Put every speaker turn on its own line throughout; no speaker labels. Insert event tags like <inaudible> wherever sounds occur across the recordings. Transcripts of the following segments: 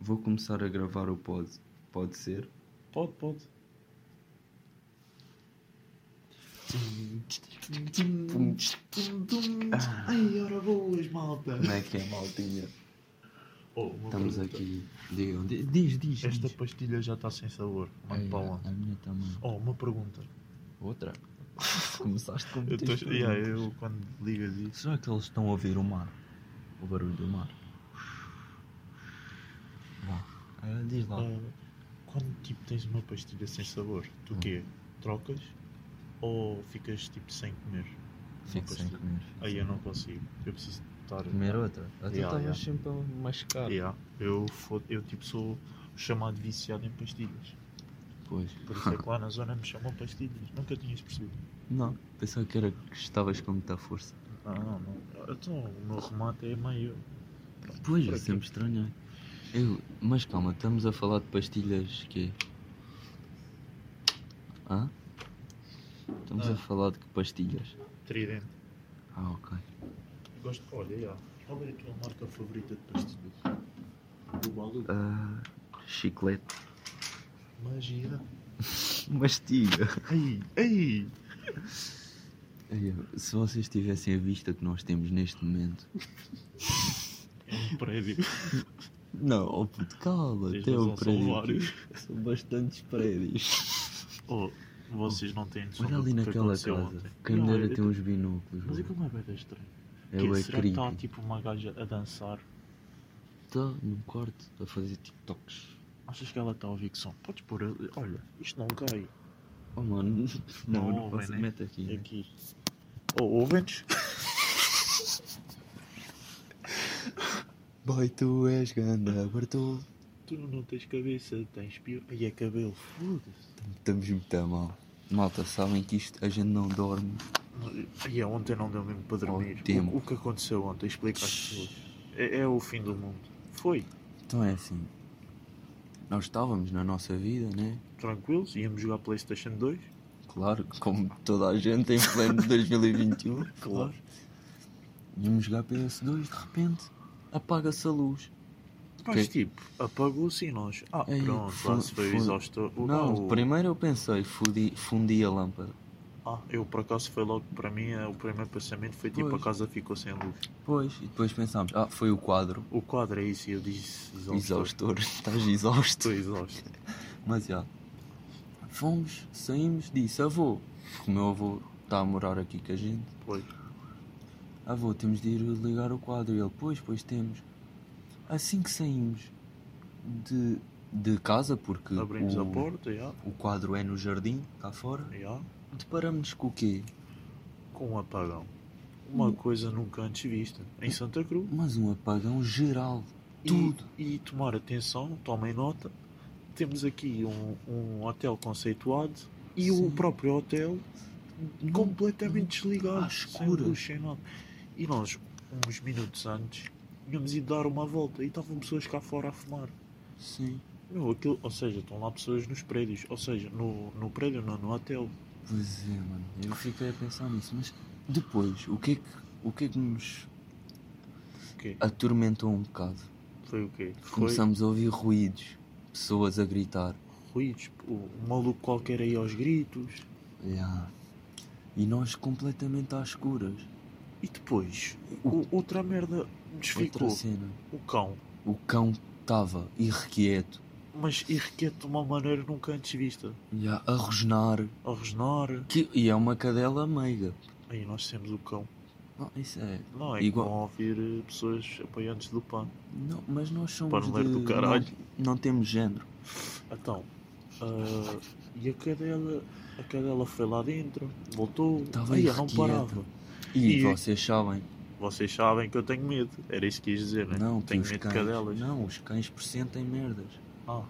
Vou começar a gravar o pod. Pode ser?
Pode, pode.
Ah.
Ai, ora boas, malta.
Como é que é, maltinha?
Oh, uma
Estamos
pergunta.
aqui. Digam, di- diz, diz.
Esta
diz.
pastilha já está sem sabor. Mano,
Ai,
para onde?
A minha também.
Oh, uma pergunta. <laughs>
Outra? Começaste com
Eu
muitas
tô... yeah,
perguntas.
eu quando ligas isso.
Será que eles estão a ouvir o mar? O barulho do mar? Vá. Ah, diz lá.
ah, quando tipo tens uma pastilha sem sabor,
Hum.
tu o quê? Trocas? Ou ficas tipo sem comer? Uma
Fico sem
pastilha.
comer.
Aí eu não consigo. Eu preciso estar.
Comer outra? Ah, tu
Yeah,
estavas
yeah.
sempre a mascar.
Yeah. Eu, fo- eu tipo sou chamado viciado em pastilhas.
Pois.
Por isso é que lá na zona me chamam pastilhas. Nunca tinhas percebido.
<laughs> Não, pensava que era que estavas com muita força.
Não, não, não. Então o meu remate é meio.
Pois,
Por
eu
aqui.
sempre estranhei. Eu, mas calma, estamos a falar de pastilhas que Hã? Estamos a
Ah.
falar de que pastilhas?
Tridente.
Ah, ok.
Gosto. Olha, já. Qual é a tua marca favorita de pastilhas? Do maluco.
Ah, chiclete.
Magia.
Mastilha.
Ei, ei!
Se vocês tivessem a vista que nós temos neste momento.
É um <laughs> prédio.
Não, oh puto, cala,
Tens
tem um
razão, são
prédio.
vários.
aqui. São bastantes prédios.
Oh, vocês não têm noção
Olha
do
ali
que
naquela casa.
aconteceu ontem.
Quem
Não,
me dera
eu-
ter uns binóculos.
Mas
mano.
aquilo não é bem estranho.
É
Que
bué
será que está
creepy.
tipo uma gaja a dançar?
Tá num quarto a fazer TikToks.
Achas que ela tá está a ouvir que som? Podes pôr ali. Olha, isto não cai.
Oh mano, <laughs> não,
Não
não
ouvem,
posso
né?
mete aqui.
É
né?
aqui. Oh, ouvem-nos?
Boy, tu és ganda, Bartol.
Tu não tens cabeça, tens pio. E é cabelo. Foda-se.
Estamos muito a mal. Malta, sabem que isto a gente não dorme.
E é, ontem não deu mesmo para dormir.
tempo.
O, o que aconteceu ontem? Explica às pessoas. É, é o fim do mundo. Foi.
Então é assim. Nós estávamos na nossa vida, né?
Tranquilos, íamos jogar Playstation 2.
Claro, como toda a gente em pleno <laughs> 2021.
Claro.
Íamos um. jogar PS2, de repente apaga-se a luz.
Mas
Que-
tipo, apagou-se e nós. Ah,
Ei,
pronto,
fu-
lá se foi
fu-
exausto. O- ah,
Não,
o-
primeiro eu pensei, fudi, fundi a lâmpada.
Ah, eu por acaso foi logo para mim, eh, o primeiro pensamento foi tipo,
Pois.
a casa ficou sem luz.
Pois, e depois pensámos, ah, foi o quadro.
O quadro é isso e eu disse exausto.
Exaustor, <laughs> estás exausto.
Estou exausto.
Mas já. Fomos, saímos, disse, avô, porque o meu avô está a morar aqui com a gente.
<laughs> Pois.
Avô, temos de ir ligar o quadro. E ele, pois, pois temos. Assim que saímos de, de casa, porque
Abrimos
o,
a porta, já,
o quadro é no jardim, cá fora,
já,
deparamos-nos com o quê?
com um apagão. Uma
Hum.
coisa nunca antes vista. Em Santa Cruz.
Mas um apagão geral.
E-
Tudo.
E, tomar atenção, tomem nota. Temos aqui um, um hotel conceituado e o
Sim. Hum.
próprio hotel
Não-
completamente desligado,
às
sem
escuras.
luz, sem nada. E nós, uns minutos antes, íamos ido dar uma volta e estavam pessoas cá fora a fumar.
Sim.
Meu, aquilo, ou seja, estão lá pessoas nos prédios, ou seja, no, no prédio não, no hotel.
Pois é, mano. Eu fiquei a pensar nisso. Mas depois, o que é que, o que, é que nos
O quê?
atormentou um bocado?
Foi o quê? Foi
Começamos a ouvir ruídos, pessoas a gritar.
ruídos, o- um maluco qualquer aí aos gritos.
Ya. E nós completamente às escuras.
E depois, o- outra merda
Outra
desficou.
cena.
O cão
O cão estava irrequieto,
mas irrequieto de uma maneira nunca antes vista.
ya, a rosnar.
A rosnar,
Que, e é uma cadela meiga.
aí nós temos o cão.
Não, isso é.
Não é
Igual-
Igual... bom ouvir eh, pessoas apoiantes do pano.
Não, mas nós somos.
Paneleiro
de-
do caralho.
Não, não temos género.
Então, ah, e a cadela, a cadela foi lá dentro, voltou,
Estava
aí eu não
irrequieta.
parava.
E,
E-
vocês sabem.
Vocês sabem que eu tenho medo, era isso que quis dizer, né?
Não, que
tenho
os
medo
cães.
de cadelas.
Não, os cães presentem merdas.
Ah,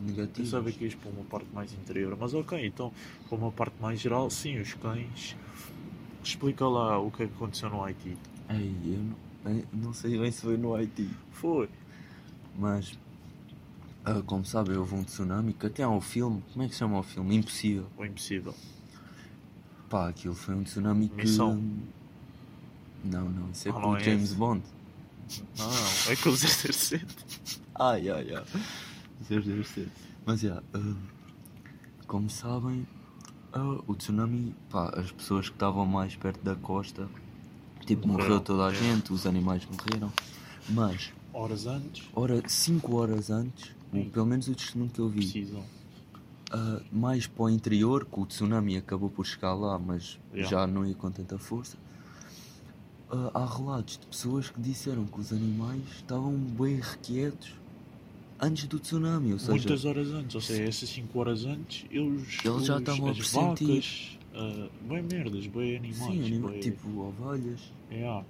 eu
Negativas.
sabia que ias para uma parte mais interior, mas ok, então, para uma parte mais geral, sim, os cães. Explica lá o que é que aconteceu no Haiti.
Ei, eu não, eu não sei bem se foi no Haiti.
Foi,
Mas, ah, como sabem, houve um tsunami que até há um filme. Como é que se chama o filme? Impossível.
o impossível.
Pá, aquilo foi um tsunami que.
Missão.
Não, não, isso é
Ah,
com
não
o
é
James
esse.
Bond.
Não, é com o 007.
Ai, ai, ai. Seus Deus, Deus. Mas, já, ah, como sabem, ah, o tsunami, pá, as pessoas que estavam mais perto da costa, tipo, morreu
Morreram.
toda a
É.
gente, os animais morreram. Mas,
Horas antes,
ora, 5 horas antes, o-
Sim.
pelo menos o testemunho que eu vi,
precisam.
ah, mais para o interior, que o tsunami acabou por chegar lá, mas
Yeah.
já não ia com tanta força. ah, há relatos de pessoas que disseram que os animais estavam bem requietos antes do tsunami, ou seja,
Muitas horas antes, ou seja, essas 5 horas antes, eles,
Eles já
os-
estavam a
as
pressentir.
vacas, ah, bem merdas, bem animais,
sim, anima-
bué-
tipo ovelhas.
é, ah,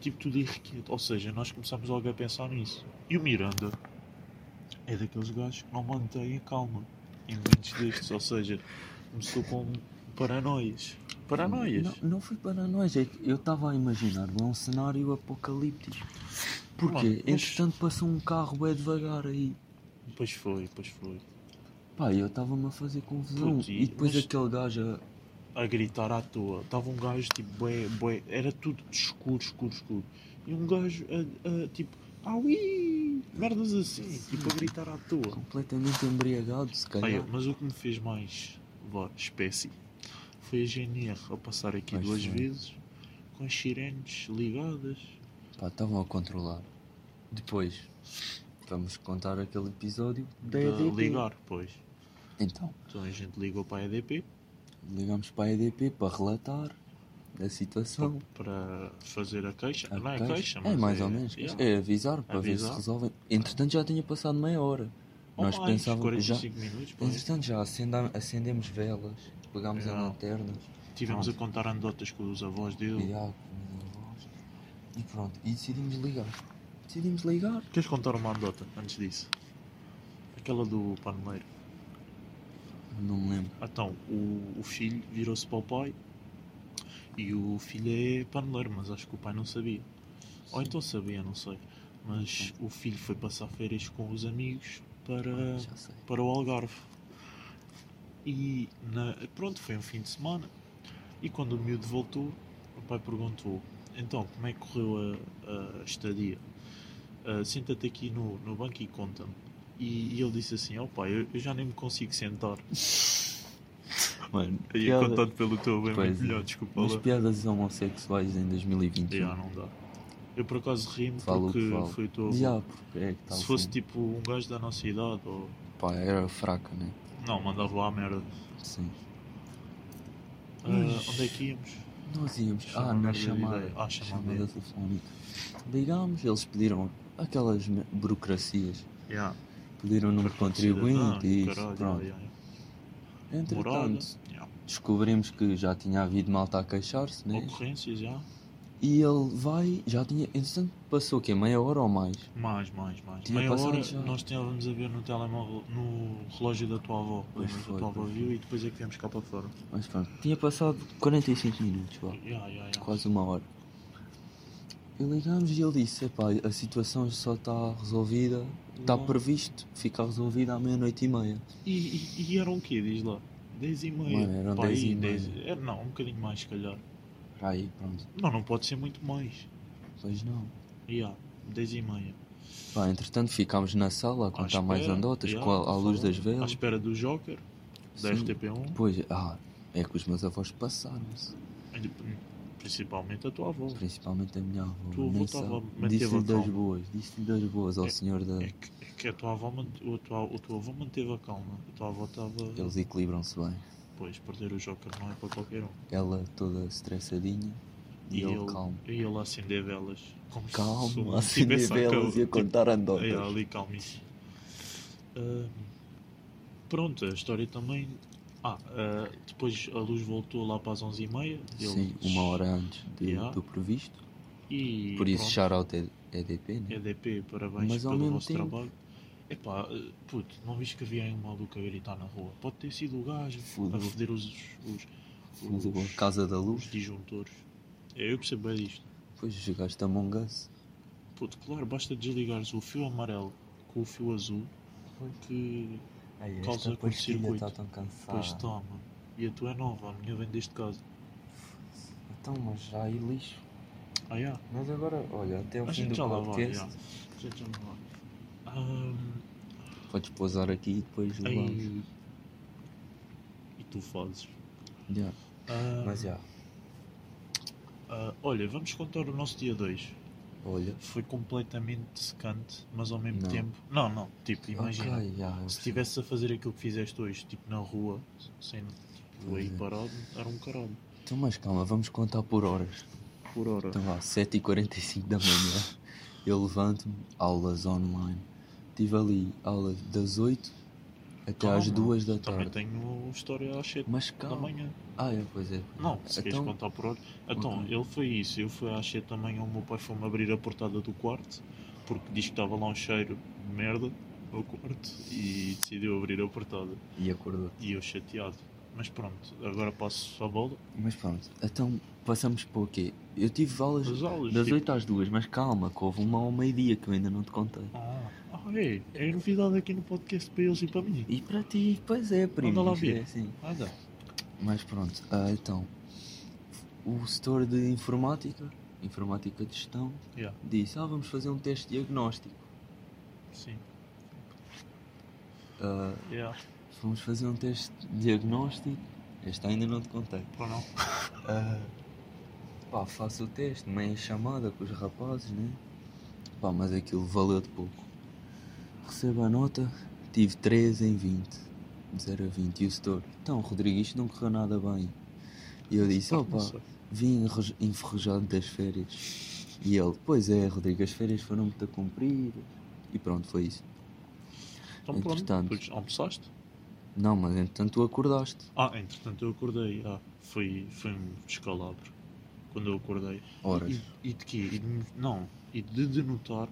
tipo tudo irrequieto. Ou seja, nós começamos logo a pensar nisso. E o Miranda é daqueles gajos que não mantém a calma em momentos destes, ou seja, começou com paranoias. Paranoias?
Não, não foi paranoias, é que eu estava a imaginar é um cenário apocalíptico. Porque,
Mano, mas-
entretanto, passou um carro bem devagar aí.
Pois foi, pois foi.
Pá, eu estava-me a fazer confusão.
Puto, e-
e depois
mas-
aquele gajo. a-
a gritar à toa. Estava um gajo tipo, bué, bué, era tudo escuro, escuro, escuro. E um gajo a, a, tipo, aui, merdas assim, tipo a gritar à toa.
é completamente embriagado, se calhar.
Olha, mas o que me fez mais vá, espécie foi a GNR a passar aqui
Pois
duas
foi.
vezes com as sirenes ligadas.
Pá, estavam a controlar. Depois, vamos contar aquele episódio da
de
EDP.
ligar, pois.
Então,
Então a gente ligou para a EDP
ligamos para a EDP para relatar a situação.
para fazer a queixa.
a
não é
queixa.
queixa,
É
mas
mais ou menos.
yeah.
É avisar para ver
Avisar.
se resolvem. Entretanto, já tinha passado meia hora.
Ou
Nós
mais,
pensávamos. Já,
45 minutos, pois.
entretanto, já acenda- acendemos velas, pegámos a
Yeah.
lanterna.
Tivemos a contar anedotas com os avós dele.
E, há comida em voz. e pronto, e decidimos ligar. Decidimos ligar.
Queres contar uma anedota antes disso? Aquela do paneleiro.
Não me lembro.
Então, o, o filho virou-se para o pai e o filho é paneleiro, mas acho que o pai não sabia. Ou então sabia, não sei. Mas o filho foi passar férias com os amigos para,
Ah, Já sei.
para o Algarve. E na- pronto, foi um fim de semana. E quando o miúdo voltou, o pai perguntou: Então, como é que correu a, a estadia? Ah, Senta-te aqui no, no banco e conta-me. E, e ele disse assim: Oh pai, eu, eu já nem me consigo sentar.
Mano,
E é
piada-
contado pelo teu bem
Pois
muito
é.
melhor, desculpa
Mas
lá.
piadas homossexuais em 2021.
Já, não dá. Eu por acaso rimo
Fala o que
porque
fala.
foi o teu avô.
Já, porque é que tal
Se fosse
assim.
tipo um gajo da nossa idade ou.
Pá, era fraca, né?
Não, mandava lá a merda.
Sim.
Ah,
Mas-
onde é que íamos?
Nós íamos.
Chamada
ah, na
de
chamada.
ideia. Ah, chamada.
chamada telefónica. Ligámos, eles pediram aquelas me- burocracias.
Yeah.
Pediram o número de contribuinte e isso.
ah, Caralho,
pronto.
yeah, yeah. Morada,
Entretanto,
yeah.
descobrimos que já tinha havido malta a queixar-se, né?
ocorrências, yeah.
E ele vai. Já tinha. Entretanto, passou o quê? Meia hora ou mais?
mais, mais, mais.
Tinha
Meia
passado
hora
já.
nós estávamos a ver no telemóvel, no relógio da tua avó.
Pois
Lembras?
foi,
a tua avó
pois
viu e depois é que viemos cá para fora.
Mas pronto, tinha passado 45 minutos, vá.
Yeah, yeah, yeah.
quase uma hora. E ligámos e ele disse, epá, a situação só está resolvida, está
Não.
previsto ficar resolvida à meia-noite e meia.
E, e, e era o quê, diz lá? 10 e meia.
Mano, eram
Pá,
10
aí,
e meia.
10 era- não, um bocadinho mais, se calhar.
Para aí, pronto,
Não, não pode ser muito mais.
pois não.
Yeah, 10 e meia.
Pá, entretanto ficámos na sala a
À
contar mais
espera,
andotas,
é. yeah,
com a, à luz das
À
velas.
espera do Joker, da
Sim.
FTP1,
Depois, ah, é que os meus avós passaram-se,
principalmente a tua avó.
principalmente a minha avó.
Tua avó
nem
estava
sabe.
a meter
Disse-lhe das
bacão.
boas, disse-lhe das boas ao
É-
senhor da...
É que, é que a tua avó, mant- o, tua, o teu avô manteve a calma. A tua avó estava.
Eles equilibram-se bem.
Pois, perder o Joker não é para qualquer um.
Ela toda estressadinha e, ele calmo.
E ele a acender velas. Como se um tipo
Calmo,
não
a acender
tivesse
velas
aquele-
e a contar
tipo, é,
andotas.
ali calmice. Ah, pronto, a história também. Ah, ah, depois a luz voltou lá para as 11h30. deu-
Sim, uma hora antes de-
Yeah.
do previsto.
E
Por isso,
pronto.
shout-out é- EDP, né?
EDP, parabéns
Mas ao
pelo
mesmo
vosso
tempo-
trabalho. Epá, eh, puto, não viste que havia aí um maluco a gritar na rua? Pode ter sido o gajo
Fudeu.
a foder os, os, os,
Fudeu a Casa da
os
Luz.
disjuntores. É, eu percebo bem disto.
Depois jogaste Among Us.
Puto, claro, basta desligares o fio amarelo com o fio azul que
Ai,
esta Causa pastilha curto-circuito. tá
tão
depois
cansada.
toma. E a tua é nova, a minha vem deste caso.
Então, mas já aí lixo.
Ah, yeah.
Mas agora, olha, até o
a
fim
gente
do
já lá vai.
podcast.
yeah. A gente já lá vai. Ahm,
Podes pousar aqui e depois levamos.
aí- E tu fazes.
Já,
Ahm,
Mas já,
ah, olha, vamos contar o nosso dia 2.
olha.
Foi completamente secante, mas ao mesmo
Não.
tempo. Não, não, tipo, imagina.
Ok, já, eu
Se
percebo.
estivesse a fazer aquilo que fizeste hoje, tipo na rua, sem tipo,
Pois
aí
é.
parado, era um caralho.
Então, mas calma, vamos contar por horas.
Por hora.
Então lá, 7h45 da manhã, eu levanto-me, aulas online. Tive ali aulas das 8 até Então, às 2 da
Também
tarde.
tenho história às 7
Mas
da
calma.
manhã.
Ah, é, pois é.
Não, se queres
Então-
contar por hora. Então,
Ok.
ele foi isso. Eu fui às 7 da manhã, o meu pai foi-me abrir a portada do quarto, porque diz que estava lá um cheiro de merda ao quarto, e decidiu abrir a portada.
E acordou.
E eu chateado. Mas pronto, agora passo a bola.
Mas pronto, então passamos por quê? Eu tive aulas
As aulas.
das
tipo-
8 às 2, mas calma, que houve uma ao meio-dia que eu ainda não te contei.
Ah, ah, é, é novidade aqui no podcast para eles e para mim.
E para ti, pois é, primo.
lá
isto
ver.
é assim.
Nada.
Mas pronto, ah, então, o setor de informática, informática de gestão,
Yeah,
disse, ah, vamos fazer um teste diagnóstico.
sim.
Ah,
Yeah,
Fomos fazer um teste diagnóstico. Este ainda não te contei.
ou não?
Pá, faço o teste, meia chamada com os rapazes, né? Pá, mas aquilo valeu de pouco. Recebo a nota, tive 3 em 20. De 0 a 20. E o setor, então, Rodrigo, isto não correu nada bem. E eu disse,
Ah, não
opa,
sei.
vim enro- enferrujado das férias. E ele, pois é, Rodrigo, as férias foram muito compridas. E pronto, foi isso.
Então pronto,
entretanto.
pois, almoçaste?
Não, mas entretanto tu acordaste.
Ah, entretanto eu acordei. Ah, foi, foi um descalabro quando eu acordei.
Horas.
E, e de quê? E de- não, e de denotar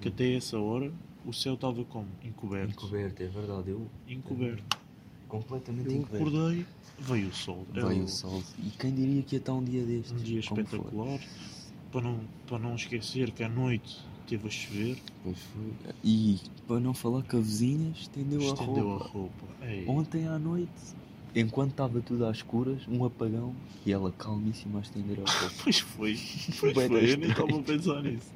que até essa hora o céu estava como? Encoberto.
Encoberto, é verdade. Eu
Encoberto.
Completamente
Eu
encoberto.
acordei, veio o sol. Era
Veio o sol. E quem diria que ia estar um dia destes?
Um dia
Como foi?
espetacular. Para não, para não esquecer que à noite teve a chover,
Pois foi. E para não falar que a vizinha estendeu,
estendeu
a
a
roupa.
roupa. Ei,
Ontem à noite, enquanto estava tudo às escuras, um apagão e ela calmíssima a estender a
<laughs>
roupa.
<laughs>
<laughs>
Pois foi, pois
Bué da
foi, eu nem
estranho.
estava a pensar nisso.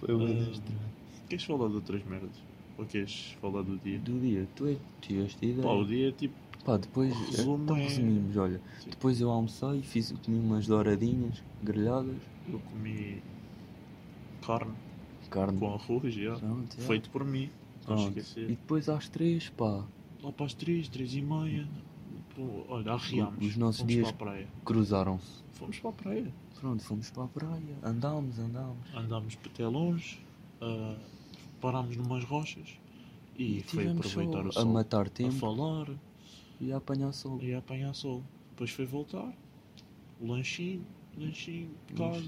Foi uma
Ah,
das estranhas.
Queres falar de outras merdas? Ou queres falar do dia?
Do dia, tu é que tiveste ideia.
Pá, o dia é tipo.
Pá, depois.
o
eh,
resumo
Então
é-
resumimos, olha.
Sim.
Depois eu almocei, fiz, comi umas douradinhas, grelhadas,
Eu comi carne
carne.
com arroz, já.
Pronto, é.
Feito por mim. Não
Pronto. E
esquecer.
depois às três, pá,
Lá para as 3, 3 e meia. pô, olha, arriámos.
Os nossos
Fomos
dias-
para a praia.
cruzaram-se.
Fomos para a praia.
Pronto, fomos para a praia, andámos, andámos.
Andámos até longe. ah, parámos numas rochas. E, foi
tivemos
aproveitar
só
o sol.
a matar
a
tempo
falar
e a apanhar sol.
e a apanhar sol. Depois foi voltar. Lanchinho, lanchinho, casa.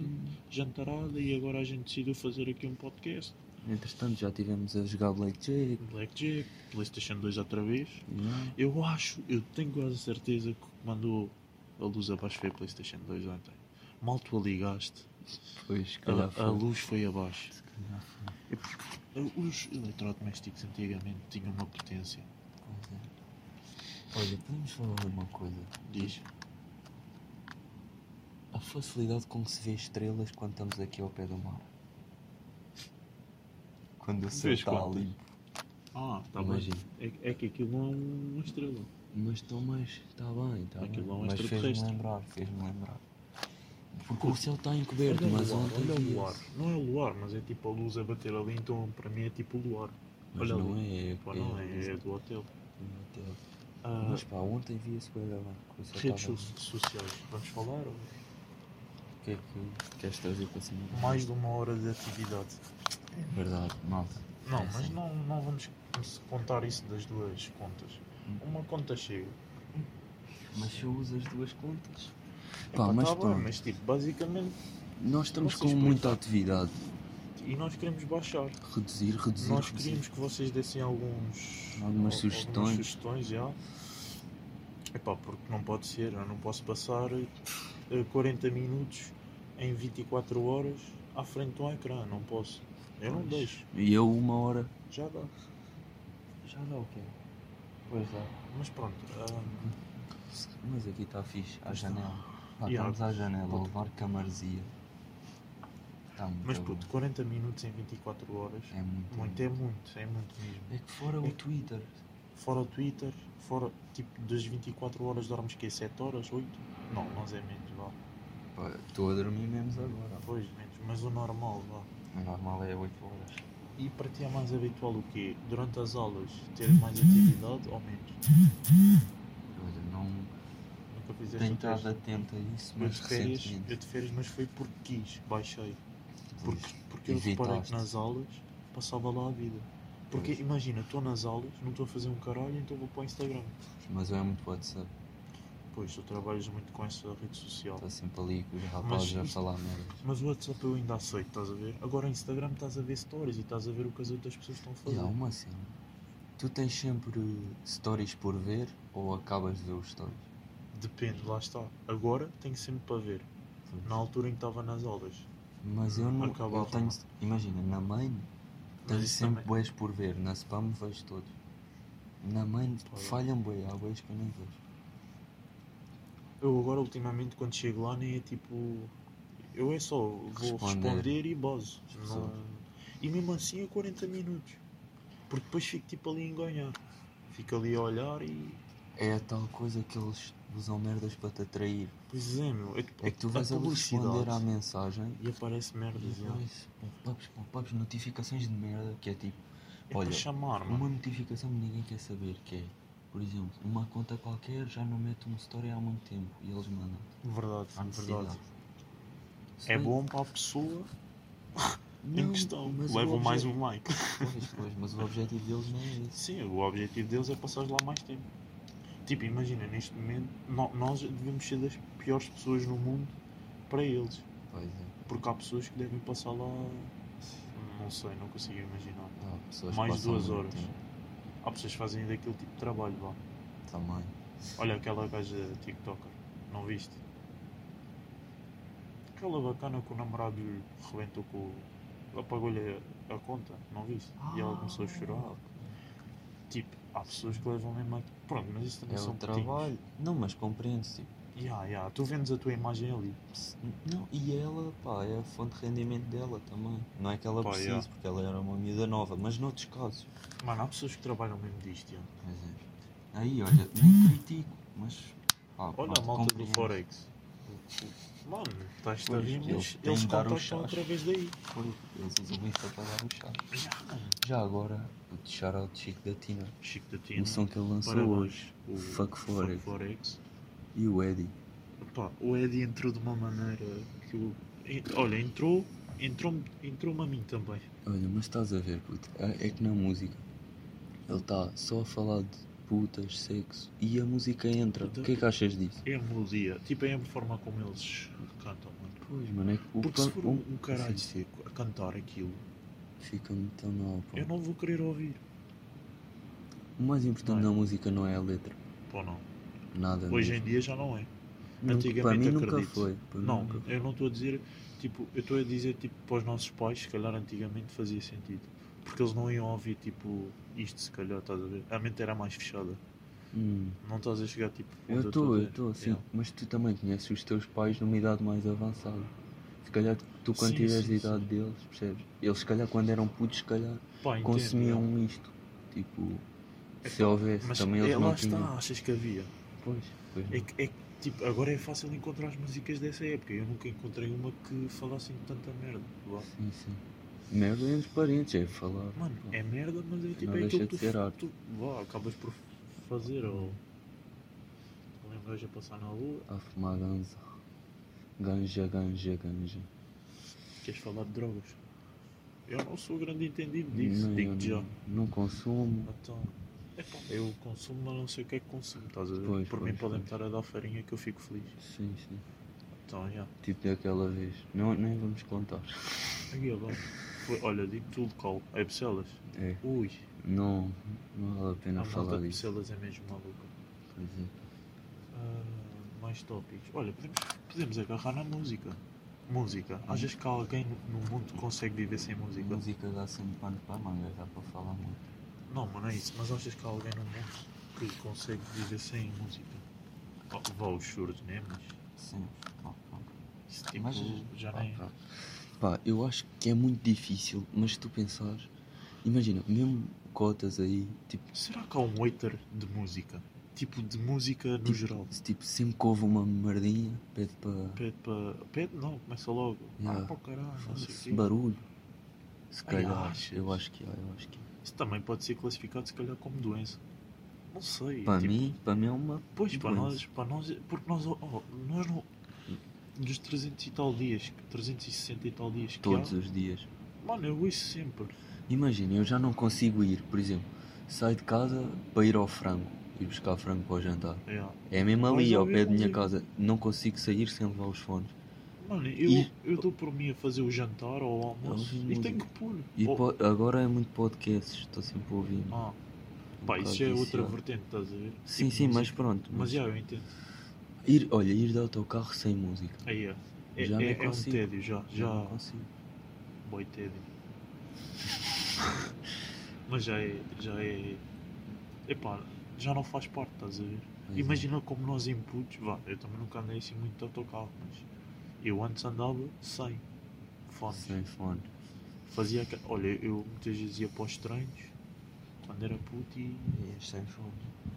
jantarada e agora a gente decidiu fazer aqui um podcast.
Entretanto, já tivemos a jogar Blackjack.
Blackjack, Playstation 2 outra vez.
Yeah.
Eu acho, eu tenho quase certeza que o que mandou a luz abaixo foi a Playstation 2 ontem. Mal tu a ligaste,
Pois, se calhar
a, a
Ah, foi.
luz foi abaixo.
Se calhar foi.
Os eletrodomésticos antigamente tinham uma potência.
Olha, podemos falar de uma coisa.
Diz,
A facilidade com que se vê estrelas quando estamos aqui ao pé do mar. Quando o céu
Vês
está
quantas?
limpo.
ah, tá bem.
Imagina.
É, é que aquilo não é uma estrela.
Mas estão mais. Está bem, está bem.
Aquilo é um
Mas fez-me
extraterrestre.
lembrar, fez-me lembrar. Porque o céu está encoberto, mas
o luar,
ontem.
olha o
via-se.
luar. Não é o luar, mas é tipo a luz a bater ali, então para mim é tipo o luar.
Mas
Olha
não é. é-
Pá, não,
é-
é, é do hotel.
Entendo.
Ah,
Mas tá pá, ontem vi esse coisa lá. que eu só
redes
tava-
so- sociais, vamos falar? ou-
O que é que queres trazer para cima?
Mais de uma hora de atividade.
Verdade, malta.
Não,
É
mas
assim.
não, não vamos contar isso das duas contas.
Hum.
Uma conta chega.
Mas se eu uso as duas contas. Pá,
Epá,
mas
tá bem,
pronto.
mas tipo, basicamente,
Nós estamos
Vocês
com
podem-
muita atividade.
e nós queremos baixar.
Reduzir, reduzir.
nós
reduzir.
queríamos que vocês dessem alguns,
Algumas
al-
sugestões.
sugestões já. Epá, porque não pode ser, eu não posso passar eh, 40 minutos em 24 horas à frente de um ecrã, não posso. Eu não
Pois.
deixo,
E eu uma hora.
já dá.
Já dá o quê? Pois dá.
Mas pronto, ah,
Mas aqui está fixe, à
Está.
janela. Pá,
E há-
estamos à janela, a levar camarzinha. Tá muito
Mas
bom.
puto, 40 minutos em 24 horas.
É muito.
Muito, é muito, é muito mesmo.
É que fora o Twitter.
Fora o Twitter, fora tipo das 24 horas dormes que 7 horas, 8? Não, nós é menos, vá.
Pá, Estou a dormir menos agora.
Pois, menos, mas o normal, vá.
O normal é 8 horas.
E para ti é mais habitual o quê? Durante as aulas ter mais atividade ou menos?
Olha, não
Nunca fizeste
tenho
o
estado
teste.
atento a isso,
Eu
mas
de férias, eu
recentemente.
de férias, mas foi porque quis, baixei. Porque, porque eu
evitaste.
reparei que nas aulas passava lá a vida. Porque
Pois.
imagina, estou nas aulas, não estou a fazer um caralho, então vou para o Instagram.
Mas eu é muito WhatsApp.
Pois, tu trabalhas muito com essa rede social.
Estou sempre ali com os rapazes a
isto-
falar merda.
Mas o WhatsApp eu ainda aceito, estás a ver? Agora o Instagram estás a ver stories e estás a ver o que as outras pessoas estão a
E
fazer.
há uma cena. Tu tens sempre stories por ver ou acabas de ver os stories?
Depende, lá está. Agora tenho sempre para ver. Na altura em que estava nas aulas.
Mas eu não. Eu
Acabava.
tenho, imagina, na main
Mas
tenho
isso
sempre
também-
boés por ver. Na spam vejo todos. Na main
Olha.
falham boé, há boés que eu nem vejo.
Eu agora ultimamente quando chego lá nem é tipo. Eu é só, vou
Responder.
responder, e bozo.
As
Não-
pessoas.
E mesmo assim é 40 minutos. Porque depois fico tipo ali a enganhar. Fico ali a olhar e.
É a tal coisa que eles usam merdas para te atrair.
Pois é meu. tipo,
É que tu
a É
vais a responder à mensagem
E aparece
e
merdas. já.
depois pop-ups, pop-ups, notificações de merda que é tipo.
É
Olha,
para chamar, mano.
Uma notificação que ninguém quer saber que é, por exemplo, uma conta qualquer já não mete uma story há muito tempo e eles mandam.
Verdade,
Há
verdade.
necessidade.
É
Sim.
bom para a pessoa em
Não,
questão.
mas o
Levam mais
obje-
um like.
<laughs> Pois, pois, mas o objetivo deles não é esse.
<laughs> Sim, o objetivo deles é passar lá mais tempo. Tipo, imagina, neste momento, no- nós devemos ser das piores pessoas no mundo para eles.
Pois é.
Porque há pessoas que devem passar lá. Não sei, não consigo imaginar.
Há pessoas que
Mais
passam
duas
muito
horas.
tempo
Há pessoas que fazem daquele tipo de trabalho lá.
Também.
Olha aquela gaja TikToker, não viste? Aquela bacana que o namorado lhe rebentou com. o- apagou-lhe a conta, não viste? E ela começou a chorar.
Ah,
Tipo, há pessoas que levam mesmo a. Pronto, mas isso também
É
são
o
petinhos.
trabalho. Não, mas compreendo, tipo.
Ya, ya, tu vendes a tua imagem ali.
se- Não, e ela, pá, é a fonte de rendimento dela também. Não é que ela
Pá,
precise,
yeah.
porque ela era uma miúda nova, mas noutros casos.
Mano, há pessoas que trabalham mesmo disto. ya.
Pois é. Aí, olha, nem <laughs> critico, mas. Pá,
Olha
pronto,
a malta do
compreendo.
Forex. Mano, estás a
um Pois,
rir,
eles
mas
têm
eles
de dar o
contratam
chás.
através daí.
Foi, eles usam isso para pagar o chá.
Ya.
Já agora, vou deixar ao Chico da Tina.
Chico da Tina.
O som que ele lançou hoje.
Parabéns. O
Fuck Forex.
Forex.
E o Eddie.
Pá, o Eddie entrou de uma maneira que o. en- Olha, entrou. Entrou-me entrou a mim também.
Olha, mas estás a ver, puto. É, é que na música ele está só a falar de putas, sexo e a música entra.
Puta.
O que é que achas disso?
É a melodia. Tipo, é a forma como eles cantam, mano.
Pois, mano, é que o
Porque se
pan-
for
o-
um, um caralho
Sim,
seco a cantar aquilo,
fica muito mal, pá.
eu não vou querer ouvir.
O mais importante
Não
na música não é a letra.
Pô, não.
Nada.
Hoje em
mesmo.
dia já não é.
Nunca- para
antigamente
mim nunca
acredito.
foi. Para mim
Não,
nunca foi.
eu não estou a dizer, tipo, eu estou a dizer, tipo, para os nossos pais, se calhar antigamente fazia sentido. Porque eles não iam ouvir, tipo, isto, se calhar, estás a ver? A mente era mais fechada.
Hum.
Não estás a chegar, tipo... onde
Eu
a
estou, eu
dizer.
estou, sim.
Yeah.
Mas tu também conheces os teus pais numa idade mais avançada. Se calhar tu quando
Sim,
tiveres
sim,
a idade
sim.
deles, percebes? Eles se calhar quando eram putos, se calhar
É. Pá, entendo,
consumiam
yeah.
isto. um Tipo,
É
se
pá,
houvesse,
Mas
também eles
é,
não
lá
tinham.
está, achas que havia.
Pois, pois
É
não.
que, é que, tipo, agora é fácil encontrar as músicas dessa época. Eu nunca encontrei uma que falasse de tanta merda. Vá.
Sim, sim. Merda entre parentes, é falar.
Mano,
pá.
é merda, mas é tipo
Não
é
deixa
aquilo
de
que
ser
tu,
arte.
tu vá, acabas por fazer ou. Também um gajo a passar na rua,
tá A fumar ganza. Ganja, ganja, ganja.
queres falar de drogas? Eu não sou grande entendido disso,
Não, eu
digo-te já.
não, não consumo.
Então, epá, eu consumo, mas não sei o que é que consumo, estás a ver?
Pois,
por
pois,
mim podem
pois.
estar a dar farinha que eu fico feliz.
Sim, sim.
Então, já.
Tipo daquela vez. Não, nem vamos contar.
Aí agora. Foi, olha, digo-te o local, é Bucelas.
É.
Ui,
Não, não vale a
a
pena
malta
falar
de
disso.
Bucelas é mesmo maluca.
Pois é.
Ah, mais tópicos. Olha, podemos, podemos agarrar na música. Música. Achas que há alguém no- no mundo que consegue viver sem
A
música?
música dá sempre pano para a manga, dá para falar muito.
Não, mas não é isso. Mas achas que há alguém no mundo que consegue viver sem música? Pá, Vá os surdos, né? Mas
Sim, pá, pronto.
isso tipo,
Mas,
já
pá,
nem.
pronto. Pá, eu acho que é muito difícil, mas se tu pensares, imagina, mesmo cotas aí, tipo,
Será que há um hater de música? Tipo de música no
Tipo-
geral?
se, tipo sempre que houve uma merdinha, pede para.
Pede para. Pede não, começa logo.
Yeah.
Ah, pá, caralho, não sei
Esse
o quê.
barulho. Se
Ai,
calhar,
achas?
eu acho que há, eu acho que é. há.
Isso também pode ser classificado, se calhar, como doença. Não sei.
Para
tipo,
mim, para mim é uma.
Pois, para
doença.
nós, para nós, porque nós, oh, nós não, dos 300 e tal dias, 360 e tal dias que
Todos
há,
os dias.
mano, eu ouço sempre.
Imagina, eu já não consigo ir, por exemplo, saio de casa para ir ao frango, ir buscar frango para o jantar.
É,
É mesmo
Mas
ali,
eu
ao pé
mesmo
da minha
ali.
casa. Não consigo sair sem levar os fones.
Mano, eu
E-
eu dou por mim a fazer o jantar ou o
Ouvi
almoço e tenho
música.
que pôr.
E
Oh,
po- agora é muito podcasts, estou sempre a ouvir.
ah,
Um
pá, isso já é
bocado
outra
viciado.
vertente, estás a ver?
Sim,
Tipo
sim, mas
música.
pronto.
Mas já, eu entendo.
ir, olha, ir de autocarro sem música.
Aí é. É,
Já nem
é, é um
consigo.
tédio, já. Já.
não consigo.
Boi tédio. <laughs> mas já é. Já é. Epá, já não faz parte, estás a ver?
Mas,
Imagina como nós em putos, vá, eu também nunca andei assim muito de autocarro, mas eu antes andava sem
é,
fones.
Sem fone.
Fazia aqua- Olha, eu muitas vezes ia para os treinos quando era puto e.
É, sem fone.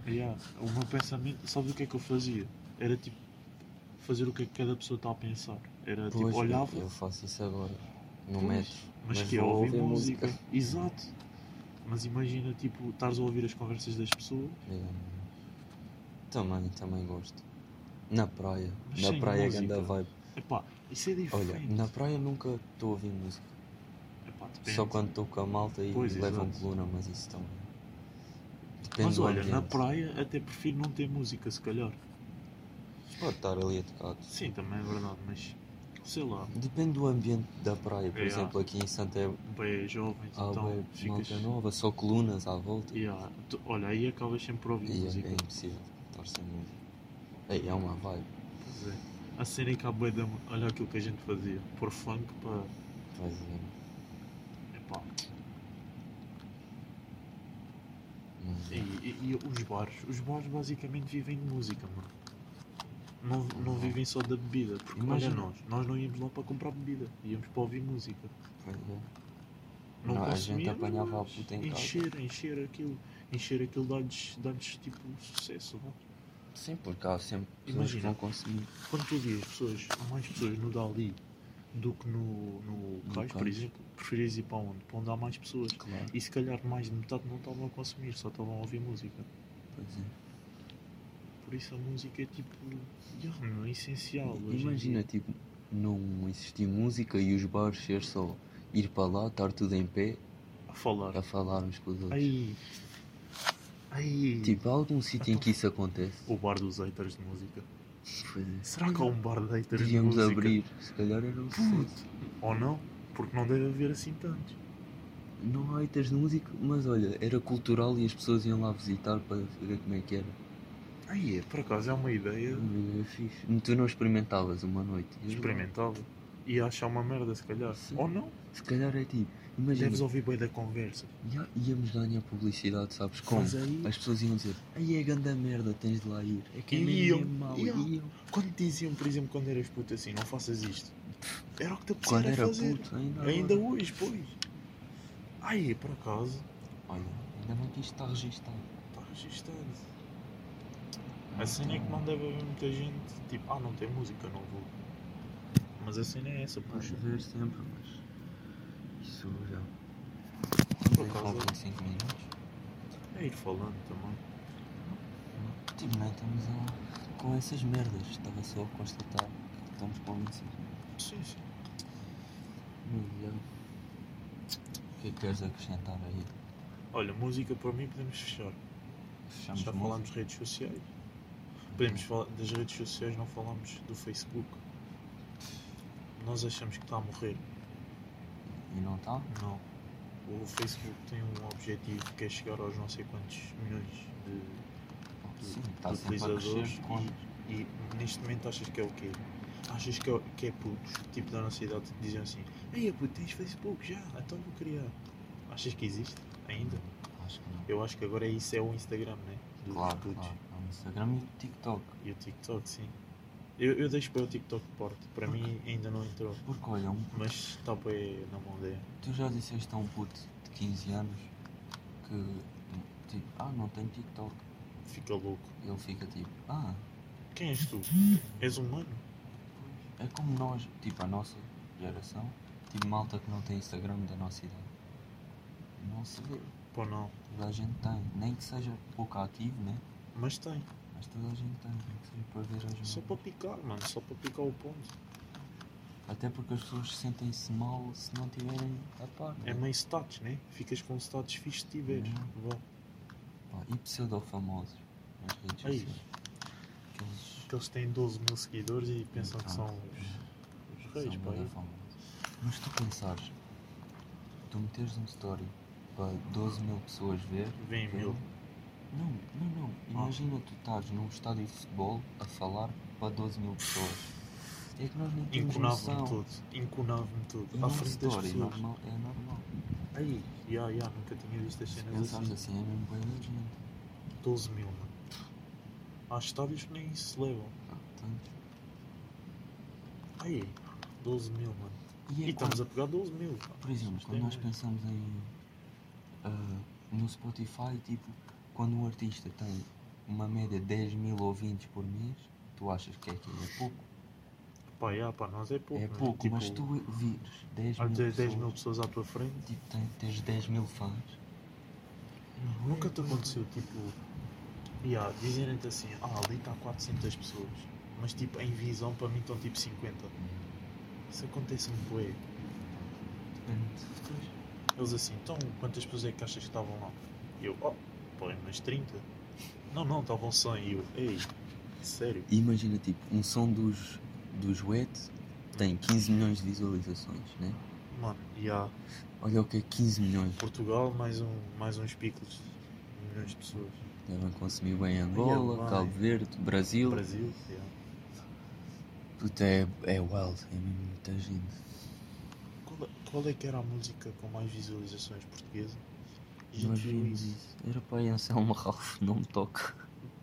Yeah, o meu pensamento, sabes o que é que eu fazia? Era tipo fazer o que é que cada pessoa está a pensar. Era
Pois,
tipo, olhava,
eu, eu faço isso agora. No
Pois,
metro.
mas,
mas
que é
vou
ouvir
ouvir
música.
música.
Exato. Mas imagina, tipo, estares a ouvir as conversas das pessoas,
É. Também, também gosto. Na praia.
Mas
na
sem
praia
música.
ganda vibe.
epá, isso é diferente.
Olha, na praia nunca estou a ouvir música.
Epá,
Só
depende.
quando estou com a malta e
Pois,
levam
exato.
coluna, mas isso também. Depende
Mas
do
olha, na
ambiente.
praia até prefiro não ter música, se calhar.
Pode estar ali a tocar.
Sim, também é verdade, mas sei lá,
Depende do ambiente da praia. Por
É,
exemplo, aqui em Santa é
bem jovens,
há
então
bué
ficas.
malta nova, só colunas à volta. E,
Yeah, tu- olha, aí acabas sempre a ouvir música.
é, é impossível estar sem música. Ei, é uma vibe.
Pois é. A cena é que há bué da. Olha aquilo que a gente fazia. Por funk para.
Pois é.
Epá.
Mas,
E, e, e os bares? Os bares basicamente vivem de música, mano. Não, não vivem só da bebida. Porque
Ah. Imagina.
olha nós, nós não íamos lá para comprar bebida, íamos para ouvir música.
pois é.
Não,
Não, a
consumia,
gente apanhava a
mas
puta em casa.
Encher, encher aquilo. Encher aquilo dá-lhes dá tipo sucesso, vá.
Sim, porque há sempre pessoas que
Imagina.
vão consumir.
Quando tu vias pessoas, há mais pessoas no Dali do que no, no,
No
Cais, por
Cais.
exemplo, preferias ir para onde? Para onde há mais pessoas.
Claro.
E se calhar mais de metade não estavam a consumir, só estavam a ouvir música.
Pois é.
Por isso a música é tipo. Yeah, meu, é essencial. hoje em
Imagina,
dia.
tipo, não existir música e os bares ser só ir para lá, estar tudo em pé,
A falar.
a falarmos com os outros.
Ai. Ai.
Tipo, há algum sítio em que isso acontece?
O bar dos haters de música.
Pois é.
Será que há um bar de haters
Devíamos
de música?
abrir, se calhar era um sucesso.
Ou não? Porque não deve haver assim tantos.
Não há haters de música, mas olha, era cultural e as pessoas iam lá visitar para ver como é que era.
Ai, é, por acaso é uma ideia
Era fixe. Tu não experimentavas uma noite. Eu não.
experimental. E achar uma merda, se calhar.
Sim.
Ou não?
Se calhar é tipo, imagina,
Deves ouvir bem da conversa.
ia- íamos ganhar publicidade, sabes como?
Mas aí,
As pessoas iam dizer, aí é ganda merda, tens de lá ir. É que é
Iam,
mesmo mal.
iam.
Iam.
quando te diziam, por exemplo, quando eras puto assim, não faças isto. Era o que te
Quando
apetecia
era
fazer.
puto, ainda
Ainda
agora.
hoje, pois. Ai, por acaso.
Olha, ainda bem que isto está registado.
Está registado. A cena é que não deve haver muita gente, tipo, ah, não tem música, não vou. Mas a cena é essa,
Vais
puxa.
ver sempre, mas... Isso já... é
Por
Ainda
acaso,
Faltam 5 minutos.
é ir falando também.
Tipo, não estamos a... com essas merdas. Estava só a constatar que estamos com isso.
Sim, sim.
Mas já. O que é que queres acrescentar aí?
Olha, música para mim podemos fechar.
Fechamos
Já
música?
falámos de redes sociais. Podemos falar das redes sociais, não falámos do Facebook. Nós achamos que está a morrer.
E não tá? está?
Não. O Facebook tem um objetivo que é chegar aos não sei quantos milhões de
Sim, está
de
sempre a
utilizadores
crescer. com-
e, e neste momento achas que é o quê? Achas que é, que é putos, tipo da nossa idade, que dizem assim, ei puto, tens Facebook já, então vou criar. Achas que existe? Ainda?
Acho que não.
Eu acho que agora isso é o Instagram, né? Dos
Claro,
putos.
claro. Há o Instagram e o TikTok.
E o TikTok, sim. Eu, eu deixo para o TikTok de parte, para mim ainda não entrou,
Porque olha, um-
mas está bem na é. mão dele.
tu já disseste a um puto de 15 anos que tipo, ah, não tem TikTok.
Fica louco.
Ele fica tipo, ah,
Quem és tu? És humano?
é como nós, tipo a nossa geração, tipo malta que não tem Instagram da nossa idade. Não se vê.
Pô, não.
Toda a gente tem, nem que seja pouco ativo, né?
Mas tem.
Mas toda a gente tem, nem que seja para ver as
Só
merdas.
para picar, mano. Só para picar o ponto.
Até porque as pessoas sentem-se mal se não tiverem a par.
É
né?
meio status, né? Ficas com status fixe se tiveres.
Uhum.
Vá.
Pá, E pseudo-famosos nas redes
Ai.
sociais. Aqueles
Que eles têm 12 mil seguidores e pensam que são os, os
Então, São
reis, pá. é.
bué
aí.
famosos. Mas tu pensares, tu meteres um story para 12 mil pessoas ver.
Vem
ver-
mil.
Não, não, não.
Ah.
Imagina tu estás num estádio de futebol a falar para 12 mil pessoas. É que nós não temos noção.
Enconava-me tudo. Enconava-me
E
tudo.
numa
À frente das
story
pessoas.
normal, é normal.
Aí, ya, ya, nunca tinha visto as
Se
cenas
pensares
assim.
assim, é mesmo bem da gente.
12 mil, mano. Há estádios que nem se levam.
Ah, Portanto,
Aí, 12 mil, mano.
e é
E estamos
quando-
a pegar 12 mil. pá.
Por exemplo,
Isto é
quando nós
muito.
pensamos em. ah, no Spotify, tipo, quando um artista tem uma média de 10 mil ouvintes por mês, tu achas que é que é pouco?
Pá, já, pá, nós é pouco.
é
não
pouco,
Tipo,
mas tu vires 10
há
mil,
10,
pessoas,
mil pessoas à tua frente.
Tipo, tem- tens 10 mil fãs. Uhum.
Nunca te aconteceu, tipo, yeah, dizerem-te assim, ah, ali está 400 pessoas. Mas, tipo, em visão, para mim estão tipo 50.
Uhum.
Isso acontece-me, bué.
Depende. Uhum.
Eles assim, então, quantas pessoas é que achas que estavam lá? E eu, oh, pô, umas 30. Não, não, estavam 100. E eu, ei, sério.
E Imagina, tipo, um som dos, dos Wet tem 15 milhões de visualizações, né?
Mano, e há
Olha o que é 15 milhões.
Portugal, mais, um, mais uns picos, milhões de pessoas.
Devem consumir bem Angola,
vai.
Cabo Verde, Brasil.
Brasil, yeah.
Puta, é, é wild, é mesmo muita gente.
Qual, é- qual é que era a música com mais visualizações portuguesa? A gente
Nós
viu
vimos
isso.
isso. Era para aí Anselmo Ralph, não me toque.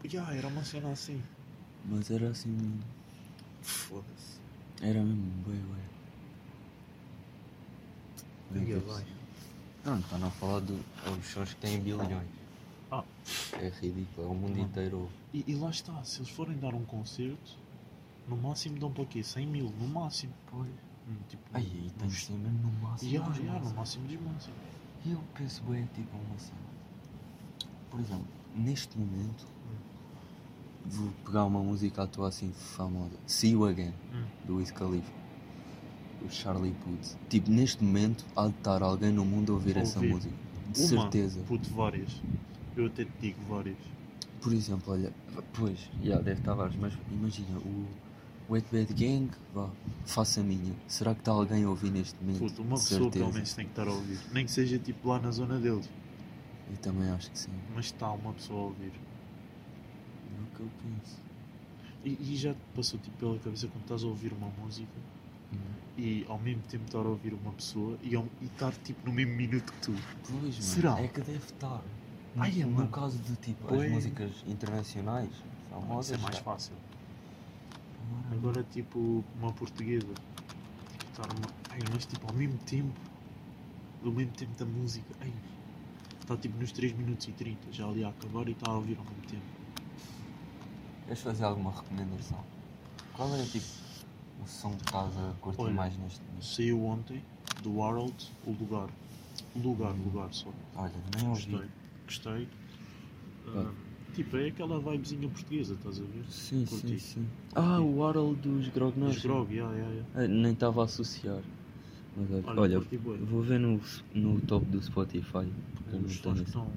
Yeah, era uma cena assim.
Mas era assim, mesmo.
Foda-se.
era mesmo bué, bué. Bem
Diga
que eu-
bem.
Não, para não falar dos shows que têm bilhões.
Ah.
É ridículo, é o mundo
Não.
inteiro. ouve.
E, e lá está, se eles forem dar um concerto, no máximo dão para quê? 100 mil, no máximo. Hum, Tipo,
Ai, aí tem que
uns...
ser mesmo no máximo.
yeah,
dos
yeah, no
máximos.
máximo dos máximos.
E eu penso bem, tipo, assim. Por exemplo, neste momento, vou pegar uma música à toa assim famosa. See You Again,
Hum.
do Wiz Khalifa. O Charlie Puth. Tipo, neste momento, há de estar alguém no mundo a ouvir
A
essa
ouvir.
música. De
Uma,
certeza.
Puto, várias. Eu até te digo várias.
Por exemplo, olha, pois, já deve estar vários, mas imagina, o Wet Bad Gang, vá, faça a minha. Será que está alguém a ouvir neste momento?
Puto, uma
Hum, De
pessoa pelo
certeza.
menos tem que estar a ouvir. Nem que seja tipo lá na zona deles.
Eu também acho que sim.
Mas está uma pessoa a ouvir.
É o que eu penso.
E, e já te passou tipo, pela cabeça quando estás a ouvir uma música e ao mesmo tempo estar a ouvir uma pessoa e, ao- e estar tipo no mesmo minuto que tu.
Pois, mano,
Será?
é que deve estar.
Ai,
no,
mano.
no caso de tipo,
Pois.
as músicas internacionais famosas.
Isso é mais
já.
fácil. Agora tipo uma portuguesa. Tipo, estar uma... Ai, mas tipo ao mesmo tempo, do mesmo tempo da música. Ai, está tipo nos 3 minutos e 30, já ali a acabar e está a ouvir ao mesmo tempo.
Queres fazer alguma recomendação? Qual era tipo o som que estás a curtir
Olha.
mais neste momento?
Saiu ontem do Harold o lugar. Lugar, lugar só.
Olha, nem ouvi.
Gostei. Gostei. Ah, tipo, é aquela vibezinha portuguesa, estás a ver?
Sim,
Curti.
sim, sim. Ah, o Harold dos Grognós.
Os grog, yeah, yeah, yeah.
Ah, Nem estava a associar. Mas olha, olha,
curti bué.
vou ver no, no top do Spotify. porque eu não
Os
tenho
sons
esse-
estão.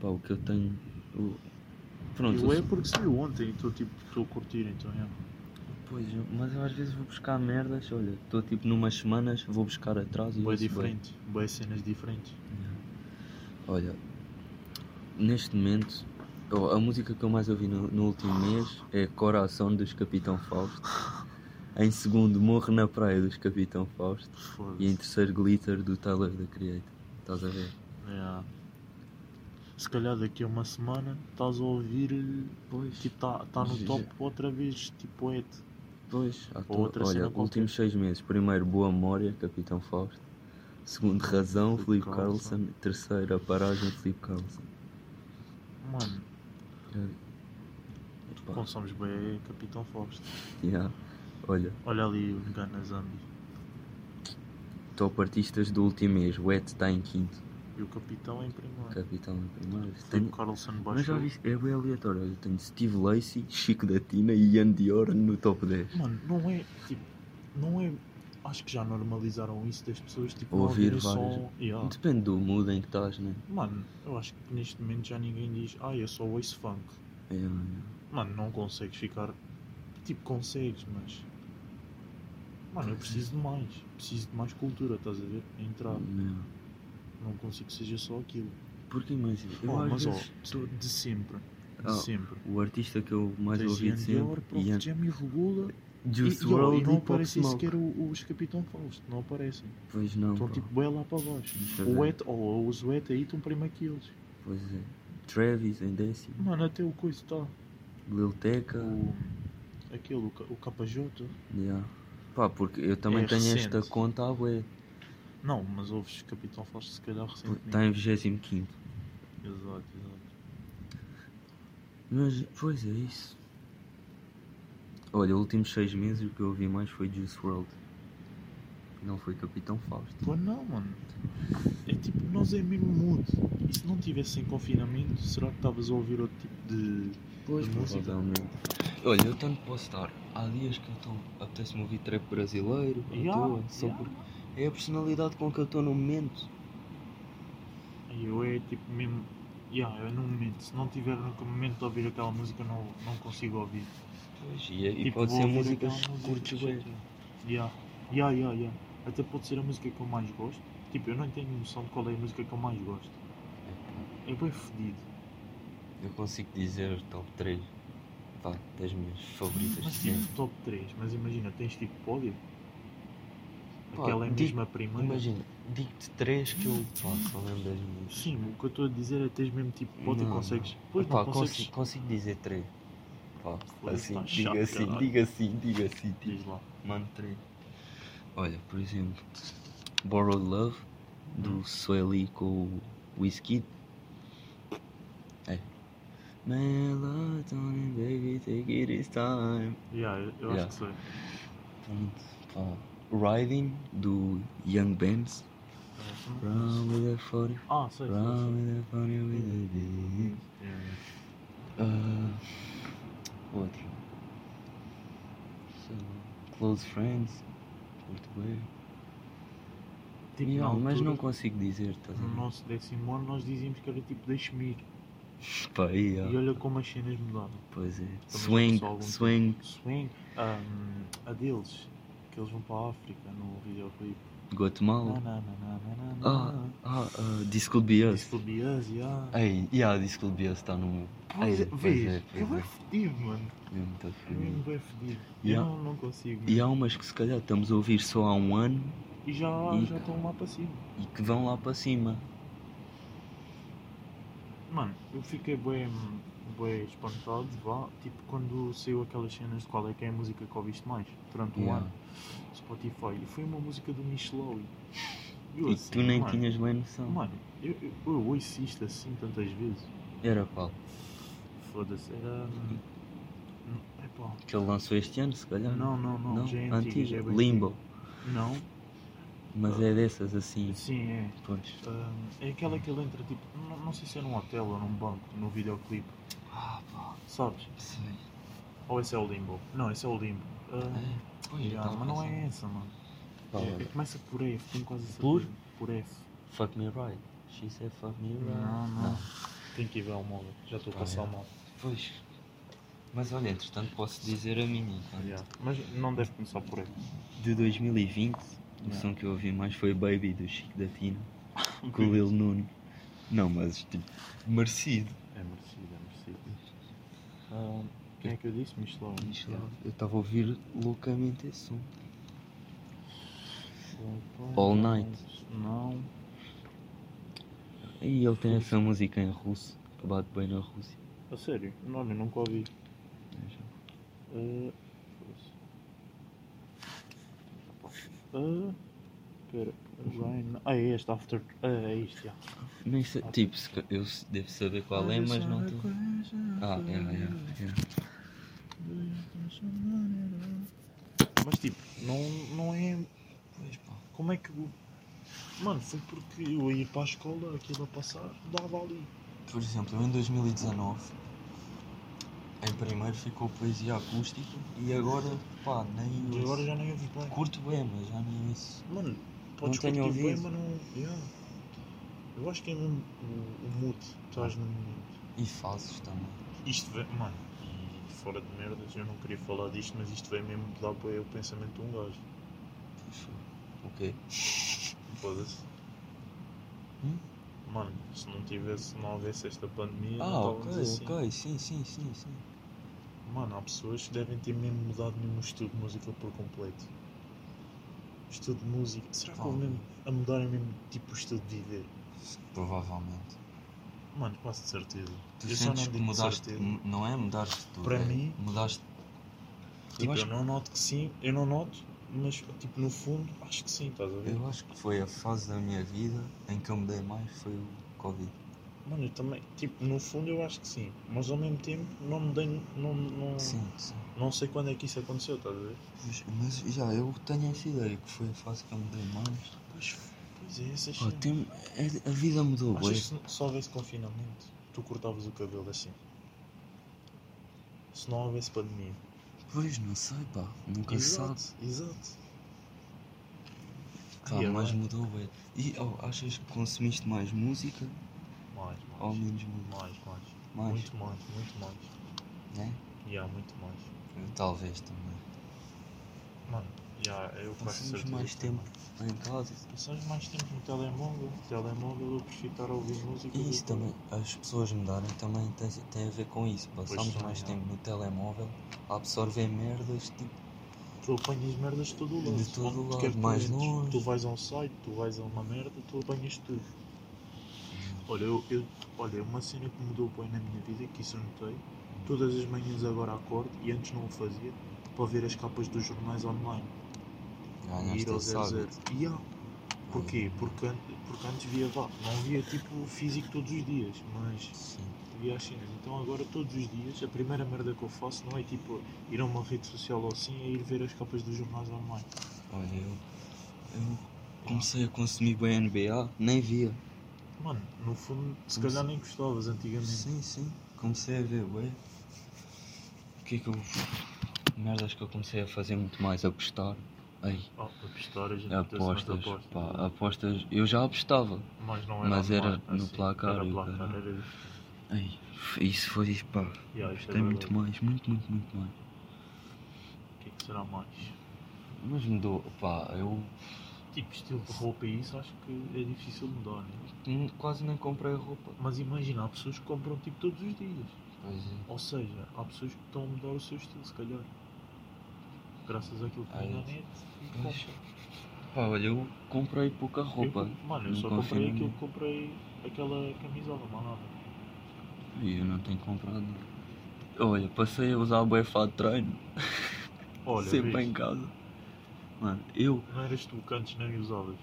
Pá, o que eu tenho. o- Pronto, assim.
Eu
o-
é porque saiu ontem e estou tipo, estou a curtir, então é.
Pois, eu- mas eu às vezes vou buscar merdas, olha, estou tipo numas semanas, vou buscar atrás e
Boé
ouço bué.
diferente, boé cenas diferentes.
Olha, neste momento, ó, a música que eu mais ouvi no, no último mês é Coração dos Capitão Fausto. Em segundo, Morre na Praia dos Capitão Fausto. E em
Foda-se.
terceiro, Glitter do Tyler da Creator. Estás a ver?
Yeah. Se calhar daqui a uma semana estás a ouvir. eh,
Pois.
Tipo, está tá no
Já-
top outra vez, tipo, é
Pois, à toa.
outra
Olha,
cena
últimos
qualquer.
seis meses. Primeiro, boa memória, Capitão Fausto. Segundo, razão,
Filipe é?
Filipe Carlson. Terceiro, a paragem, Filipe Carlson.
Mano,
Pá.
consomos bem Capitão Fausto.
Yeah. Olha,
Olha ali o Ngana Zambi
top artistas do último mês. O Ed está em quinto.
e o Capitão em primeiro.
Capitão em primeiro.
Tem
Tenho-
Carlson
Mas já
baixou.
viste, é bem aleatório. Eu tenho Steve Lacey, Chico da Tina e Ian Dior no top 10.
Mano, não é. Tipo, não é. Acho que já normalizaram isso das pessoas. Tipo,
Ouvir
não ouvirem
vários.
só. Yeah.
Depende do mood em que estás, né?
Mano, eu acho que neste momento já ninguém diz. Ah, eu só ouço funk.
É, mano.
Mano, não consegues ficar. Tipo, consegues, mas. Mano, eu preciso de mais. Preciso de mais cultura, estás a ver? A Entrar.
Não.
Não consigo que seja só aquilo.
Porque imagina, eu
Oh,
às
mas ó,
vezes
tu- de sempre. De
Ah,
sempre.
O artista que eu mais
Tens
ouvi
Ian
de sempre,
Dior, Prof.
Ian
Jam e Regula.
Juice
e, e, ó, e
WRLD
não
e Pop
aparecem
Smoke.
sequer o- os Capitão Fausto. Não aparecem.
Pois não,
Estão
pá.
tipo bem lá para baixo.
Deixa eu
O
ver.
Et, ou os Et aí estão primeiro que eles.
Pois é. Travis em décimo,
Mano, até o coisa está.
Lil Teca,
O, aquele, o, Ca- o KJ.
yeah. Pá, porque eu também
É
tenho
recente.
esta conta à bué.
Não, mas ouves Capitão Fausto se calhar recentemente.
Está Tá em 25
Exato, exato.
Mas, pois é isso. Olha, os últimos seis meses o que eu ouvi mais foi Juice WRLD. Não foi Capitão Fausto.
Pô, não, mano. É tipo, nós é mesmo mood. E se não tivesse em confinamento, será que estavas a ouvir outro tipo de.
Pois,
de música?
provavelmente. Olha, eu tanto posso estar. Há dias que eu estou. Apetece-me ouvir trap brasileiro, à
Ya,
toa, só
ya.
porque é a personalidade com que eu estou no momento.
Aí Eu é tipo mesmo. Yeah, eu no momento. Se não tiver no momento de ouvir aquela música, não, não consigo ouvir.
Pois, e, é, e
Tipo,
pode
vou
ser
ouvir
músicas
aquela
que
música,
curtes
etc.
bem.
Yeah. Yeah, yeah, yeah. Até pode ser a música que eu mais gosto. Tipo, eu não tenho noção de qual é a música que eu mais gosto. É bem fedido.
Eu consigo dizer top 3 pá, das minhas favoritas.
Mas
sim.
tipo, top 3. Mas imagina, tens tipo pódio.
Pá,
Aquela é
di-
mesmo a primeira.
Imagina, digo-te 3 que eu faço, lembro das minhas.
Sim, o que eu estou a dizer é tens mesmo tipo pódio e
Não,
consegues.
não.
Pois
Pá,
não
consigo,
consegues.
consigo dizer 3. Pá,
Pô,
assim,
tá
diga
chato,
assim,
caralho.
diga assim, diga assim, tipo,
Diz lá.
mano 3. Olha, por exemplo, Borrowed Love
Hum.
do Sueli com o Whiskey. É. Melatonin, baby, take it, it's time.
Yeah, eu, eu
Yeah.
acho que sei.
Pronto, pá. Riding do Young Bands. Round with a 40,
Ah, sei, sei,
round
sei.
with a 40 with a beat.
Yeah, yeah.
Ah, outro. Sei lá. Close Friends. Muito bem.
Tipo,
Yeah,
na
mas
altura,
não consigo dizer, estás a
No
ver?
nosso décimo ano nós dizíamos que era tipo deixe-me ir.
Pá, yeah.
E olha como as cenas mudaram.
Pois é.
passou
Swing,
algum tempo.
swing.
Swing, ahm, a deles, que eles vão para a África no videoclipe.
Guatemala. Ah,
Nananana.
ah, ah, This Could Be
This
Us.
could be us, yeah.
Ei, yeah, This Could Be Us está no meu.
Pois é,
pois
vês,
é,
é
pois
bem
é.
fedido, mano.
Mesmo tá
É
frio.
mesmo bem fedido.
Yeah.
Eu não, não consigo. mano.
E há umas que se calhar estamos a ouvir só há um ano
E já
E-
já estão lá para cima.
e que vão lá para cima.
Mano, eu fiquei bem, bem espantado, vá. Tipo, quando saiu aquelas cenas de qual é que é a música que ouviste mais durante o
Yeah.
ano. Spotify. E foi uma música do Michelow. Eu
E
assim,
tu nem
mano,
tinhas bem noção.
Mano, eu, eu, eu ouço isto assim tantas vezes.
Era qual?
Foda-se, era. hum, É pá.
Que ele lançou este ano, se calhar.
Não, não, não.
não?
já é antiga, já
antiga.
é bem
Limbo.
antiga. Não,
Mas é dessas assim.
sim, é.
Pois.
Hum, é aquela que ele entra tipo. Não, não sei se é num hotel ou num banco, no videoclipe.
Ah, pá,
Sabes?
sei.
Ou esse é o Limbo? Não, esse é o Limbo. Hum,
Pois
já,
tava
mas não é
pensando.
essa, mano.
Pá,
É,
olha,
começa por F, tenho quase certeza.
Por?
Por F.
Fuck me right. She said fuck me right.
Não, não. Tenho que ir ver ao móvel. Já estou a
Ah,
passar
yeah.
mal.
Pois. Mas olha, entretanto posso dizer a minha. então.
Yeah. Mas não deve começar por F.
De 2020, o
Yeah.
som que eu ouvi mais foi Baby do Chico da Tina. com o Lil Nuno. Não, mas tipo, merecido.
É merecido, é merecido. Ah, quem é que eu disse? Michelão.
Eu estava a ouvir loucamente esse som. All Night.
Não.
E ele tem essa música em russo, que bate bem na Rússia.
A sério? Não, eu nunca ouvi.
né, já.
Ah, Ah, Espera, Ryan. Ah, é este, After. Ah, é isto, já.
Nem sei, tipo, se ca- eu s- devo saber qual é, mas não estou. Ah, é, é, é.
Mas tipo, não, não é. mas, pá, Como é que. eu- Mano, foi porque eu ia para a escola, aquilo a passar, dava ali.
Por exemplo, eu em 2019, em primeiro ficou poesia acústica e agora, pá, nem
E
isso.
agora já nem ouvi bem.
Curto bem, mas já nem isso.
Mano, podes
tenho
curtir bem,
ouvido.
mas não. Yeah. Eu acho que é mesmo o, o mute, estás no mute.
E falsos também.
Isto vem. Mano, e fora de merdas, eu não queria falar disto, mas isto vem mesmo dar apoio ao pensamento de um gajo.
Puxa. O quê?
Foda-se.
Hum?
Mano, se não tivesse, não houvesse esta pandemia,
Ah,
não
ok,
estávamos assim.
ok, sim, sim, sim, sim.
Mano, há pessoas que devem ter mesmo mudado mesmo o estilo de música por completo. O estilo de música. Será que houve
Ah.
mesmo a mudarem mesmo tipo o estilo de viver?
Provavelmente.
Mano, quase de certeza.
Tu
eu só não
sentes que
digo de
mudaste,
certeza.
m- não é? Mudaste tudo.
Para
é?
mim-
Mudaste.
Tipo, eu,
acho
não noto que sim, eu não noto, mas tipo no fundo acho que sim, estás a ver?
Eu acho que foi a fase da minha vida em que eu mudei mais foi o Covid.
Mano, eu também, tipo, no fundo eu acho que sim, mas ao mesmo tempo não me dei, não, não,
Sim, sim.
não sei quando é que isso aconteceu, estás a ver?
Mas, mas já, eu tenho essa ideia que foi a fase que eu mudei mais.
Pois, pois é, essas
Pá,
cenas.
tem- é- a vida mudou, bué.
Achas que se só houvesse confinamento, tu cortavas o cabelo assim? Se não houvesse pandemia.
Pois, não sei, pá. Nunca se sabe.
exato.
Pá,
Ai, é
mas
bem.
mudou, bué. E oh, achas que consumiste mais música
Mais,
ou
mais.
menos música?
mais, mais.
Oh, Mais,
Muito mais, muito mais.
né?
E há muito mais.
Talvez também.
Mano, e há, eu quase
Passamos
certeza
mais
que
tempo
também.
em casa.
Passamos mais tempo no telemóvel. Telemóvel eu prefiro estar a ouvir música.
E
do
isso
que-
também, as pessoas mudarem também tem, tem a ver com isso. Passamos
também,
mais
é.
tempo no telemóvel a absorver merdas tipo.
Tu apanhas merdas de todo o lado.
De todo
Onde
o
tu
lado,
quer que
mais
entres,
longe.
Tu vais a um site, tu vais a uma merda, tu apanhas tudo. Olha, eu, eu- olha, é uma cena que mudou bem na minha vida, que isso eu notei, todas as manhãs agora acordo, e antes não o fazia, para ver as capas dos jornais online. e
Ganhaste
ir ao
esse
00.
hábito. Uhum.
E há. Porquê? Porque, an- porque antes via vá, não via tipo físico todos os dias, mas
Sim.
via as cenas. Então agora todos os dias, a primeira merda que eu faço não é tipo ir a uma rede social ou assim, é ir ver as capas dos jornais online.
Olha, eu, eu comecei a consumir bem NBA, nem via.
Mano, no fundo, se
Como
calhar nem gostavas antigamente.
Sim, sim. Comecei a ver, ué. O que é que eu. Merdas que eu comecei a fazer muito mais, apostar. Ei,
Oh, apostar, a gente
apostas,
tem certas
pá,
apostas.
apostas. Eu já apostava.
Mas não
mas era
online,
no placar
assim, Era
e o
placar,
caralho.
era
Ei, isso foi, pá,
Yeah, isto é
gostei muito
verdade.
mais, muito, muito, muito mais.
O que é que será mais?
Mas mudou, pá, eu
Tipo, estilo de roupa e isso acho que é difícil mudar, né?
n- quase nem comprei roupa.
Mas imagina, há pessoas que compram tipo todos os dias.
Pois é.
Ou seja, há pessoas que estão a mudar o seu estilo, se calhar. Graças àquilo que
Ah,
vem na
isso.
net e
Pois.
compra.
Pá, olha, eu comprei pouca roupa.
Eu, mano, eu
no
só comprei aquilo
confinamento.
que comprei, aquela camisola malada.
E eu não tenho comprado. Olha, passei a usar bué fado de treino,
Olha,
sempre
vês?
em casa. Mano, eu,
Não eras tu que antes nem usavas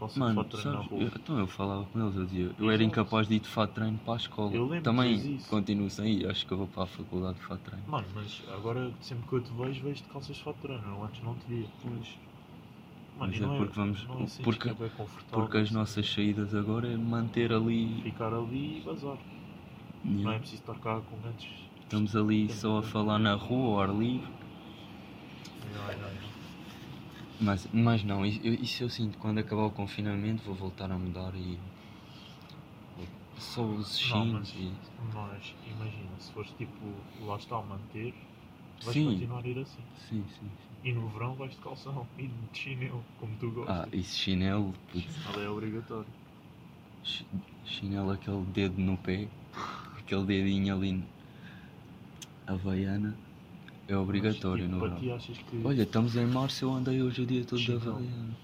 calça
mano,
de fato de treino na
sabes,
rua.
eu- então eu falava com eles, eu dizia, eu era
Exato.
incapaz de ir de fado de treino para a escola.
Eu lembro que diz
Também
isso.
continuo sem ir, acho que eu vou para a faculdade de fado de treino.
Mano, mas agora sempre que eu te vejo, vejo de calças de fato de treino. Eu antes não te via.
Pois.
Mano,
Mas
e
é
não
porque vamos-
não sentes
porque-
que é bem confortável,
Porque as
assim,
nossas saídas agora é manter ali.
Ficar ali e bazar.
Yeah.
Não é preciso estar cá com ganchos.
Estamos ali só a falar na rua, ao ar livre.
Não, não, não.
Mas, mas não, isso, eu- isso eu sinto. Quando acabar o confinamento, vou voltar a mudar e. Só os
Não,
jeans
mas-
e.
Mas imagina, se fores tipo lá está a manter, vais
Sim,
continuar a ir assim.
sim, sim. sim.
E no verão vais de calção <laughs> e de chinelo, como tu
Ah,
gostas.
isso chinelo, putz,
Ela é obrigatório.
chi- chinelo, aquele dedo no pé, aquele dedinho ali. no- Havaiana, é obrigatório
mas,
no
tipo, para ti
verão.
achas que
Olha, estamos em março, eu andei hoje o dia todo de
Chinelo.
Havaiana.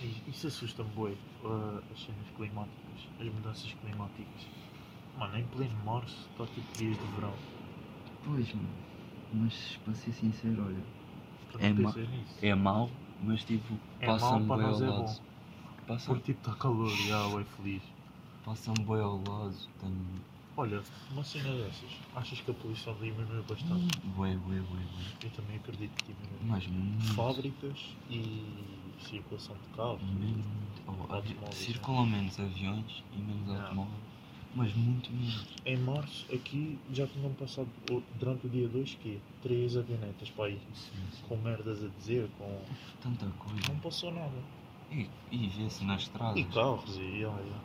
Ai, Isso assusta-me bué, ah, as cenas climáticas, as mudanças climáticas. Mano, em pleno março está tipo dias de verão.
Pois, mano. Mas para ser sincero, olha.
Tu
É
não
ma-
pensas nisso?
É mau, Mas tipo,
É mau
passa-me
para
bem ao
nós é
lado.
bom.
Passa-me
Porque tipo está calor e a água é feliz.
passa bem ao lado. Tenho.
Olha, uma cena dessas, achas que a poluição diminui bastante?
Bué, bué, bué, bué.
Eu também acredito que diminui.
Mas muito.
Fábricas e circulação de carros.
Muito. Oh, avi-
Automóveis,
Circulam menos aviões e menos
Não.
automóveis. Mas muito menos.
Em março, aqui já tinham passado o- durante o dia 2 que Três avionetas para aí, com merdas a dizer, com.
Uhum. Tanta coisa.
Não passou nada.
E, e vê-se nas estradas.
E carros e. ah, ah.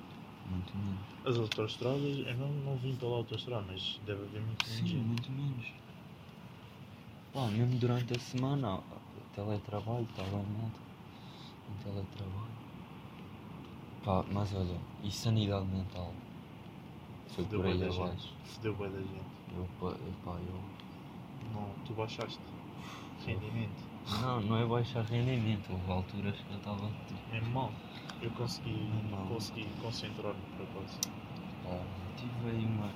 Muito menos.
As autostradas, eu não, não vim pela autostrada, mas deve haver muito menos
Sim,
gente.
muito menos. Pá, mesmo durante a semana, ó, teletrabalho, está lá nada. Um teletrabalho. Pá, mas olha, e sanidade mental? Foi
Fudeu
por
bué
aí
da gente.
abaixo.
Fudeu bem da gente.
Eu, pá, eu, pá, eu...
Não, tu baixaste. Rendimento.
Não, não é baixar rendimento, houve alturas que eu estava tipo,
É mal. Eu consegui,
mal.
consegui concentrar-me por acaso.
pá, tive aí uma,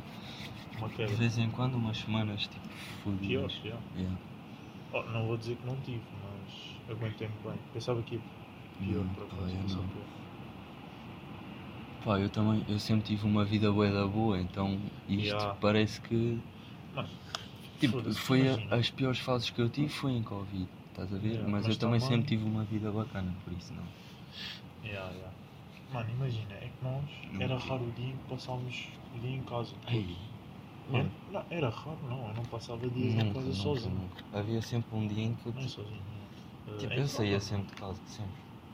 Uma
de
quebra.
vez em quando umas semanas tipo
Pior,
fodidas.
pior.
Yeah.
Oh, não vou dizer que não tive, mas aguentei-me bem. Pensava que ia pior
Não,
por
pá,
acaso.
eu
mas só
não.
pior.
Pá, eu também, eu sempre tive uma vida bué da boa, então isto
Yeah.
parece que
Mas,
Tipo,
foda-se,
foi a-
imagina.
as piores fases que eu tive foi em Covid, estás a ver?
Yeah,
mas,
mas tá
eu também
também-
sempre tive uma vida bacana, por isso não.
Yeah, yeah. Mano, imagina, é que nós
Não
era
tive.
raro o dia em que passávamos o dia em casa.
Ei,
Era-
mano,
não, era raro não, eu não passava dias em
nunca,
casa
nunca,
sozinho.
nunca. Havia sempre um dia em que eu,
Não é sozinho. não. Eh,
tipo,
é
eu
que-
saía sempre de casa, sempre.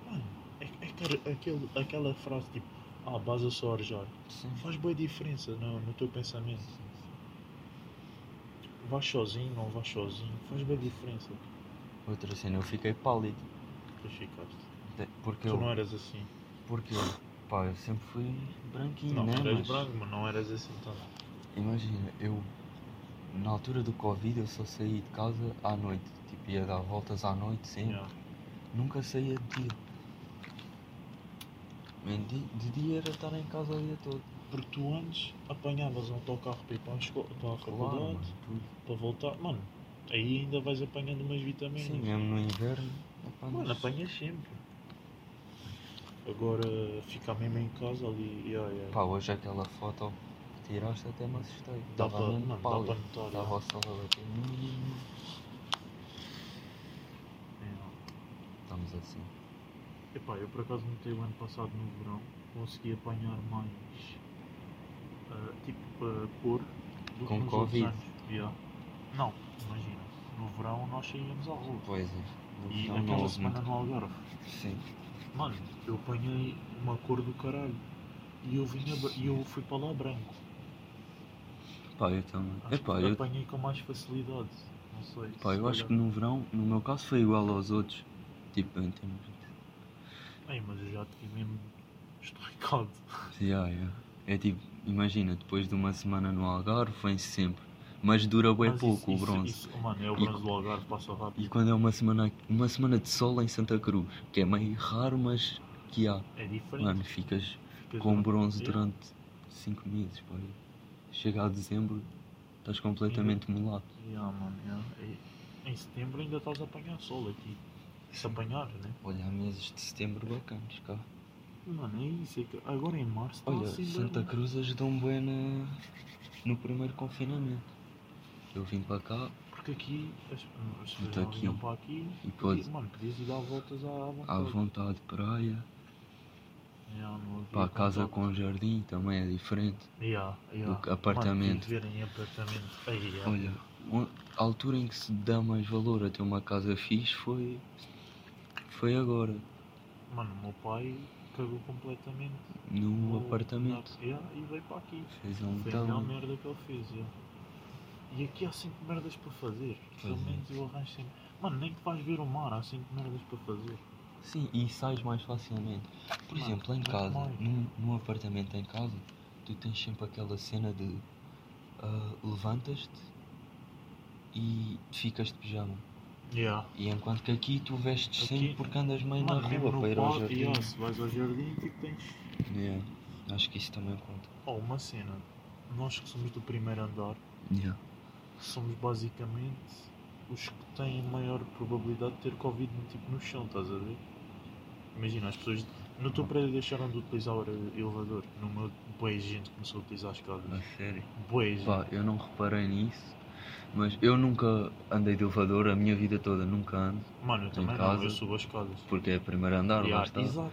Mano, é, que- é que era aquele, aquela frase tipo, ah, base a só arjar.
sempre.
Faz boa diferença no, no teu pensamento. Vais sozinho, não vais sozinho, faz boa diferença.
Outra cena, eu fiquei pálido.
Depois ficaste.
de- Porque
Tu não
eu,
eras assim.
porque eu, pá, eu sempre fui branquinho,
Não,
né?
eras
mas,
branco, mas não eras assim tanto.
Imagina, eu, na altura do Covid, eu só saí de casa à noite. Tipo, ia dar voltas à noite sempre.
Yeah.
Nunca saía de dia. Man, de, de dia era estar em casa o dia todo.
Porque tu antes apanhavas um autocarro para ir para a, escola, para a faculdade,
mano, tudo.
para voltar. Mano, aí ainda vais apanhando umas vitaminas.
Sim, é. mesmo no inverno. opa,
Mano,
mas-
apanhas sempre. Agora ficar mesmo em casa ali. Yeah, yeah.
Pá, hoje aquela foto que tiraste até me assustei.
dá
Tava
para
mesmo
mano, dá né?
pálido.
para notar.
Dava
yeah.
o sol a bater. Estamos assim.
É. Epá, eu por acaso notei o ano passado no verão, consegui apanhar mais ah, tipo ah, cor do
Com
que nos
Covid.
outros anos. Yeah. Não, imagina. No verão nós saíamos à rua.
Pois é.
E
Então,
naquela
houve
semana
muito-
no Algarve.
Sim.
Mano, eu apanhei uma cor do caralho. E eu, vinha, br- e eu fui para lá branco.
Pá, eu também.
Acho
Epá,
que
eu,
apanhei com mais facilidade. Não sei.
pá, eu acho que no verão, no meu caso, foi igual aos outros. Tipo, em termos de
Ai, mas eu já tive mesmo <laughs> estarricado.
Ya, ya. É tipo, imagina, depois de uma semana no Algarve, vem-se sempre. Mas dura bem
Mas
pouco
isso-
o bronze.
isso- isso- mano, é o
E-
bronze do Algarve, passa rápido.
E quando é uma semana, uma semana de sol em Santa Cruz, que é meio raro, mas que há.
É diferente.
Mano, ficas
fica
com
durante-
bronze
é,
durante 5 meses, pá. Chega a dezembro, estás completamente mulato.
yeah, ah, mano, yeah. E- Em setembro ainda estás a apanhar sol aqui. Se apanhar, né?
Olha, há meses de setembro bacanas, cá.
Mano, é isso. é que agora em março tá
Olha,
assim, bem
Santa
bom.
Cruz ajudou-me bem na- no primeiro confinamento. Eu vim para cá
Porque aqui as, as
Puta,
pessoas não
aqui.
vinham para aqui
E pode-
mano, podias ir dar voltas à, à
à
vontade.
vontade, praia.
Yeah, não havia
Pá, casa
contato.
com jardim também é diferente.
Yeah, yeah.
do que apartamento.
ah. Mano, viver em apartamento. Aí, yeah.
Olha, o- a altura em que se dá mais valor a ter uma casa fixe foi. foi agora,
Mano, o meu pai cagou completamente
no
no-
apartamento.
na- yeah, e veio para aqui.
Fez um
Foi a melhor
tal.
merda que ele fez. yeah. E aqui há sempre merdas para fazer. Pelo
Pois é.
menos eu arranjo sempre. Mano, nem que vais ver o mar, há sempre merdas para fazer.
Sim, e sais mais facilmente. Por
Mano,
exemplo, em
muito
casa,
mais.
num, num apartamento em casa, tu tens sempre aquela cena de. ah, levantas-te e ficas de pijama.
Yeah.
E enquanto que aqui tu vestes
Aqui-
sempre porque andas meio
Mano,
na
mesmo
rua
no
para ir ao
pau-
jardim.
yeah, se vais ao jardim, tipo, tens
Yeah, Acho que isso também conta.
Oh, uma cena. Nós que somos do primeiro andar,
Yeah.
somos basicamente os que têm maior probabilidade de ter Covid no, tipo, no chão, estás a ver? Imagina, as pessoas no teu prédio deixaram de utilizar o elevador, no meu, boa gente começou a utilizar as
A
escadas.
sério?
Boa gente.
Pá, eu não reparei nisso, mas eu nunca andei de elevador a minha vida toda, nunca ando,
Mano, eu também não,
casa.
eu subo as escadas.
porque é primeiro andar, lá
Yeah,
está.
exato.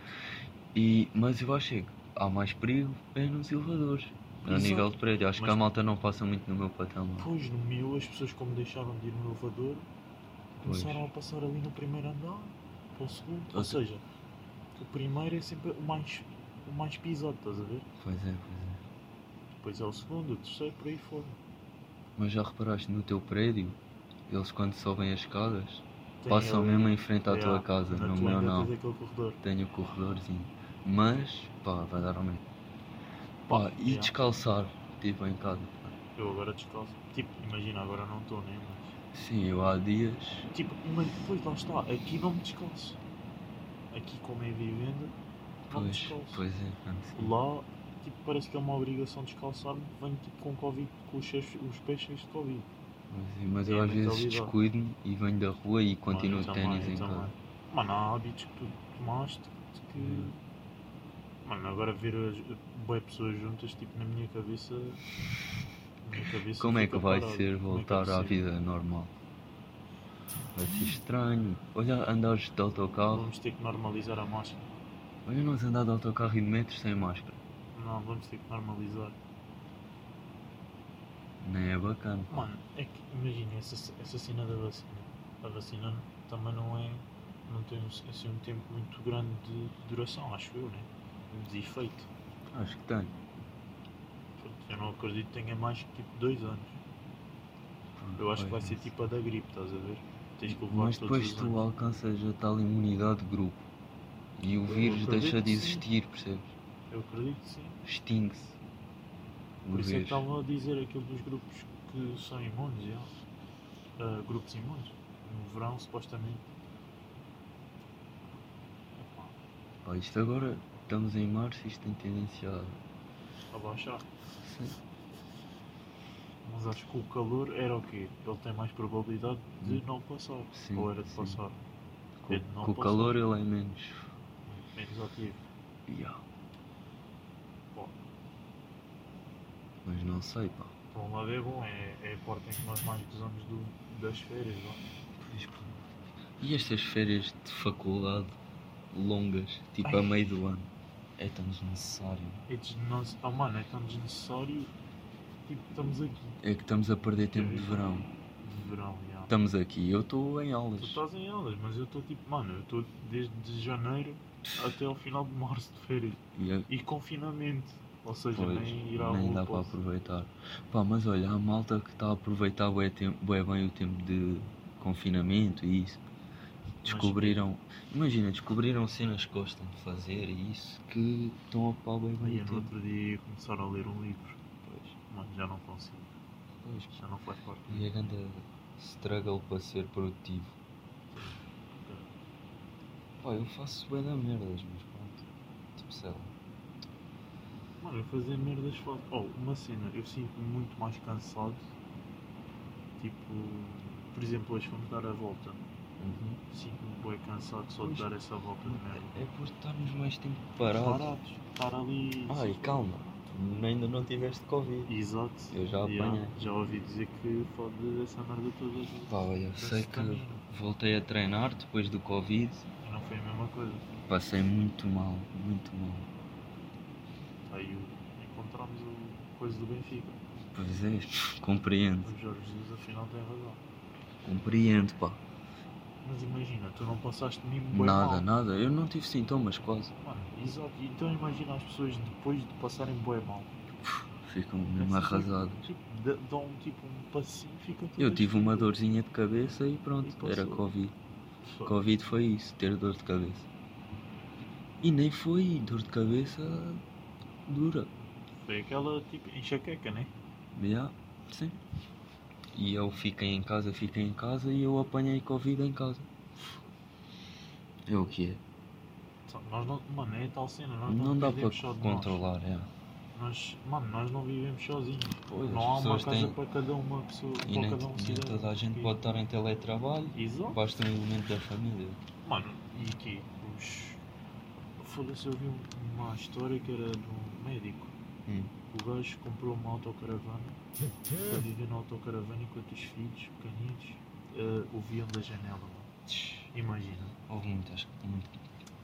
E, mas eu acho que há mais perigo é nos elevadores, a
Exato.
nível de prédio. Acho que
Mas-
a malta não passa muito no meu patamar.
Depois, no meu, as pessoas como deixaram de ir no elevador, começaram a passar ali no primeiro andar, para o segundo. Ou
Ok.
seja, o primeiro é sempre o mais, o mais pisado, estás a ver?
Pois é, pois é.
Depois é o segundo, o terceiro, por aí fora.
Mas já reparaste no teu prédio, eles quando sobem as escadas,
Tem
passam
ali-
mesmo em frente à
Yeah,
tua casa,
na
no
tua
meu
ainda
não.
tens aquele corredor.
Tenho o corredorzinho. Mas, pá, vai dar ao meio. Pá, e
Yeah.
descalçar, tipo em casa.
Eu agora descalço. Tipo, imagina, agora não estou, né? Mas...
Sim, eu há dias.
Tipo, mas depois lá está, aqui não me descalço. Aqui, como é vivenda, não me
Pois,
descalço.
pois é, mano, sim.
Lá, tipo, parece que é uma obrigação descalçar-me. Venho, tipo, com Covid, com os, cheios- os pés cheios de Covid.
Mas, mas eu
É a
às vezes
mentalidade. então
descuido-me e venho da rua e continuo de
Mano,
ténis
também,
em
também.
casa.
Mano, há hábitos que tu tomaste que.
Hum.
Mano, agora ver as boas pessoas juntas, tipo, na minha cabeça. Na minha cabeça
Como é
fica
que vai
parado.
ser
Como é que
voltar
vai
à
ser?
vida normal? Vai ser estranho. Olha, andares de autocarro.
Vamos ter que normalizar a máscara.
Olha, nós andar de autocarro e de metro sem máscara.
Não, vamos ter que normalizar.
Nem é bacana.
Mano, é que imagina essa, essa cena da vacina. A vacina também não é. não tem assim um tempo muito grande de duração, acho eu, né? De efeito.
Acho que tenho.
Portanto, Eu não acredito que tenha mais que tipo dois anos. Eu acho que vai
Pois,
ser
não
tipo a da gripe, estás a ver? Tens que levar
Mas
todos
depois
os
tu
anos.
alcanças a tal imunidade de grupo e o vírus
acredito
deixa de
que sim.
existir, percebes?
Eu acredito que sim.
Extingue-se. O
Por isso é que
vírus.
estavam a dizer aquilo dos grupos que são imunes, já. Ah, grupos imunes. No verão, supostamente. Epá,
Pá, isto agora, estamos em março e isto tem tendência a.
a baixar. Mas acho que o calor era o quê? Ele tem mais probabilidade de não passar.
Hum. Sim,
Ou era de
sim.
passar.
Com,
É de não
com o
passar.
calor ele é menos.
Menos ativo.
Ya.
Bom.
Mas não sei, pá.
Por um lado é bom, é, é a porta em que nós mais gozamos do- das férias. Não?
Pois, pá. E estas férias de faculdade longas, tipo a
Ai.
meio do ano, é tão desnecessário.
É desnece- oh, mano, é tão desnecessário. Tipo, estamos aqui
É que estamos a perder tempo de verão.
de verão. Já.
Estamos aqui, eu estou em aulas.
Tu estás em aulas, mas eu estou tipo, mano, eu estou desde janeiro até ao final de março de férias.
E eu-
E confinamento. Ou seja,
Pois,
nem ir à
nem
rua
dá para
posso.
aproveitar. Pá, mas olha, há malta que está a aproveitar bué, tem- bué bem o tempo de confinamento e isso. Descobriram, imagina, descobriram cenas que gostam de fazer e isso que estão a pau bem bem
Aí é
o
no
tempo.
outro dia ia começar a ler um livro.
Pois,
Mano, já não consigo.
pois, pá.
Já não faz parte.
E a grande struggle para ser produtivo. Pá, eu faço bué da merdas, mas pronto. Tipo, sei lá.
Mano, eu fazer merdas foda. Oh, uma cena, eu sinto-me muito mais cansado. Tipo, por exemplo, hoje fomos dar a volta. Uhum. Sinto-me bem cansado só de
Pois.
dar essa volta de merda.
É por estarmos mais tempo parados.
Parados, estar ali.
Ai, calma, tu ainda não tiveste Covid.
Exato.
Eu já
Yeah,
apanhei.
já ouvi dizer que fode essa merda toda.
Pá, olha, eu
Esse
sei que
caminho.
voltei a treinar depois do Covid.
E não foi a mesma coisa.
Passei muito mal, muito mal.
Aí o- encontramos o coisa do Benfica.
Pois é, compreendo,
O Jorge Jesus afinal tem razão.
compreendo, pá.
Mas imagina, tu não passaste mesmo bem
Nada,
mal.
nada, eu não tive sintomas quase.
Mano, exato. Então imagina as pessoas depois de passarem bem mal.
Ficam mesmo
Essas
arrasadas.
Tipo, dá- dão tipo um passinho e fica tudo
Eu tive uma
destruído.
dorzinha de cabeça e
E
pronto,
passou.
era Covid.
Só.
Covid foi isso, ter dor de cabeça. E nem foi dor de cabeça dura.
Foi aquela tipo enxaqueca, né?
Yeah, sim. E eu fiquei em casa, fiquei em casa e eu apanhei Covid em casa. É o que é.
Só- Nós não, mano, é tal cena. Nós
Não dá para
dependemos só de nós.
controlar, é.
Nós, mano, nós não vivemos sozinhos.
Pois,
não
as
há uma
pessoas
casa
têm-
para cada uma pessoa,
E
para
nem,
cada um
nem
cidadão.
toda a gente
E-
pode estar em teletrabalho.
Exato.
Basta um elemento da família.
Mano, e aqui, os. Foda-se, eu vi um- uma história que era de um médico.
Hum.
O gajo comprou uma autocaravana para viver na autocaravana enquanto os filhos pequenitos eh, o viam da janela. mano. Imagina.
Houve muitas, muito-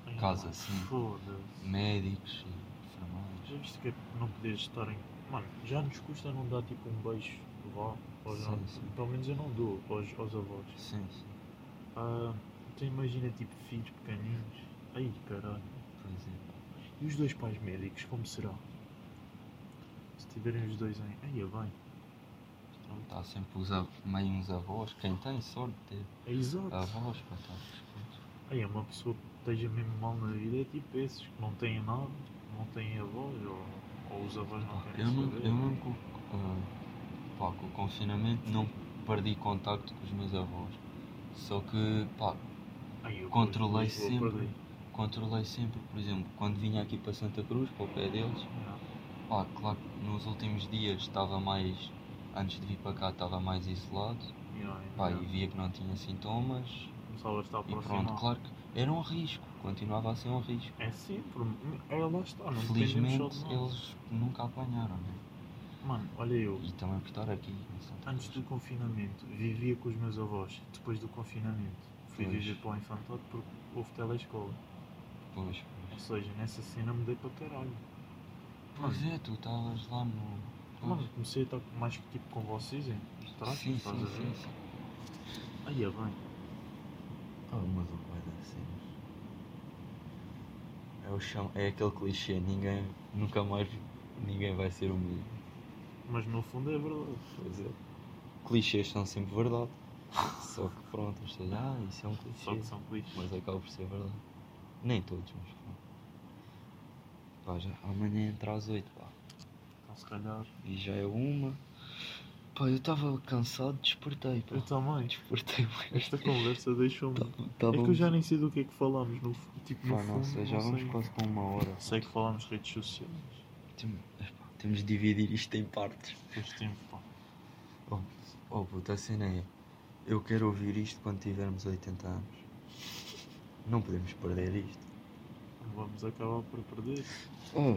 Ai,
Casa,
mano,
sim.
Foda-se.
médicos, e enfermeiros.
Já viste que é não poderes estar em. Mano, já nos custa não dar tipo um beijo vá aos
Sim,
nossos-
sim.
Pelo menos eu não dou aos, aos avós.
Sim, sim.
Ah, tu imagina tipo filhos pequeninos. Ai caralho.
Pois é.
E os dois pais médicos, como será? Se tiverem os dois em. Ai, é bem.
Está sempre os av- meio uns avós. Quem tem sorte de ter
É exato.
avós para estar presentes.
Ai, é uma pessoa que esteja mesmo mal na vida, é tipo esses, que não têm nada, não têm avós, ou, ou os avós não querem
Ah, Eu, não,
saber.
eu mesmo com, ah, pá, com o confinamento não perdi contacto com os meus avós. Só que pá,
Ai, eu
controlei
depois vou
sempre.
perder.
controlei sempre, por exemplo, quando vinha aqui para Santa Cruz, para o pé deles,
Yeah.
pá, claro que nos últimos dias estava mais, antes de vir para cá estava mais isolado,
Yeah, yeah,
pá, e
yeah.
via que não tinha sintomas,
Começava a estar
E
aproximado.
pronto, claro que era um risco, continuava a ser um risco.
É sempre, é lá está, não dependemos só
Felizmente
de nós.
eles nunca apanharam, né?
Mano, olha eu,
E também por estar aqui em Santa
antes do
Cruz.
confinamento, vivia com os meus avós. Depois do confinamento, fui
Pois.
viver para o infantário porque houve telescola.
Pois,
Ou
pois.
seja, nessa cena mudei para caralho.
Pois é, tu estavas lá no.
Mano,
Pois.
comecei a estar mais que tipo com vocês, hein? Atrás,
Sim,
tá estás
sim,
a
sim,
ver?
sim.
Aí é bem.
Algumas coisas assim. É, o chão, é aquele clichê, ninguém nunca mais ninguém vai ser o mesmo.
Mas no fundo é verdade.
Pois é. Clichês são sempre <laughs> verdade. Só que pronto, as pessoas, ah, isso é um clichê.
Só que são clichês.
Mas acaba por ser verdade. Nem todos, mas pronto. Pá, já, amanhã entra às 8, pá.
Então se calhar.
E já é uma. Pá, eu estava cansado, despertei, pá.
Eu também.
Despertei,
Esta conversa deixou-me. É
Tava,
que eu já nem sei do que é que falámos no fu- tipo no
Tá Pá,
fundo.
não sei, já
não
vamos
sei.
quase para uma hora.
Sei que falámos de redes sociais.
Tem- epá, Temos de dividir isto em partes.
Tens tempo, pá.
Oh, oh puta, a cena é. Eu quero ouvir isto quando tivermos 80 anos. Não podemos perder isto.
Vamos acabar por perder.
Oh.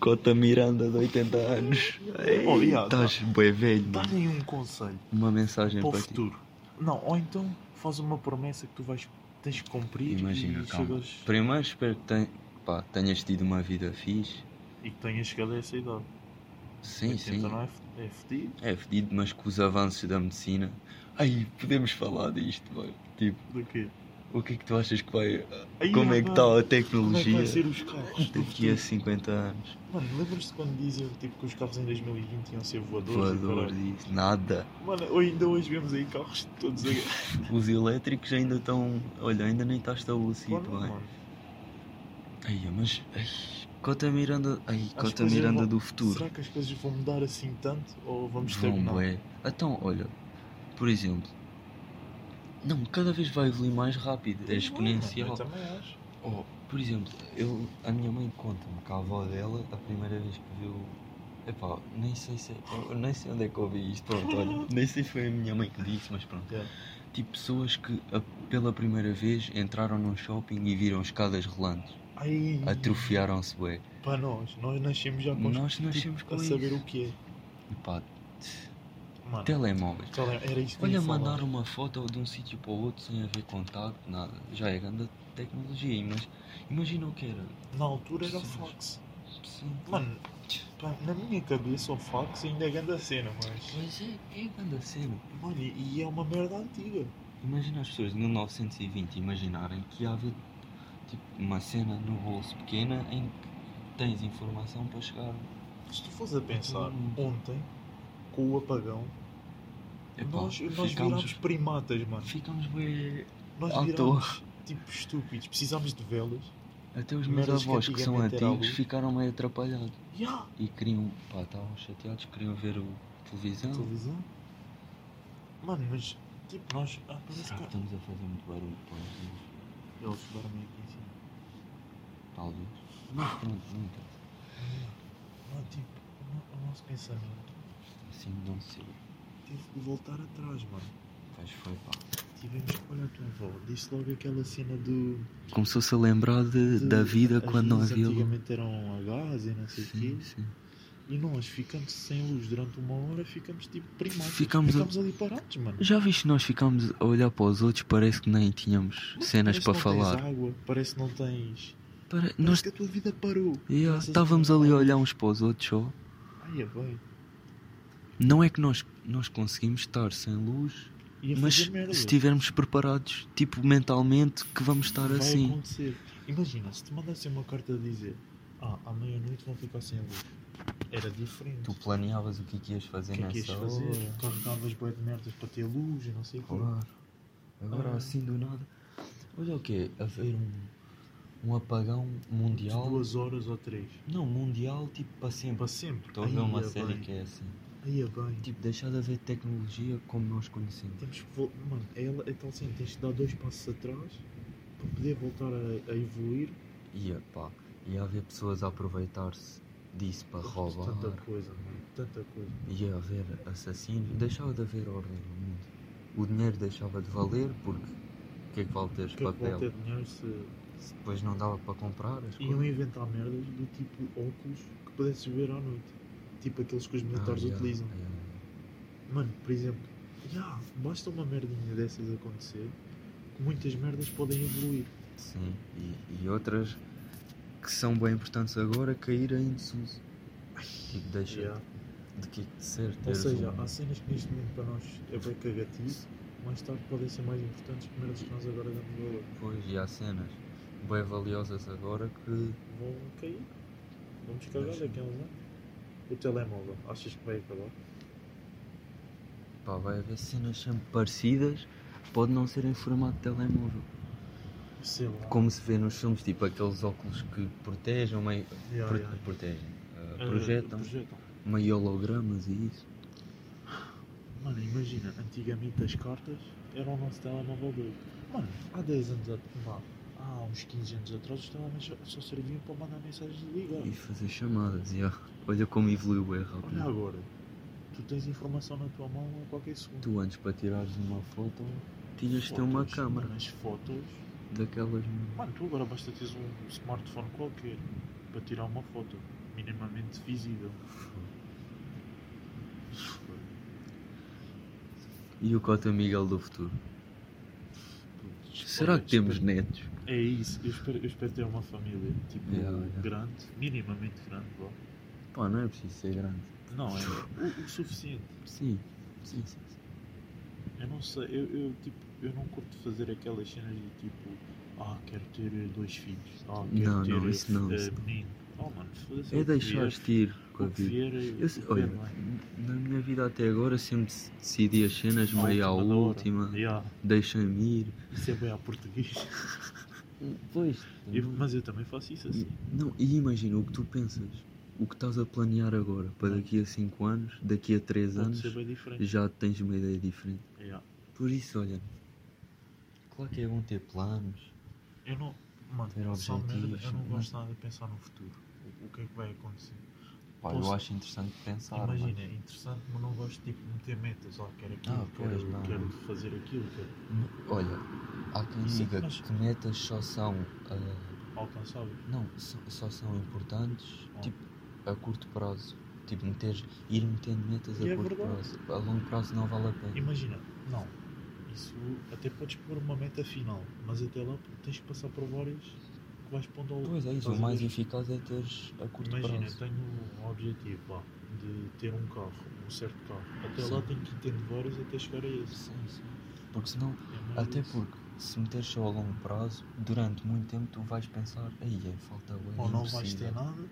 Cota Miranda de 80 anos.
Oh, yeah, tá.
Estás bem velho, mano.
Dá-lhe um conselho
Uma mensagem
para o
para, ti.
futuro. Não, ou então faz uma promessa que tu vais tens que cumprir
Imagina,
e
calma.
chegas
Primeiro espero que ten- pá, tenhas tido uma vida fixe.
e que tenhas chegado a essa idade.
Sim,
80
sim.
não é, f- é fedido.
É fedido, mas com os avanços da medicina. Aí podemos falar disto, mano. Tipo,
Do quê?
o que é que tu achas que vai.
Aí,
como é que está
mano,
a
Como é que
tecnologia é
vai ser os carros? do
daqui a
futuro?
50 anos?
Mano, lembras-te quando diziam tipo, que os carros em 2020 iam ser voadores? e
Voador
caralho?
disso, nada.
Mano, ainda hoje vemos aí carros de todos a
Os elétricos ainda estão. Olha, ainda nem está estabelecido,
Mano,
bem.
mano,
Aí, mas. Ai, Cota Miranda. Ai,
as
Cota
coisas
Miranda
vão-
do futuro.
Será que as coisas vão mudar assim tanto ou vamos
Vão
estagnar?
bué. Então, olha, por exemplo, não, cada vez vai evoluir mais rápido, é
Eu
exponencial.
também acho.
Oh, por exemplo, eu, a minha mãe conta-me que a avó dela, a primeira vez que viu. Epá, nem sei se. eu nem sei onde é que eu ouvi isto, pronto,
<laughs>
olha. Nem sei se foi a minha mãe que disse, mas pronto.
Yeah.
Tipo, pessoas que a- pela primeira vez entraram num shopping e viram escadas rolantes.
Ai,
Atrofiaram-se, bué.
para nós, nós nascemos já com os
Nós nascemos
tipo,
com
a
isso.
saber o que é.
Epá,
Mano,
telemóveis.
qual é, era era isso que eu
Então, Olha,
ia falar.
mandar uma foto de um sítio para o outro sem haver contacto, nada. Já é grande tecnologia, mas imagina o que era.
Na altura era
Sim.
fax.
Sim.
Mano, pá, na minha cabeça o fax ainda é grande a cena, mas.
Mas é, é grande cena.
Mano, e e é uma merda antiga.
Imagina as pessoas de 1920 imaginarem que havia tipo, uma cena no bolso pequena em que tens informação para chegar.
Se tu fores a pensar,
Hum.
ontem, com o apagão,
Epá,
nós, nós virámos
ficámos,
primatas, mano.
ficámos bem
Nós
à toa.
virámos tipo estúpidos, precisámos de velas.
Até os meus
Merdas que
avós que são
antigamente era
antigos
luz.
ficaram meio atrapalhados
Yeah.
e queriam, pá, estavam chateados, queriam ver o televisão.
Televisão. Mano, mas tipo, nós. Ah, parece
Será que
que
estamos a fazer muito barulho para os ouvintes?
eles dormem aqui em cima.
Talvez. Mas pronto, não interessa.
lá, tipo, o no- o nosso pensamento
Assim não sei.
teve que voltar atrás, mano.
Pois foi, pá.
Tivemos que olhar para avó. Disse logo aquela cena do.
Começou-se a lembrar de-
de-
da vida
as
quando não
luzes
havia luz.
Antigamente eram a gás e não sei o quê.
Sim, sim.
E nós ficamos sem luz durante uma hora, ficamos tipo primados.
Ficamos a-
ali parados, mano.
Já viste nós ficámos a olhar para os outros, parece que nem tínhamos
Mas
cenas
parece
para
que não
falar.
Tens água, parece que não tens.
Pare-
Parece
Nós
que a tua vida parou.
Yeah,
Começas
estávamos ali a
pensar,
olhar uns para os outros só.
Ai, é bem.
Não é que nós, nós conseguimos estar sem luz,
E a
mas
fazer merda.
se estivermos preparados, tipo mentalmente, que vamos estar
Vai
assim.
acontecer. Imagina, se te mandassem uma carta a dizer Ah, à meia-noite vão ficar sem luz. Era diferente.
Tu planeavas o que é que ias fazer
o que é que ias
nessa
fazer?
hora.
Carregavas bué de merdas para ter luz e não sei o quê.
Claro. Agora
Ah.
assim do nada. Olha o que é? Haver um, um apagão mundial.
De duas horas ou três.
Não, mundial tipo para sempre.
Para sempre.
Estou a ver uma
Ai, é
série
bem.
que é assim.
Aí é bem.
Tipo, deixar de haver tecnologia como nós conhecemos.
Temos que vol- Mano, é, ela- é tal cena, tens de dar dois passos atrás para poder voltar a, a evoluir.
Ia pá, ia haver pessoas a aproveitar-se disso para roubar. é?
Tanta coisa, mano. Tanta coisa.
Ia haver assassinos. Deixava de haver ordem no mundo. O dinheiro deixava de valer porque o que é que vale teres
O que é que
papel?
vale ter um dinheiro se.
Se depois não dava para comprar as
Iam
coisas.
inventar merdas do tipo óculos que pudesses ver à noite. Tipo aqueles que os
Ah,
militares
ia,
utilizam.
ia.
Mano, por exemplo, já, basta uma merdinha dessas acontecer que muitas merdas podem evoluir.
Sim, e, e outras que são bem importantes agora caírem em desuso. Tipo, deixa
Já.
de que de ser
Ou
teres
seja, ah.
um-
há cenas que neste momento para nós é bem cagativo, mais tarde podem ser mais importantes que merdas que nós agora damos valor.
Pois, e há cenas bem valiosas agora que
Vão cair. Vamos cagar
Deixa.
daqui a uns anos. O telemóvel, achas que vai acabar?
Pá, vai haver cenas sempre parecidas, pode não ser em formato de telemóvel.
Sei lá.
Como se vê nos filmes, tipo aqueles óculos que protejam, meio.
Ya,
pro-
ya.
protegem, ah,
Ah,
projetam,
projetam.
meio hologramas e isso.
Mano, imagina, antigamente as cartas eram o nosso telemóvel doido. Mano, há 10 anos atrás, vá, há uns 15 anos atrás, os telemóveis só serviam para mandar mensagens e ligar.
E fazer chamadas, e ó, olha como evoluiu bem
Olha
rápido.
agora, tu tens informação na tua mão a qualquer segundo.
Tu antes para tirares uma foto, tinhas de ter uma
Fotos,
câmara
mano, As fotos.
daquelas. é?
Mano, tu agora basta teres um smartphone qualquer para tirar uma foto minimamente visível.
E o Cota Miguel do futuro?
Putz,
Será
olha,
que temos
espero-
netos?
É isso, eu espero, eu espero ter uma família, tipo,
Ya, ya.
grande, minimamente grande, vá.
Pá, não é preciso ser grande.
Não, é o, o suficiente.
Sim, sim, sim. sim.
Eu não sei, eu, eu, tipo, eu não curto fazer aquelas cenas de tipo, ah, quero ter eh, dois filhos, ah, quero
Não,
ter
não,
eh,
isso não,
eh,
isso não.
menino. Oh, mano, foda-se,
É
o que
deixar
vier-
ir com a
o que
vida.
vier, eh,
Eu se-
o que
olha,
vier vai.
na minha vida até agora sempre se- decidi as cenas
À
meio à
da hora.
última,
Ya,
deixem-me ir.
isso é bem a português. <laughs>
Pois.
Eu- mas eu também faço isso assim.
Não, e imagina o que tu pensas, o que estás a planear agora, para daqui a 5 anos, daqui a 3
Pode
anos,
ser bem diferente.
já tens uma ideia diferente.
Ya.
Por isso, olha, claro que é bom ter planos.
Eu não, mano,
Ter
só merda,
objetivos,
eu não
mano.
gosto nada de pensar no futuro. O, o que é que vai acontecer?
Pá,
Posso-
eu acho interessante pensar. mas-
Imagina, é interessante, mas não gosto tipo, de meter metas, ó, quero aquilo,
Ah, pois,
quero,
não.
quero fazer aquilo, quero
Olha, há quem
Sim,
diga
mas-
que metas só são. ah,
alcançar.
Não, só, só são importantes
Ah.
tipo a curto prazo. Tipo, meter, ir metendo metas a
E é
curto
verdade.
prazo. A longo prazo não vale a pena.
Imagina, não, isso até podes pôr uma meta final, mas até lá tens que passar por várias que vais pondo ao
Pois é, isso.
estás
O
a
mais
ver?
eficaz é teres a curto
Imagina,
prazo.
tenho um objetivo lá, de ter um carro, um certo carro. Até lá
Sim.
tenho que ir tendo vários até chegar a esse.
Sim, sim. Porque senão,
É mais
até
isso.
porque se meteres só a longo prazo, durante muito tempo tu vais pensar, aí é falta bué, é
Ou não vais
impossível."
ter nada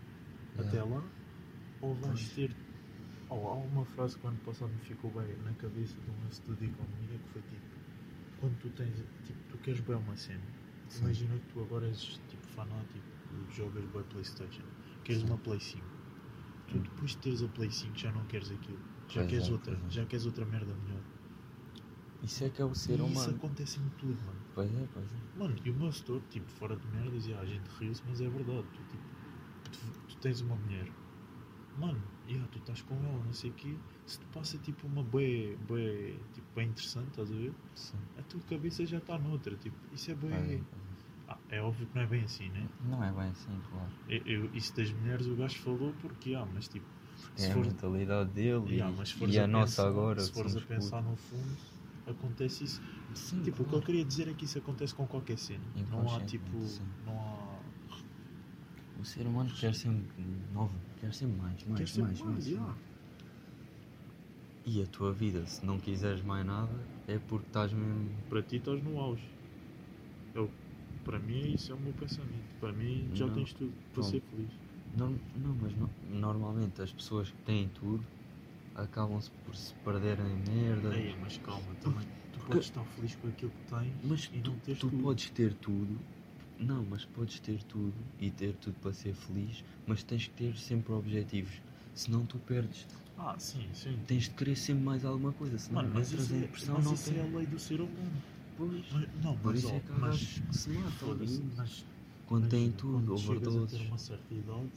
Yeah.
até lá, ou vais
Pois.
ter. Ou há uma frase que o ano passado me ficou bem na cabeça de um estudo de economia que foi tipo: quando tu tens. Tipo, tu queres bem uma cena.
Sim.
Imagina que tu agora és tipo fanático, jogas bem Playstation, queres
Sim.
uma Play 5. Tu
Hum.
depois de teres a Play 5 já não queres aquilo. Já
Pois
queres
é,
outra,
pois é.
já queres outra merda melhor.
Isso é que é o ser
e isso
humano.
acontece em tudo, mano.
Pois é, pois é.
Mano, e o meu setor, tipo, fora de merdas, e a gente riu-se, mas é verdade. Tu, tipo, tu, tu tens uma mulher, mano, yeah, tu estás com ela, não sei o quê, se te passa tipo uma bué, bué, tipo, bem interessante, estás a ver?
Sim.
A tua cabeça já está noutra, tipo, isso é bué...
Olha,
Ah, é óbvio que não é bem assim, né?
Não é bem assim, claro.
Eu, eu- isso das mulheres o gajo falou porque, ah, mas tipo,
É
se
a
for...
mentalidade dele
yeah,
e,
mas se fores
e a,
a
nossa
pensar-
agora.
se
que
fores a
somos
pensar no fundo, acontece isso.
putos. Sim,
Tipo, o que eu
claro.
queria dizer é que isso acontece com qualquer cena. Não há tipo.
Inconscientemente, sim.
Não há.
O ser humano quer sempre novo, quer sempre mais, mais,
Quer ser
mais, mais,
já.
mais. E a tua vida, se não quiseres mais nada, é porque estás mesmo.
Para ti estás no auge. É o- Para mim isso é o meu pensamento. Para mim já
Não.
tens tudo para
Não.
ser feliz.
Não, não mas no- normalmente as pessoas que têm tudo acabam-se por se perderem em merda.
Ei, É, mas calma, também tu
Porque-
podes estar feliz com aquilo que tens
Mas
e
tu,
não teres
tu
tudo.
podes ter tudo, não, mas podes ter tudo e ter tudo para ser feliz, mas tens que ter sempre objetivos, senão tu perdes.
Ah, sim, sim.
Tens de querer sempre mais alguma coisa, senão
Mano,
vai
mas isso,
trazer
é,
depressão,
mas
não
isso é a
tem.
lei do ser humano.
Pois.
Mas- não,
Por
mas,
isso
ó,
é que há
mas
gajos que se matam,
foda-se,
menino.
mas
quando têm
Imagina,
tudo,
quando chegas a ter
overdoses.
uma certa idade,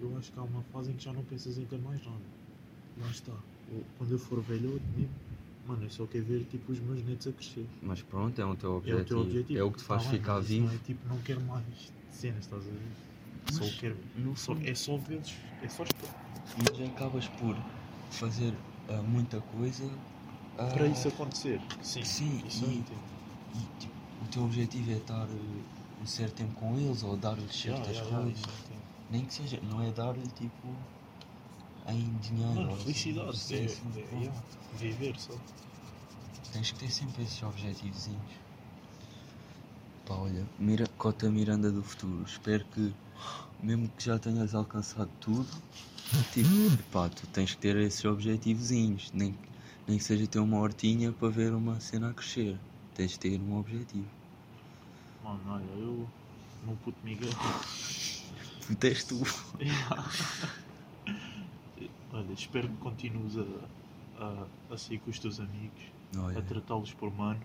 eu acho que há uma fase em que já não pensas em ter mais nada. Lá está. Eu- quando eu for velhote, mesmo, mano, eu só quero ver tipo os meus netos a crescer.
Mas pronto, é o teu
É
objetivo.
o teu objetivo.
É o que te
Tá
faz
bem,
ficar
mas isso
vivo.
Não é tipo, não quero mais cenas, estás a ver?
Mas-
Só quero.
Não
Só,
sou.
é só vê-los. É só esperar.
Mas acabas por fazer ah, muita coisa. ah,
Para isso acontecer. Sim,
Sim,
isso eu
e-
entendo.
E tipo, o teu objetivo é estar eh, um certo tempo com eles ou dar-lhes
Já,
certas
já, já,
coisas.
isso eu entendo.
Nem que seja, não é dar-lhe tipo em dinheiro.
Mano,
ou assim,
felicidade.
sim,
é-
sim,
é-
pronto.
yeah, Viver só.
Tens que ter sempre esses objetivozinhos. Pá, olha, Mira, Cota Miranda do futuro. Espero que, mesmo que já tenhas alcançado tudo, tipo, pá, tu tens que ter esses objetivozinhos. Nem, que- nem que seja ter uma hortinha para ver uma cena a crescer. Tens de ter um objetivo.
Mano, olha, eu. Meu puto
<laughs>
Miguel. <laughs>
Tu tens tu.
Olha, espero que continues a, a, a sair com os teus amigos, a
Olha,
tratá-los por mano.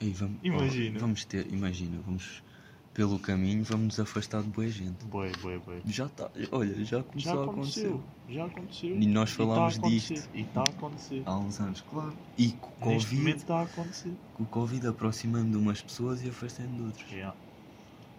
aí vamos,
Imagina.
vamos ter, imagina, vamos pelo caminho, vamos nos afastar de boa gente.
Bem, bem, bem.
Já está, olha, já
Já
começou a acontecer.
aconteceu, já aconteceu.
E nós
tá
falámos
a acontecer,
disto.
E está a acontecer.
há uns anos, claro. E com o
Neste momento
Covid,
está a acontecer.
com o Covid aproximando de umas pessoas e afastando de outras.
Já.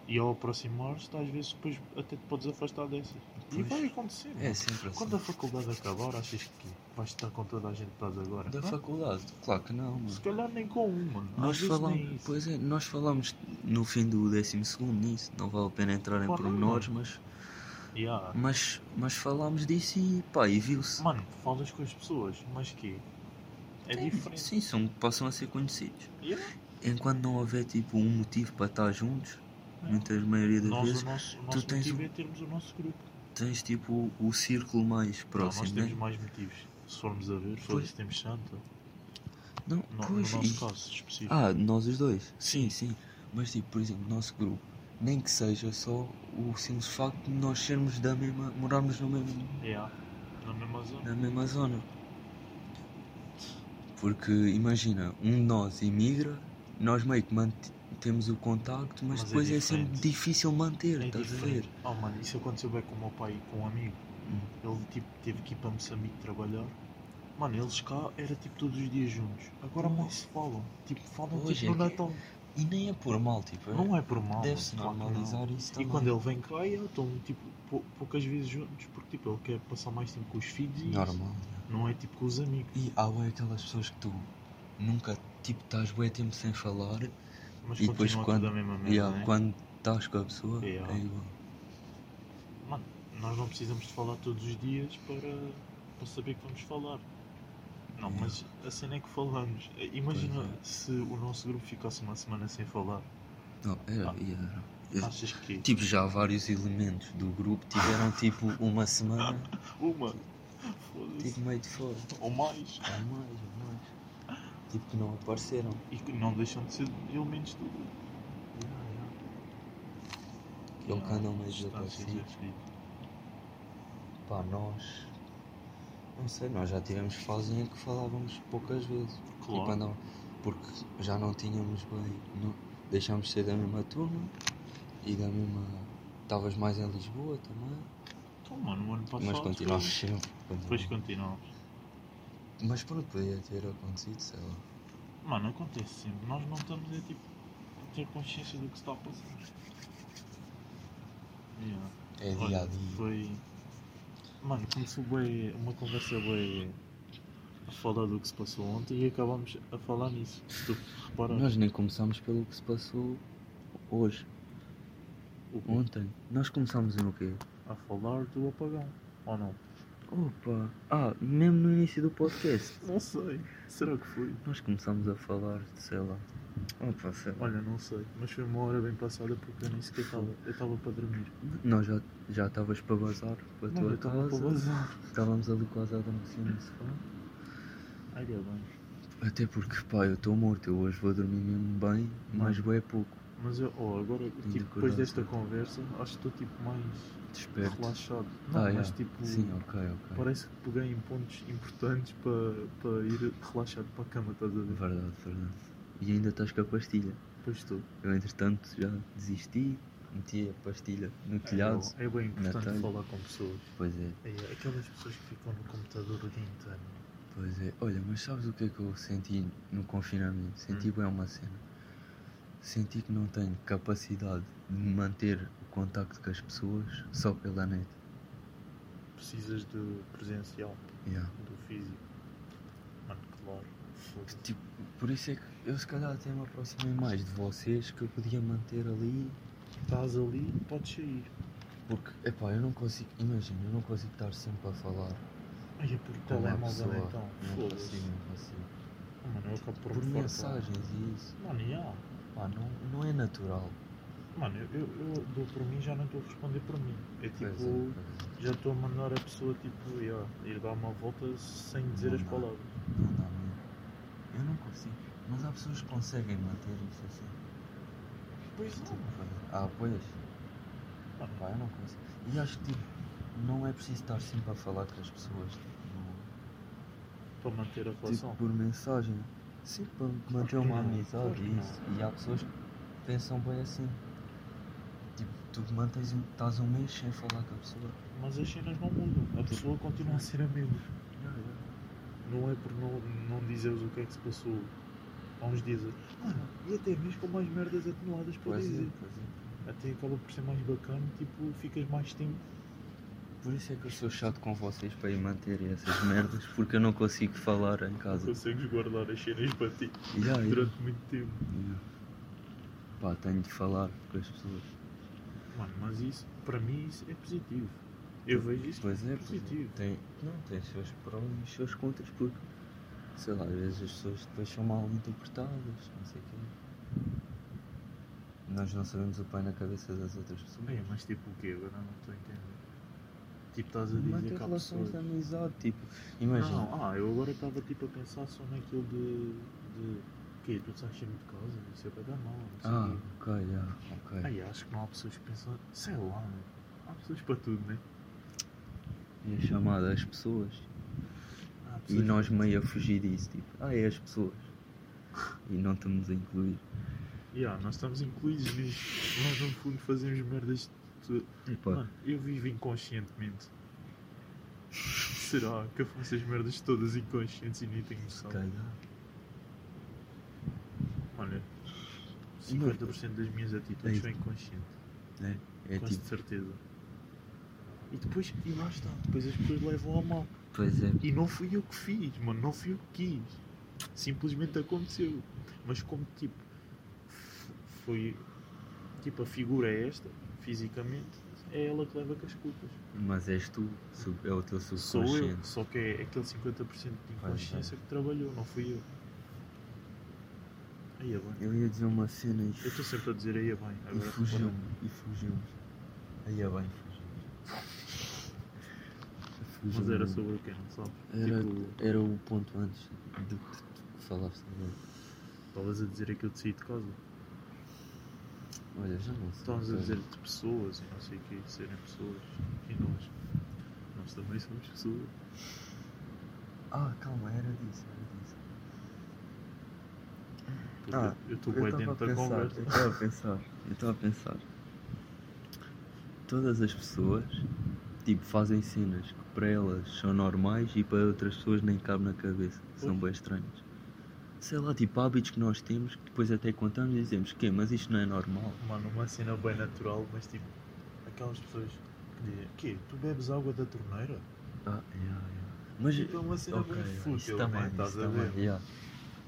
E ao aproximar-se, às vezes depois até te podes afastar dessas. E
Pois.
vai acontecer.
É
mano.
sempre assim.
Quando a faculdade acabar, achas que vais estar com toda a gente que estás agora?
Da
Não?
faculdade, claro que não,
Se
mano.
calhar nem com uma. Às
Nós
vezes nem
falámos,
isso.
pois é, nós falámos no fim do 12 segundo nisso, não vale a pena entrar em
Pô, não,
pormenores, mas,
Já.
mas, mas falámos disso e pá, e viu-se.
Mano, falas com as pessoas, mas que é
Sim,
diferente.
Sim, são, passam a ser conhecidos.
Yeah.
Enquanto não houver tipo um motivo para estar juntos,
É.
muitas maioria das
Nós,
vezes,
o nosso, o
tu
nosso
tens
motivo
um-
é termos o nosso grupo.
tens tipo o círculo mais
não, nós
próximo,
temos
né?
mais motivos. Se formos a ver,
Pois.
foda-se, temos Santa.
Não,
No, no
pois,
nosso
e-
caso específico.
Ah, nós os dois? Sim, sim. Mas tipo, por exemplo, nosso grupo, nem que seja só o simples facto de nós sermos da mesma. morarmos no mesmo,
É, ah, na mesma zona.
na mesma zona. Porque imagina, um de nós imigra, nós meio que mantemos o contacto, mas,
Mas é
depois é, sempre
diferente.
difícil manter,
É
estás a
diferente.
ver?
Oh, mano, isso aconteceu bem com o meu pai e com um amigo. Ele tipo, teve que ir para Moçambique trabalhar. Mano, eles cá era tipo todos os dias juntos. Agora mal se falam. Tipo, falam
Hoje
tipo
é
no
que-
Natal.
E nem é por mal, tipo, é-
Não é por mal.
deve-se
claro que não.
normalizar isso
E
também.
quando ele vem cá, eu estão tipo, pou- poucas vezes juntos, porque tipo, ele quer passar mais tempo com os filhos e
Normal.
isso. não é tipo com os amigos.
E há bué aquelas pessoas que tu nunca, tipo, estás bué tempo sem falar
Mas
E depois
continua
quando-
tudo a mesma merda.
Yeah,
né?
Quando estás com a pessoa,
Yeah.
é igual.
Mano, nós não precisamos de falar todos os dias para, para saber que vamos falar. Não,
Yeah.
mas a cena é que falamos. Imagina
Pois é.
se o nosso grupo ficasse uma semana sem falar.
Não, era,
Ah.
era. Eu-
Achas que
Tipo, já vários elementos do grupo
<laughs>
tiveram tipo uma semana,
uma, foda-se,
tipo meio de fora.
ou mais,
Ou mais, ou mais. Tipo, que não apareceram.
e que não deixam de ser elementos do grupo.
Que é
Ah,
o que andam mais
Distâncias
desaparecidos.
aflitas.
Pá, nós. Não sei, nós já tivemos fase em que falávamos poucas vezes.
Claro.
Tipo, andava- porque já não tínhamos bem. Não, deixámos de ser da mesma turma e da mesma. Estavas mais em Lisboa também.
Então, mano, o ano passado.
Mas continuamos sempre.
Depois
continuamos.
continuamos.
Mas pronto, podia ter acontecido, sei lá.
Mano, acontece sempre. Nós não estamos a tipo, a ter consciência do que está a passar. Yeah.
É dia a
Olha,
dia.
Foi. Mano, começou bem, uma conversa bem a falar do que se passou ontem e acabamos a falar nisso. Se tu reparares.
Nós nem começámos pelo que se passou hoje,
o que-
ontem. Nós começámos no quê?
a falar do apagão. Ou não?
Opa! Ah, mesmo no início do podcast.
Não sei. Será que foi?
Nós começámos a falar, de, sei lá. Opa, sei lá.
Olha, não sei. Mas foi uma hora bem passada porque eu nem sequer estava. Eu estava para dormir.
Nós já já estavas para bazar para a
Mano,
tua
eu estava para
casa.
bazar.
Estávamos ali quase a adormecer no sofá.
Ainda bem.
Até porque, pá, eu estou morto. Eu hoje vou dormir mesmo bem, mas bem pouco.
Mas eu, oh, agora, tipo, depois
coragem.
desta conversa, acho que estou tipo mais
Desperto.
relaxado. Não,
Ah,
mas
yeah.
tipo.
Sim, ok, ok.
Parece que peguei em pontos importantes para, para ir relaxado para a cama, estás a ver?
Verdade, verdade. E ainda estás com a pastilha.
Pois estou.
Eu, entretanto, já desisti, meti a pastilha no telhado.
É, é bem importante
Natal.
falar com pessoas.
Pois é,
É, aquelas pessoas que ficam no computador o dia inteiro.
pois é. Olha, mas sabes o que é que eu senti no confinamento? Senti
Hum.
bem uma cena. Senti que não tenho capacidade de manter o contacto com as pessoas só pela net.
Precisas de presencial,
Yeah.
do físico. Mano, claro. Foda-se.
Tipo, por isso é que eu se calhar até me aproximei mais de vocês que eu podia manter ali.
Estás ali, podes sair.
Porque, epá, eu não consigo, imagina, eu não consigo estar sempre a falar
Ai, é por
com uma
telemóvel
pessoa.
então.
não
Foda-se.
consigo, não consigo.
Oh, Mano, eu acabo por,
Por
me fartar.
mensagens e isso.
Mano, yeah.
Pá, não, não é natural.
Mano, eu, eu, eu dou por mim já não estou a responder por mim. É tipo.
Pois é, pois
Já estou a mandar a pessoa tipo ia, ir dar uma volta sem dizer
Não
as
dá.
palavras.
é. Não dá mesmo. Eu não consigo. Mas há pessoas que conseguem manter isso assim.
Pois
Tipo, ah, pois.
ah,
Pá, eu não consigo. E acho que tipo, não é preciso estar sempre a falar com as pessoas. Tipo, no-
Para manter a
tipo
relação.
por mensagem. Sim, para manter
que
uma
não,
amizade
claro que
e isso. E há pessoas que pensam bem assim. Tipo, tu mantens, um- estás um mês sem falar com a pessoa.
Mas as cenas não mudam. A
tipo,
pessoa continua a ser a mesma.
Já, já.
Não é por não, não dizeres o que é que se passou há uns dias. Mano, e até mesmo com mais merdas atenuadas para
Pois é,
dizer.
pois é.
Até acaba por ser mais bacana, tipo, ficas mais tempo.
Por isso é que eu sou chato com vocês para ir manter
<laughs>
essas merdas, porque eu não consigo falar em
Não
casa.
consegues guardar as cenas para ti
Ya, ya,
durante muito tempo.
ya. Pá, tenho de falar com as pessoas.
Mano, mas isso, para mim, isso é positivo. Eu vejo isso.
Pois é, pois
positivo.
é. Tem, não, tem seus prós e os seus contras, porque, sei lá, às vezes as pessoas depois são mal interpretadas, não sei o quê. Nós não sabemos o pai na cabeça das outras pessoas.
Bem, mas tipo o quê? Agora não estou a entender. Tipo, estás a dizer
Manter
que há
relações
pessoas...
de amizade, tipo, imagina.
Não, ah, eu agora estava tipo a pensar só naquilo de... de... quê? Tu estás cheio de casa? Isso é para dar mal, não sei
ah,
o quê.
ok, ya, ok.
Ai, acho que não há pessoas que pensam... Sei lá, né? Há pessoas para tudo, né? é.
E a chamada às pessoas.
Há
E
pessoas
nós meio a fugir disso, tipo, ah, é as pessoas. E não estamos a incluir.
Yeah, nós estamos incluídos nisso. Nós no fundo fazemos merdas... De...
Epá,
Mano, eu vivo inconscientemente. <laughs> Será que eu faço as merdas todas inconscientes e nem tenho noção?
calhar.
Olha, 50% das minhas
É
atitudes
isso.
são inconscientes,
É, é
quase de
tipo,
certeza. E depois, e lá está, depois as pessoas levam a mal.
pois é,
E não fui eu que fiz, mano, não fui eu que quis. Simplesmente aconteceu. Mas como tipo, f- foi. Tipo, a figura é esta, fisicamente, é ela que leva com as culpas.
mas és tu, sub- é o teu
Sou eu,
subconsciente.
só que é aquele 50% de
é.
inconsciência que trabalhou, não fui eu. Aí é bem.
Eu ia dizer uma cena e,
Eu estou sempre a dizer aí é bem.
e
Agora reparando.
fugiu-me, e fugiu-me. Aí é bem, fugiu-me. fugiu
Mas era sobre o quê, não sabe?
Uhum. Era,
tipo-
era o ponto antes do que tu que falaste agora.
Estavas a dizer que eu te saí de casa.
Olha, já não sei.
Estavas a
cara.
dizer de pessoas e não sei o que, serem pessoas. E nós. Nós também somos pessoas.
Ah, calma, era disso, era disso.
Porque
Ah,
eu estou
Eu
bem
estava a
dentro da
pensar,
conversa.
Eu estava a pensar, eu estava a pensar. Todas as pessoas tipo, fazem cenas que para elas são normais e para outras pessoas nem cabe na cabeça. São
Pois.
bem estranhas. Sei lá, tipo, hábitos que nós temos que depois até contamos e dizemos que mas isto não é normal.
Mano, uma cena bem natural, mas tipo, aquelas pessoas que dizem, quê? Tu bebes água da torneira?
Ah, yeah, yeah. Mas
Tipo, é uma cena
Ok,
bem fútil,
isso
né?
também,
Estás
isso
a
também,
ver?
yeah.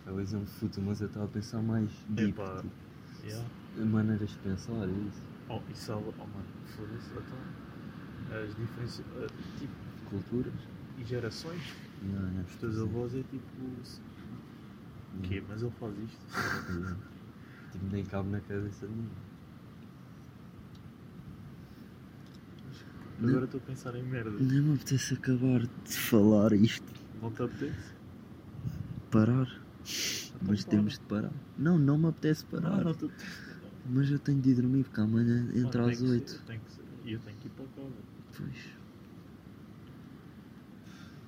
Talvez é um fútil, mas eu estava a pensar mais deep,
Epá.
tipo,
Yeah.
maneiras de pensar, é isso.
Oh, e sabe, oh mano, foda-se, então, as diferenças, eh, tipo,
Culturas.
e gerações,
Yeah, yeah.
os teus avós é tipo, se-
Yeah,
quê? Mas ele faz isto?
yeah. Tipo, nem cabe na cabeça de ninguém. Não.
Agora estou a pensar em merda,
Nem me apetece acabar de falar isto,
não te apetece?
parar.
Então
Mas
para.
temos de parar. Não, não me apetece
Não,
parar.
não te apetece. não.
Mas eu tenho de ir dormir porque amanhã entra
Mano,
às
tem que ser-
8.
tem que ser- E eu tenho que ir para casa.
Pois.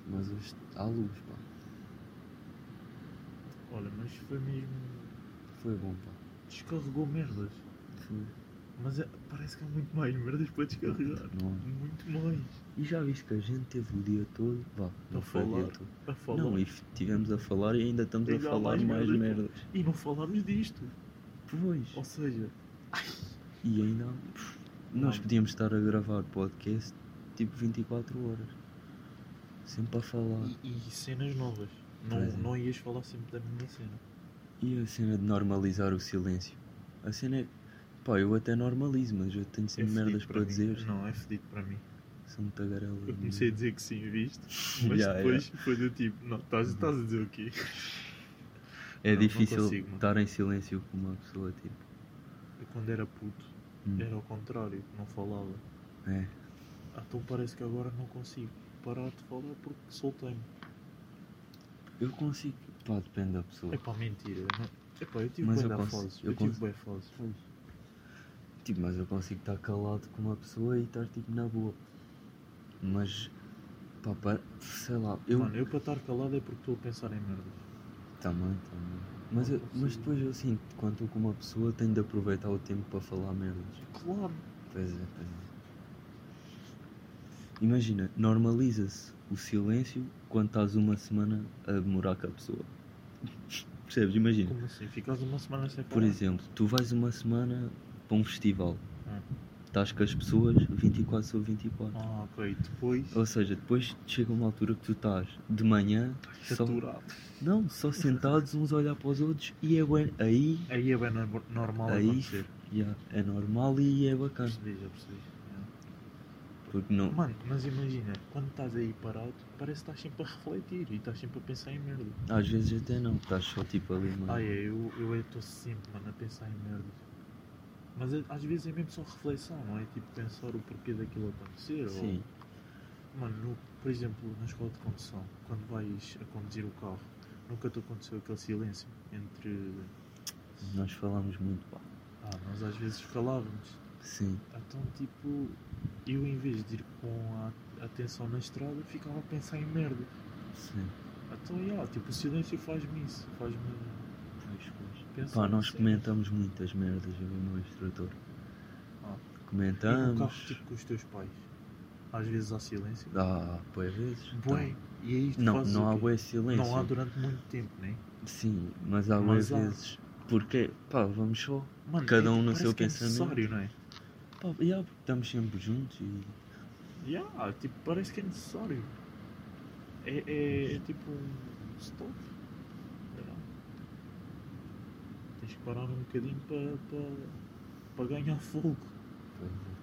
Mas hoje há luz, pá.
Olha, mas foi mesmo,
Foi bom, pá.
descarregou merdas.
Foi.
Mas é- parece que há muito mais merdas para descarregar.
Não é?
Muito mais.
E já viste que a gente teve o dia todo. Vá, não
A
foi o dia
falar.
todo.
A falar.
Não, e estivemos a falar e ainda estamos
E
a
já há
falar
mais
mais
merdas.
merdas.
E não falámos disto.
Pois.
Ou seja,
E ainda. pff, Nós
Não.
podíamos estar a gravar podcast tipo 24 horas. Sempre a falar.
e, e cenas novas. Não,
Pois é.
não ias falar sempre da minha cena.
E a cena de normalizar o silêncio? A cena é. Pá, eu até normalizo, mas eu tenho sempre
É fedido
merdas para,
mim.
dizer. Hum.
Não, é fedido para mim.
Sou muito tagarela.
Eu
não-
comecei a dizer que sim, viste?
<laughs>
Mas
Yeah,
depois foi do tipo, não, estás, estás a dizer o quê?
É
Não, não
difícil
consigo, mano.
estar em silêncio com uma pessoa, tipo.
Eu quando era puto,
hum,
era ao contrário, não falava.
É.
Ah, Então parece que agora não consigo parar de falar porque soltei-me.
Eu consigo. Pá, depende da pessoa.
É pá, mentira. eu não- Epá, eu tive
Mas
bué
eu
da
consigo-
fases.
eu
Eu, tive
consigo.
bué fases.
Tipo, mas eu consigo estar calado com uma pessoa e estar tipo na boa. Mas. Pá, pá sei lá. Eu.
Mano, eu para estar calado é porque estou a pensar em merdas.
Também, também. Mas,
Não
eu- mas
consigo.
depois eu sinto, quando estou com uma pessoa, tenho de aproveitar o tempo para falar merdas.
Claro.
Pois é, pois é. Imagina, normaliza-se o silêncio quando estás uma semana a demorar com a pessoa. <laughs> Percebes? Imagina,
Como assim? Ficas uma semana sem falar?
por exemplo, tu vais uma semana para um festival,
Hum.
estás com as pessoas 24 sobre 24.
Ah, ok. Depois,
Ou seja, depois chega uma altura que tu estás de manhã, só,
saturado.
não, só sentados uns a olhar para os outros e é bem, aí,
Aí é bem nor- normal
Aí-
acontecer.
yeah, é normal e é bacana.
Percebi, já percebi. Yeah.
Porque não,
Mano, mas imagina, quando estás aí parado, parece que estás sempre a refletir e estás sempre a pensar em merda.
às vezes até não, estás só tipo ali, mano.
Ah, é, eu eu estou sempre, mano, a pensar em merdas. Mas é- às vezes é mesmo só reflexão, não é? Tipo, pensar o porquê daquilo acontecer. ou-
Sim.
Mano, no- por exemplo, na escola de condução, quando vais a conduzir o carro, nunca te aconteceu aquele silêncio entre.
Nós falámos muito, pá.
Ah, nós às vezes calávamos.
Sim.
Então, tipo, eu em vez de ir com a atenção na estrada, ficava a pensar em merda.
Sim.
Então, yeah, tipo, o silêncio faz-me isso, faz-me pensar.
Pá, nós
nisso.
comentamos muitas merdas, eu e o meu instrutor.
Ah. E no carro,
Comentamos.
tipo, com os teus pais, às vezes há silêncio.
Ah, bué vezes.
Bué, e aí tu
Então, Não,
fazes
não
o
há
quê?
bué silêncio.
Não há durante muito tempo, né?
Sim, mas há bué
Mas há.
vezes. Porque, pá, vamos só.
Mano,
Cada
é,
um no
parece
seu
que é
pensamento.
necessário, não é?
Pá, yeah, porque estamos sempre juntos e.
Yeah, tipo, parece que é necessário. É, é, é tipo um stop. Yeah. Tens que parar um bocadinho para ganhar fogo.
Pois é.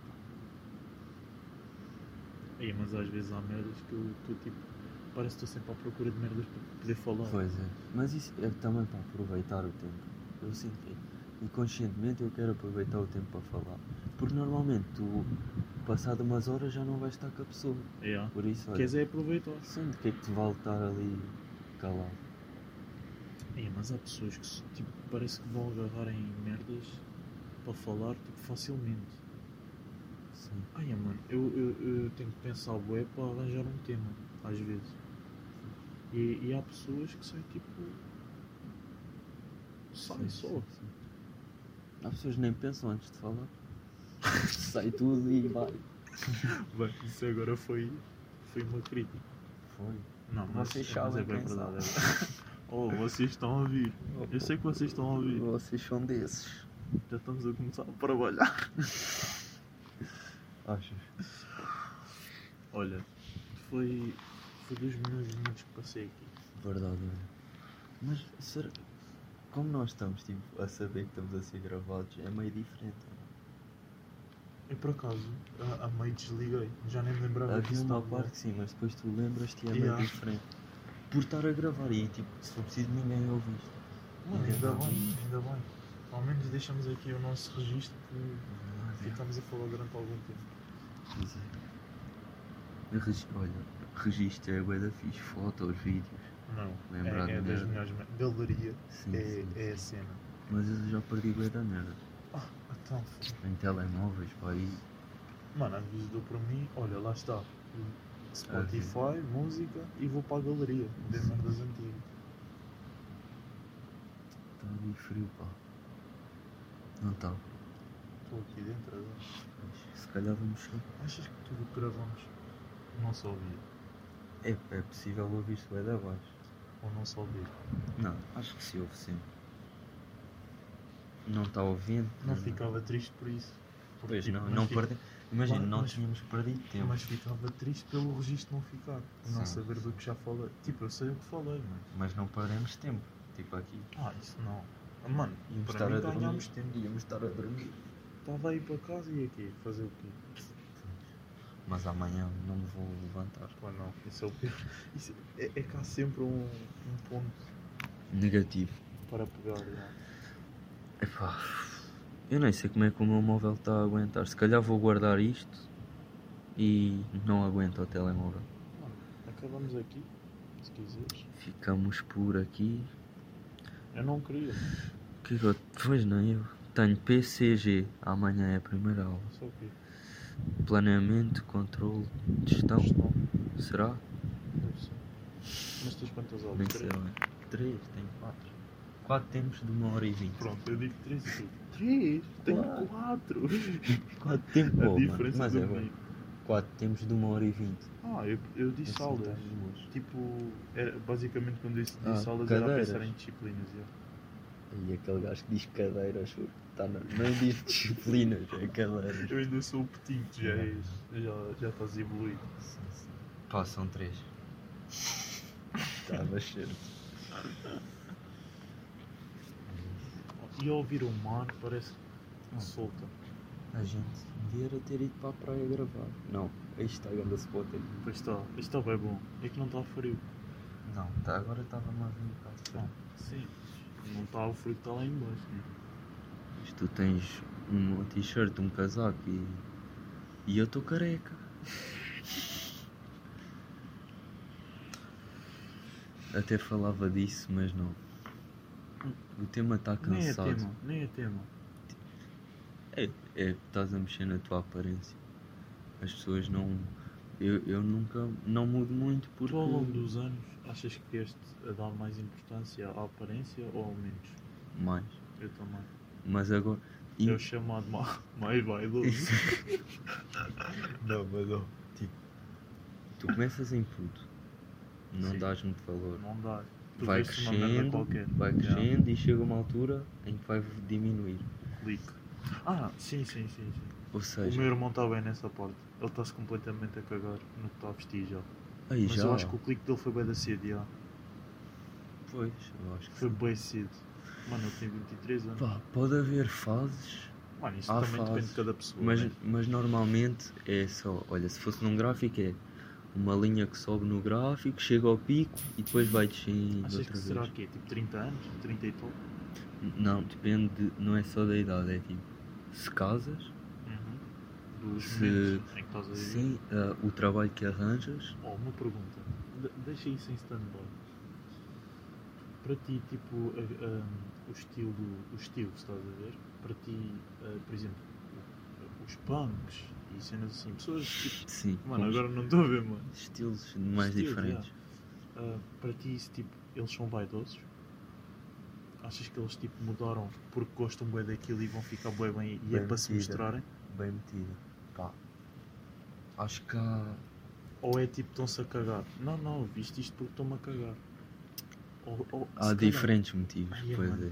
Aí, mas às vezes há merdas que eu, que eu, tipo. Parece que estou sempre à procura de merdas para poder falar.
é. Pois é. Mas isso é também para aproveitar o tempo. Eu sinto que inconscientemente eu quero aproveitar o tempo para falar. Porque normalmente tu, passado umas horas, já não vais estar com a pessoa.
Yeah.
Por isso, olha,
Queres é aproveitar.
Sim, porque é que te vale estar ali calado?
Aí, mas há pessoas que se- tipo, parece que vão agarrar em merdas para falar tipo, facilmente.
Sim.
Ai, mano, eu, eu, eu tenho que pensar bué para arranjar um tema, às vezes. E, e há pessoas que são tipo. Sai
sim,
só.
sim, sim. <laughs> Há pessoas que nem pensam antes de falar. Sai tudo e vai.
Ah, Bem, isso agora foi, foi uma crítica.
Foi.
Não, mas,
Vocês
mas é
sabem
bem
quem
verdade. É verdade. <laughs> oh, vocês estão a ouvir. Eu sei que vocês estão a ouvir.
Vocês são desses.
Já estamos a começar a trabalhar.
Achas?
Olha, foi, foi dos melhores momentos que passei aqui.
Verdade, olha. Mas será... como nós estamos tipo, a saber que estamos a ser gravados, é meio diferente.
E por acaso, a, a meio desliguei. Já nem me lembrava
Havia
disso. tá
uma
estava a
parte que sim, mas depois tu lembras-te e é
é? Yeah.
meio diferente. Por estar a gravar e tipo, se for preciso ninguém ouve isto.
olhar. Mano, ainda bem, ainda bem. Ao menos deixamos aqui o nosso registro que ficámos a falar durante algum tempo.
Pois é. Eu regi- Olha, registro é bué da fixe, fotos, vídeos.
Não,
Lembrar
é, é
de
das
merda.
melhores. me- Galeria
Sim, sim.
é, é a cena.
Mas eu já perdi bué da merda.
Então, foi.
Em telemóveis, pá, aí.
mano, às vezes dou para mim, olha, lá está.
Ah,
Spotify, música e vou para a galeria. De merdas antigas.
Está tá ali frio, pá. Não está.
Estou aqui dentro agora.
Se calhar vamos chegar.
Achas que tudo o que gravamos não se ouvia?
É, é possível ouvir-se bué da baixo.
Ou não se ouvia?
Não, acho que se ouve sempre. Não está ouvindo?
Não ficava triste por isso. Porque,
Hum. Pois
tipo,
não,
mas
não
fica-
perde... Imagina,
Mas-
não
mas-
tínhamos perdido tempo.
Mas ficava triste pelo registro não ficar. E não
Sim.
saber do que já falei. Tipo, eu sei o que falei, mas.
Mas não perdemos tempo. Tipo aqui.
Ah, isso não. Ah, Mano,
Íamos
para mim ganhámos
tempo. Íamos estar a dormir.
estava aí para casa e aqui. Fazer o quê?
Mas amanhã não me vou levantar.
Pô, não, isso é o pior. <laughs> Isso é, é que há sempre um, um ponto
Negativo.
para pegar. Não?
Epá. Eu nem sei como é que o meu móvel está a aguentar. Se calhar vou guardar isto e não aguento o telemóvel.
Mano, acabamos aqui, se quiseres.
Ficamos por aqui.
Eu não queria,
O que é que eu. Pois não, eu tenho PCG. Amanhã é a primeira aula.
só que.
Planeamento, controle, gestão.
Gestão,
Será?
deve ser. Mas tens quantas aulas?
Nem sei.
Três?
olha. Três, tenho quatro. Quatro tempos de uma hora e vinte.
Pronto, eu digo três e tu. Três? Tenho
Claro.
quatro!
Quatro tempos.
A
Oh, mano,
diferença
mas
do
é
meio.
bom. Quatro tempos de uma hora e vinte.
Ah, eu, eu disse
Esse é
aulas.
não tem duas.
Tipo, era, basicamente quando eu disse,
Ah,
disse aulas era a
cadeiras.
pensar em disciplinas. já.
E aquele gajo que diz cadeiras, tá na... não diz disciplinas, <laughs> é cadeiras.
Eu ainda sou o petinho, tu já, és, já, já estás evoluído.
Pá, são três. <laughs> Estava cheio.
E ao ouvir o mar parece que
Ah.
me solta.
A gente devia era ter ido para a praia gravar. Não, aí está a grande spot aí.
Pois está, isto está bem bom. É que não está frio.
Não, tá, agora estava-me a vir um bocado
Sim. Não está o frio que está lá em baixo.
Mas tu tens um t-shirt, um casaco e. E eu estou careca. <laughs> Até falava disso, mas não. O tema está
Nem é
cansado.
tema, nem é tema.
É, é que estás a mexer na tua aparência. As pessoas não. Eu, eu nunca. Não mudo muito porque.
Tu ao longo dos anos achas que este a dar mais importância à aparência ou ao menos?
Mais.
Eu também.
Mas agora.
É o chamado ma- <laughs>
<laughs>
mais vaidoso.
Não, mas não. Tipo. Tu começas em tudo. Não
Sim.
dás muito valor.
Não dá. Tu
vai
vês-te é uma merda
crescendo,
qualquer.
vai
Já.
crescendo e chega uma altura em que vai diminuir.
Clique. Ah, sim, sim, sim, sim.
Ou
O
seja,
meu irmão está bem nessa parte. Ele está-se completamente a cagar no que está a vestir já.
aí
Mas
já.
eu acho que o clique dele foi bem da cedo, já.
Pois, eu acho que
Foi
sim.
bem cedo. Mano, ele tem 23 anos.
Pá, pode haver fases,
Mano, isso
há
também depende
fases,
de cada pessoa.
mas,
né?
mas normalmente é só. Olha, se fosse num gráfico, é uma linha que sobe no gráfico, chega ao pico e depois vai descendo
Achas
outra
que será
vez.
o quê? Tipo 30 anos? 30 e tal?
Não, depende, de- não é só da idade, é tipo. Se casas,
Uhum. Dos
Se-
momentos em que estás a viver.
sim, ah, o trabalho que arranjas,
Oh, uma pergunta. De- deixa isso em stand-by. Para ti, tipo, a- a- o estilo, o estilo, estás a ver? Para ti, eh, por exemplo, o- os punks e cenas assim, pessoas tipo,
sim,
Mano,
com
agora não estou a ver, mano.
estilos mais
Estilos,
diferentes.
Ah, para ti, isso, tipo, eles são vaidosos? Achas que eles tipo mudaram porque gostam bem daquilo e vão ficar bem bem e é
Bem
para se
metida.
mostrarem?
bem metida. Pá, Acho que há.
Ou é tipo estão-se a cagar? Não, não, viste isto porque estou-me a cagar. Ou, ou, se
Há
calhar-
diferentes motivos,
Ai, é,
pois
mano.
é.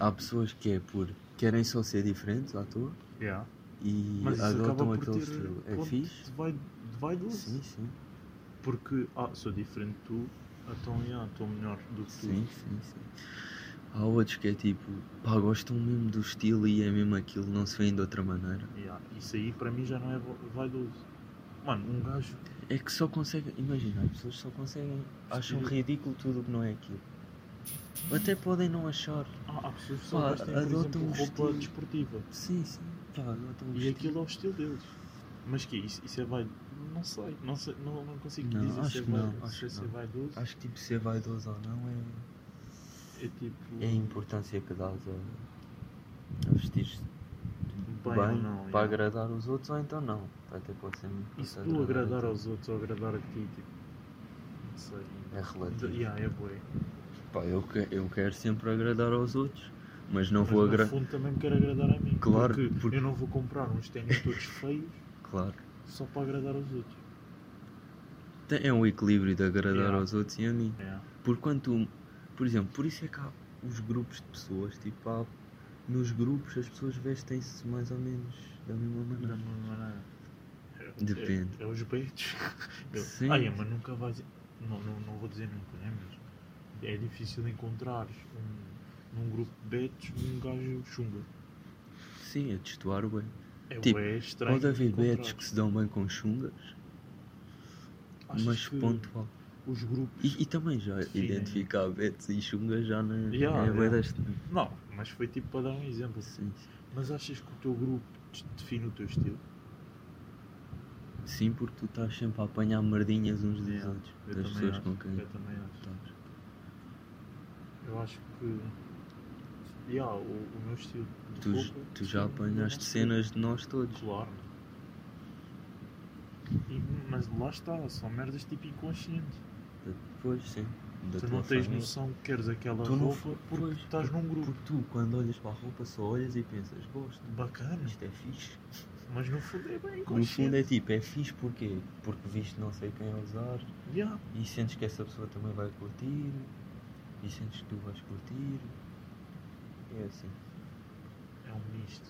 Há pessoas que é por querem só ser diferentes à toa
Yeah.
e
Mas isso acaba
adotam
por
Ah, aquele
ter
estilo. É
ponto
fixe?
de vai, de vaidoso.
Sim, sim.
Porque, ah, sou diferente de tu, então, yeah, estou melhor do que tu.
Sim, sim, sim. Há outros que é tipo, pá, gostam mesmo do estilo e é mesmo aquilo, não se vêem de outra maneira.
Yeah, ah, Isso aí para mim já não é va- vaidoso. Mano, um gajo.
É que só conseguem, imagina, as pessoas só conseguem, acham
Sim.
ridículo tudo o que não é aquilo. Até podem não achar.
Ah, há pessoas que só
Pá,
gastam, por exemplo,
adotam um
roupa
estilo.
desportiva.
Sim, sim, pá, adotam o
E
estilo.
aquilo é o estilo deles. Mas que isso, isso é vaidoso? Não sei, não, sei, não, não consigo
Não,
dizer se
acho
é
que não,
vaidoso.
acho que
se é
não.
vaidoso
Acho que tipo, ser vaidoso ou não é,
é tipo.
é a importância que dás a, a vestir-se bem,
ou não,
para
yeah.
agradar os outros ou então não. Até pode ser muito
E se
importante
tu agradar
a
aos outros ou agradar a ti, tipo. Não sei.
É relativo.
Yeah, é bué.
Pá, eu, que- eu quero sempre agradar aos outros, mas não
Mas
vou
no
agradar.
fundo também me quero agradar a mim.
Claro,
Porque,
porque-
eu não vou comprar uns ténis todos feios
Claro.
só para agradar aos outros.
Tem- É um equilíbrio de agradar
Yeah.
aos outros e a mim.
Yeah.
Por quanto, por exemplo, por isso é que há os grupos de pessoas, tipo, há, nos grupos as pessoas vestem-se mais ou menos da mesma
Da
maneira.
mesma maneira. É-
Depende.
É, é os
<laughs>
peitos. Eu-
Sim.
Ai, mas nunca vais. Não, não, não vou dizer nunca, né? Mas é difícil encontrar um, num grupo de betos um gajo chunga.
Sim, é destoar bem.
É
Tipo,
bué estranho.
Pode haver
encontrar.
betos que se dão bem com chungas,
Achas
mas
que né?
pontual.
Os grupos.
E, e também já
Definem.
identificar betos e chungas já não
Yeah,
é bué
yeah.
deste.
Não, mas foi tipo para dar um exemplo.
Sim,
Mas achas que o teu grupo te- define o teu estilo?
sim, porque tu estás sempre a apanhar merdinhas uns dos
Yeah,
outros, das
eu também
pessoas
acho, é
com quem
Eu também acho.
estás.
Eu acho que. Yeah, o, o meu estilo de
Tu, j-
roupa é
tu já
define o meu
apanhaste
estilo.
cenas de nós todos.
Claro. E- mas lá está, são merdas tipo inconscientes.
Pois, sim. Da
tu
tua
não tens
família.
noção que queres aquela
Tu não
roupa
fo-
porque
pois,
estás num grupo.
Porque tu, quando olhas para a roupa, só olhas e pensas, gosto,
Bacana,
isto é fixe.
mas no fundo é bem
No
inconsciente.
fundo é tipo, é fixe porquê? Porque viste não sei quem a usar
Yeah.
e sentes que essa pessoa também vai curtir e sentes que tu vais curtir. É assim.
É um misto.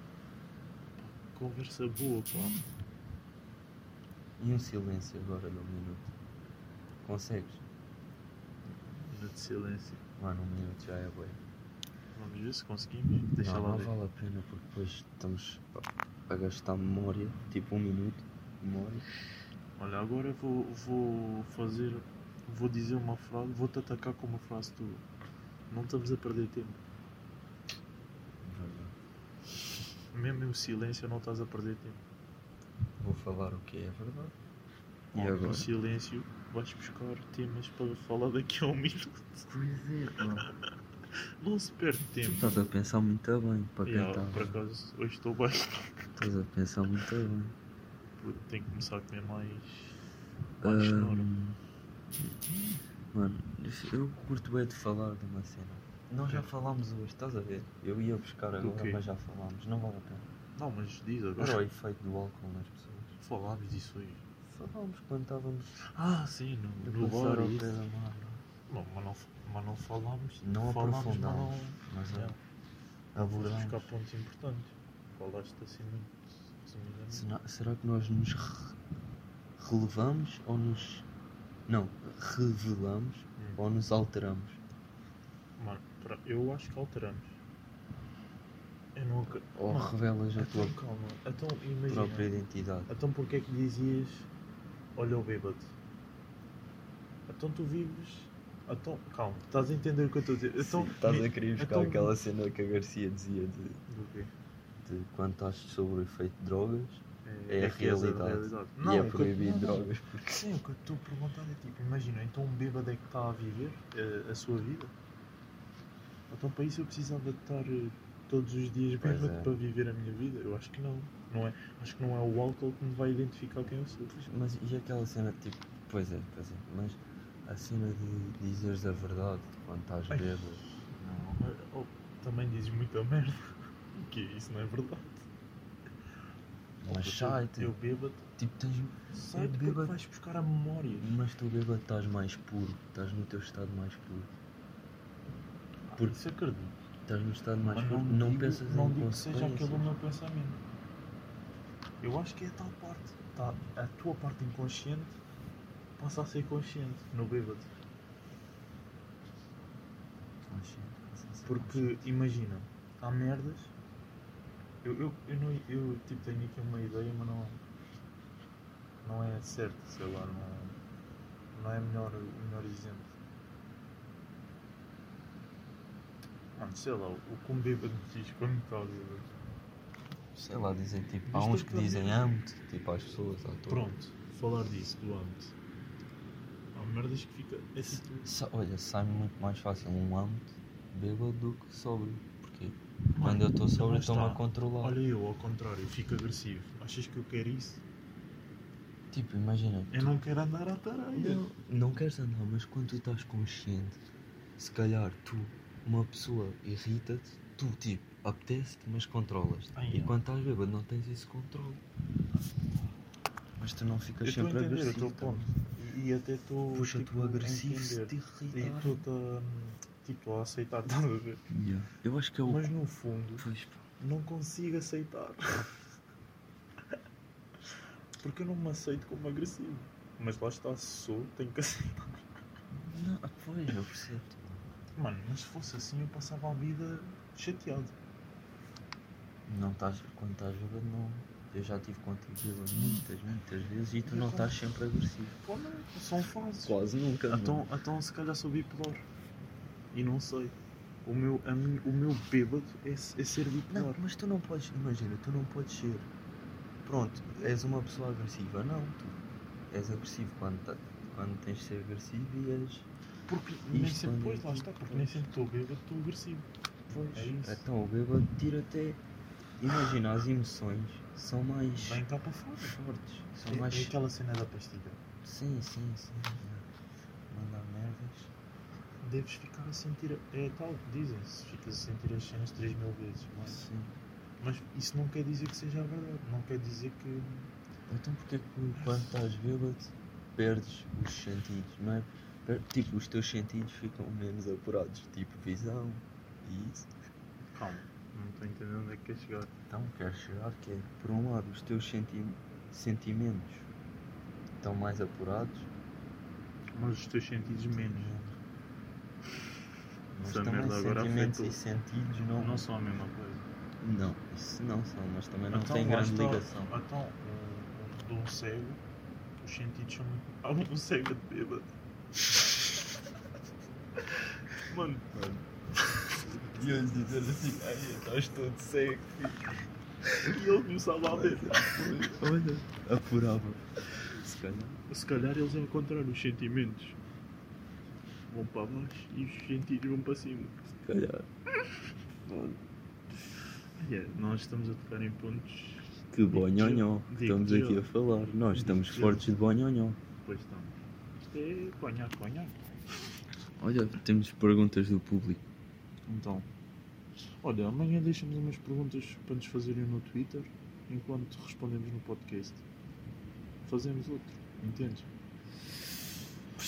Pá, Conversa boa, pá.
E um silêncio agora de um minuto. Consegues?
Minuto de silêncio.
Mano, um minuto já é bem.
Vamos ver se conseguimos. Deixa
não,
lá
não
ver.
vale a pena porque depois estamos a- a gastar memória, tipo um minuto, memória.
Olha, agora vou, vou fazer. Vou dizer uma frase. Vou-te atacar com uma frase tua. Não estamos a perder tempo. Mesmo em silêncio, não estás a perder tempo.
Vou falar o que é verdade. E
Ou
agora?
No silêncio, vais buscar temas para falar daqui a um minuto. <laughs>
Pois é, pá.
Não se perde
Tu
tempo.
estás a pensar muito bem, para quem
Yeah,
está.
por acaso, hoje estou bem.
Estás a pensar muito bem.
Puto, Tenho que começar a comer mais. mais cenoura.
Ahm, Mano, eu curto bem de falar de uma cena. Nós já falámos hoje, estás a ver? Eu ia buscar agora,
quê?
mas já falámos, não vale a pena.
Não, mas diz
Era o
agora.
efeito do álcool nas pessoas.
Falámos disso hoje.
Falámos quando estávamos
Ah, sim, no,
a
no
passar
bar.
ao
e
pé
isso.
da mar. não é?
Não, mas não, mas não falámos.
Não
falámos, mas
aprofundámos,
não-
mas
Yeah.
é,
Vamos
abordámos.
buscar pontos importantes. Falaste assim muito. se não me engano.
Será, será que nós nos re- relevamos ou nos. Não, revelamos
Hum.
ou nos alteramos?
Mano, pra- eu acho que alteramos. Eu não acre-
Ou
Mano,
revelas a tua
então, calma. Então, imagina.
própria identidade?
Então, porque é que dizias olha o bêbado? Então, tu vives. Então, calma, estás a entender o que eu estou a dizer? Então,
Sim, estás a querer buscar
então-
aquela cena que a Garcia dizia de,
Do quê?
de quando estás sobre o efeito de drogas é, a
que essa
realidade. e
Não, tipo o
é
que eu-
proibido
não, não.
drogas.
Sim, o que eu estou a perguntar é tipo, imagina, então um bêbado é que está a viver eh, a sua vida? Então para isso eu precisava de estar eh, todos os dias
Pois
bêbado
é.
para viver a minha vida? Eu acho que não. não é, acho que não é o álcool que me vai identificar quem eu sou.
Pois, Mas e aquela cena tipo, pois é, pois é, mas a cena de dizeres a verdade quando estás
Ai. oh,
bêbado.
<laughs> Não. também dizes muita merda. Que isso não é verdade.
Mas
puto,
sai-te.
Eu, eu bêbado,
Tipo, tens.
sai
Eu
porque
bêbado.
vais buscar a memória.
Mas tu bêbado estás mais puro. Estás no teu estado mais puro. Porque-
Porque se acredito.
Estás no estado mais
Mas
puro.
não,
Não
digo,
pensas
não
em
digo que seja aquele o
consequências.
meu pensamento. Eu acho que é a tal parte. Tá, a tua parte inconsciente passa a ser consciente no bêbado. Porque imagina, há merdas. Eu, eu, eu, não, eu tipo, tenho aqui uma ideia, mas não, não é certo, sei lá, não, não é melhor, o melhor exemplo. Mano, sei lá, o, o que um bêbado diz quando está bêbado.
Sei lá, dizem tipo. Há
Mas
uns
tu
que
podes-
dizem amo-te. Tipo, às pessoas. à toa.
Pronto, falar disso, do âmbito. Há merdas que fica. É tipo,
Sa- olha, sai-me muito mais fácil um âmbito bêbado do que sóbrio. Porque quando
mano,
eu estou
lá
sóbrio, estou-me a
está.
controlar.
Olha, eu ao contrário, fico agressivo. Achas que eu quero isso?
Tipo, imagina.
Eu não quero andar à tareia.
Não, não queres andar, mas quando tu estás consciente, se calhar tu, uma pessoa irrita-te, tu tipo, apetece-te, mas controlas-te.
Ah,
E
yeah.
quando estás bêbado não tens esse controle. Mas tu não
Eu
ficas
estou a
sempre
entender o
agressivo. tá?
teu ponto. E até estou.
Puxa,
tipo,
tu
a
agressivo se te
entender. E
irritar.
estou-te a, tipo, a aceitar, <laughs> estás a ver?
Yeah. Eu acho que é o.
Mas no fundo,
Pois, pá.
não
<laughs>
consigo aceitar. Porque eu não me aceito como agressivo. Mas lá está, se sou, tenho que aceitar.
Não, ah, pois, eu percebo.
Mano, mas se fosse assim, eu passava a vida chateado.
Não estás, quando estás bêbado, não. Eu já estive contigo bêbado muitas, muitas vezes e tu não estás sempre agressivo. Ah,
Pô, não, é são fases.
Quase nunca.
Então, então se calhar sou bipolar. E não sei. O meu, a mim- o meu bêbado é, é ser bipolar.
Não, mas tu não podes, imagina, tu não podes ser. Pronto, és uma pessoa agressiva, não. Tu és agressivo quando, tá- quando tens de ser agressivo e és.
Porque
Isto
nem sempre,
quando
pois lá
eu-
está, é porque nem sempre estou bêbado, estou agressivo.
Pois.
É isso.
Então o bêbado tira até. Imagina, as emoções são mais
Vem cá para fora.
fortes. São
É,
mais.
é aquela cena da pastilha.
Sim, sim, sim. Manda merdas.
Deves ficar a sentir. a- É tal que dizem-se, ficas a sentir as cenas 3 mil vezes. Mas,
Sim.
mas isso não quer dizer que seja a verdade. Não quer dizer que.
Então porquê que quando estás bêbado perdes os sentidos, não é? Per- Tipo, os teus sentidos ficam menos apurados, tipo visão e isso.
Calma, não estou a entender onde é que quer chegar.
Então quero chegar que é, por um lado, os teus senti sentimentos estão mais apurados,
Mas os teus sentidos menos. né?
mas
Essa
também
merda agora
sentimentos e
afetou.
sentidos não.
Não são a mesma coisa.
Não, isso não são, mas também não
Então,
tem
lá
grande
está.
ligação.
<laughs> Então, o- o- de um cego, os sentidos são muito. Há um cego de
<laughs>
bêbado. Mano,
E eles dizer assim, ai, estás todo cego.
e ele começava a ver.
Olha, apurava. Se calhar.
Se calhar eles encontraram os sentimentos. Vão para baixo e os sentidos vão para cima.
Se calhar.
Olha, Ah, nós estamos a tocar em pontos.
Que bonhonhó.
Digo-te
Estamos aqui
eu.
a falar. Nós estamos
Digo-te eu.
fortes de bonhonhó.
Pois estamos. Isto é conhaque, conhaque.
Olha, temos perguntas do público.
Então. Olha, amanhã deixamos umas perguntas para nos fazerem no Twitter enquanto respondemos no podcast. Fazemos outro, entendes?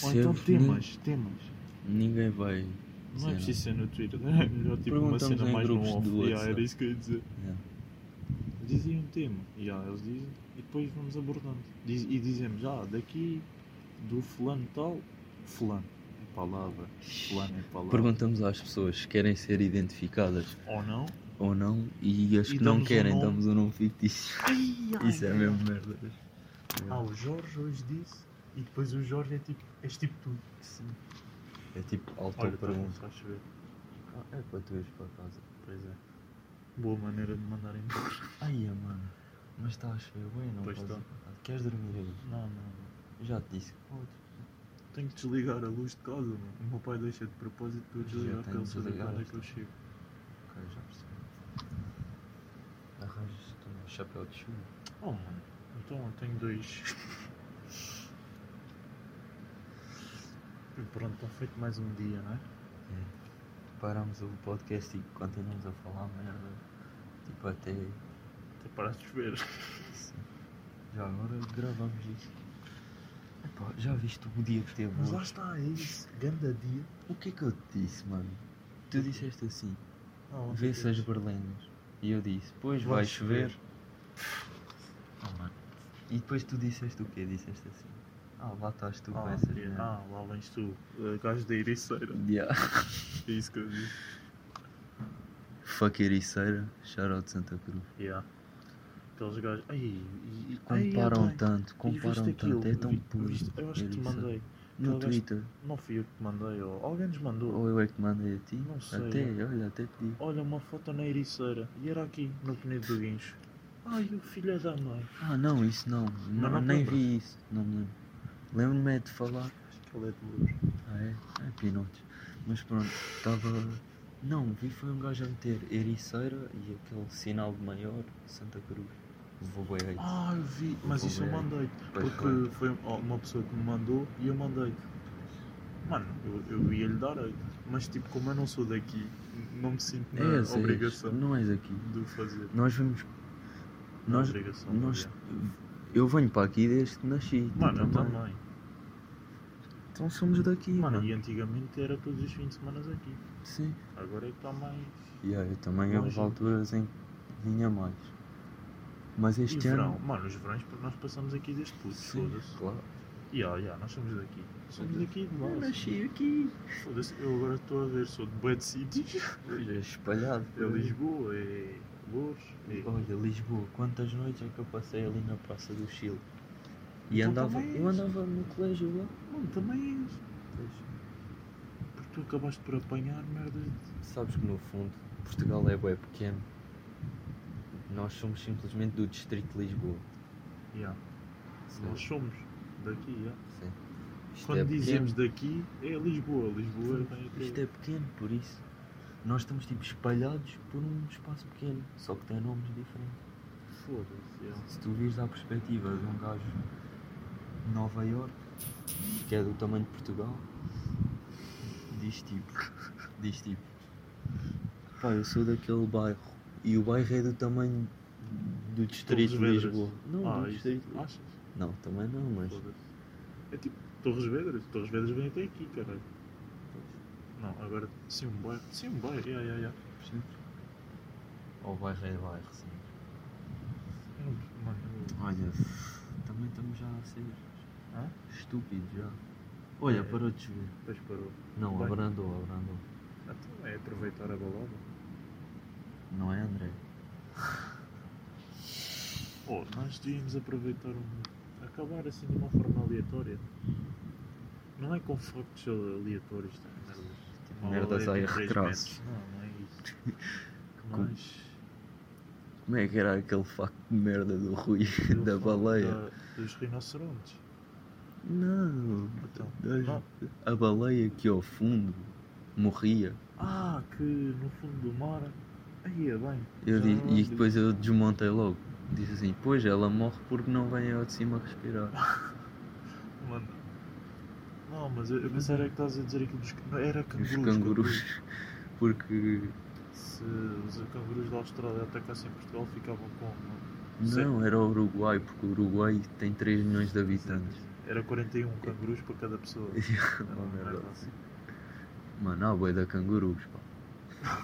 Ou então
Percebes?
temas, temas.
Ninguém vai. né?
Não é
Dizer
preciso ser no Twitter, <laughs> é melhor tipo uma
Perguntamos
cena
em
mais
grupos
no
do
off. Yeah,
WhatsApp.
era isso que eu ia dizer.
Yeah.
Dizem um tema, yeah, eles dizem, e depois vamos abordando. Diz- e dizemos, ah, daqui do fulano tal, fulano. É palavra, fulano é palavra.
Perguntamos às pessoas se querem ser identificadas
Ou não?
ou não e as
E
que não
damos um
querem,
nome.
damos um nome fictício. Isso é
ai,
mesmo merda.
Ah, o Jorge hoje disse. E depois o Jorge é tipo. És tipo tu. Sim.
É tipo
Olha, tá bom,
auto-pergunta.
estás a ver.
Ah, é para tu ires para casa.
Pois é. Boa maneira de mandar embora.
Ai, é, mano. Mas está a chover bem, não
Pois
podes
tá.
ir para casa. Queres dormir hoje?
Não, não, não.
Eu Já te disse que podes.
Tenho que desligar a luz de casa, mano. O meu pai deixa de propósito para eu
Já
desligar para
tenho
ele
de
saber
desligar
quando é
esta.
que eu chego.
Ok, já percebi. Arranjas-te um chapéu de chuva.
Oh, mano. Então eu tenho dois. E pronto, está feito mais um dia, não é?
É. Paramos o podcast e continuamos a falar merda. Tipo até
Até parar de chover.
Já agora gravamos isto. Epá, já viste o dia que teve
Mas
hoje?
lá está, é isso. Ganda dia.
O que é que eu te disse, mano? Tu disseste assim,
Ah, onde é que
vê-se
é?
as berlendas. E eu disse, pois
Vai
vai chover. Ah, mano. E depois tu disseste o quê? Disseste assim. Ah, lá estás tu com
Ah,
essas
é.
merdas."
ah, lá vens tu. eh, Gajo da ericeira.
Yeah.
É isso que eu disse.
Fuck Ericeira, Charol de Santa Cruz.
Yeah. Aqueles gajos. Ai, e, e,
Comparam
ai,
tanto,
ai, e viste
comparam tanto,
aquilo?
é tão
Vi-
puro.
viste? Eu acho que te
Ericeira.
mandei.
No
aquele gajo-
Twitter,
Não fui eu que te mandei, ou alguém nos mandou.
ou eu é que mandei a ti?
Não sei.
Até, olha, até te digo.
Olha, uma foto na ericeira. E era aqui, no Penedo do Guincho. Ai, o filho da mãe.
Ah, não, isso não. não,
não te
nem
lembras?
vi isso, não me lembro. Lembro-me é de falar.
Acho que ele é de luz.
Ah, é? É pinotes. Mas pronto, estava. Não, vi foi um gajo a meter Ericeira e aquele sinal de maior, Santa Cruz. Levou bem aí.
Ah, eu vi. Mas
Vou
isso eu
ver.
mandei.
Pois
Porque foi ó, uma pessoa que me mandou e eu mandei. Mano, eu, eu ia lhe dar aí. Mas tipo, como eu não sou daqui, não me sinto na
É, és, és,
Ah, obrigação
não és aqui.
de o fazer.
Nós vimos.
Na
Nós,
obrigação.
nós,
aliás.
eu venho para aqui desde que nasci. tu
Mano, eu
também.
também.
Então somos daqui, mano.
Mano, e antigamente era todos os fins de semana aqui.
Sim.
Agora é que está mais.
Yeah, eu também houve
Longe.
alturas em que vinha mais. Mas
E
este
verão.
ano.
Mano, os verões nós passamos aqui desde putos,
Sim,
foda-se.
claro.
Ya, ya, nós somos daqui. Somos
Foda-se. é
daqui de
Eu
lá. assim.
nasci aqui.
Foda-se, eu agora estou a ver, sou de Bad Cities.
Olha, espalhado.
É Lisboa, é Louros. É...
Olha, Lisboa, quantas noites é que eu passei ali na Praça do Chile? E
Então
andava,
também
eu
és.
andava no colégio lá.
Mano, também és. Porque tu acabaste por apanhar merdas de.
Sabes que no fundo, Portugal é bué pequeno. Nós somos simplesmente do distrito de Lisboa.
Ya, Nós somos daqui, ya.
Sim. Isto
Quando
é
dizemos
pequeno.
daqui, é Lisboa. Lisboa tem aquele-
Isto é pequeno, por isso. Nós estamos tipo espalhados por um espaço pequeno, só que tem nomes diferentes.
Foda-se, ya.
Se tu vires à perspectiva de um gajo de Nova York, que é do tamanho de Portugal, diz tipo, diz tipo, pá, eu sou daquele bairro e o bairro é do tamanho do distrito de
Torres Vedras.
é Lisboa. Não,
Ah,
do
isso.
distrito. de-
Achas?
Não, também não, mas
Foda-se. É tipo Torres Vedras. Torres Vedras vem até aqui, caralho. Não, agora sim um bairro. Sim um bairro, ya, ya, ya.
percebes? Ou bairro é bairro, sim.
Hum, Mano, eu-
Olha, também estamos já a ser
Hã?
estúpidos já. Olha,
É.
parou de chover.
depois parou.
Não,
Bem.
abrandou, abrandou.
Então é aproveitar a balada.
Não é, André?
Oh, nós devíamos aproveitar um... acabar assim de uma forma aleatória. Não é com factos aleatórios, tá? merdas. Uma
merdas
bola é
aí
de três
retraços.
metros. Não, não é
<laughs>
isso.
Com- <laughs>
Mas.
Como é que era aquele facto de merda do Rui, <laughs>
eu
da
falo
baleia?
da- dos rinocerontes.
Não,
Então,
das-
não.
a baleia que ao fundo morria.
Ah, que no fundo do mar. Aí é bem.
Eu
já
di-
não
e
lembro
depois
disso.
eu desmontei logo. Disse assim, pois ela morre porque não vem ao de cima
Ah,
respirar.
Mano. Não, mas eu, eu pensava que estás a dizer aquilo dos. Não, era
E os
cangurus.
cangurus, <laughs> porque
Se os cangurus da Austrália atacassem Portugal, ficavam com. é?
não
Sim.
era o Uruguai, porque o Uruguai tem 3 milhões de habitantes.
Era 41 cangurus para
<laughs>
cada pessoa. Era
Uma
uma
merda
merda
assim. Mano, há boi da cangurus, pá.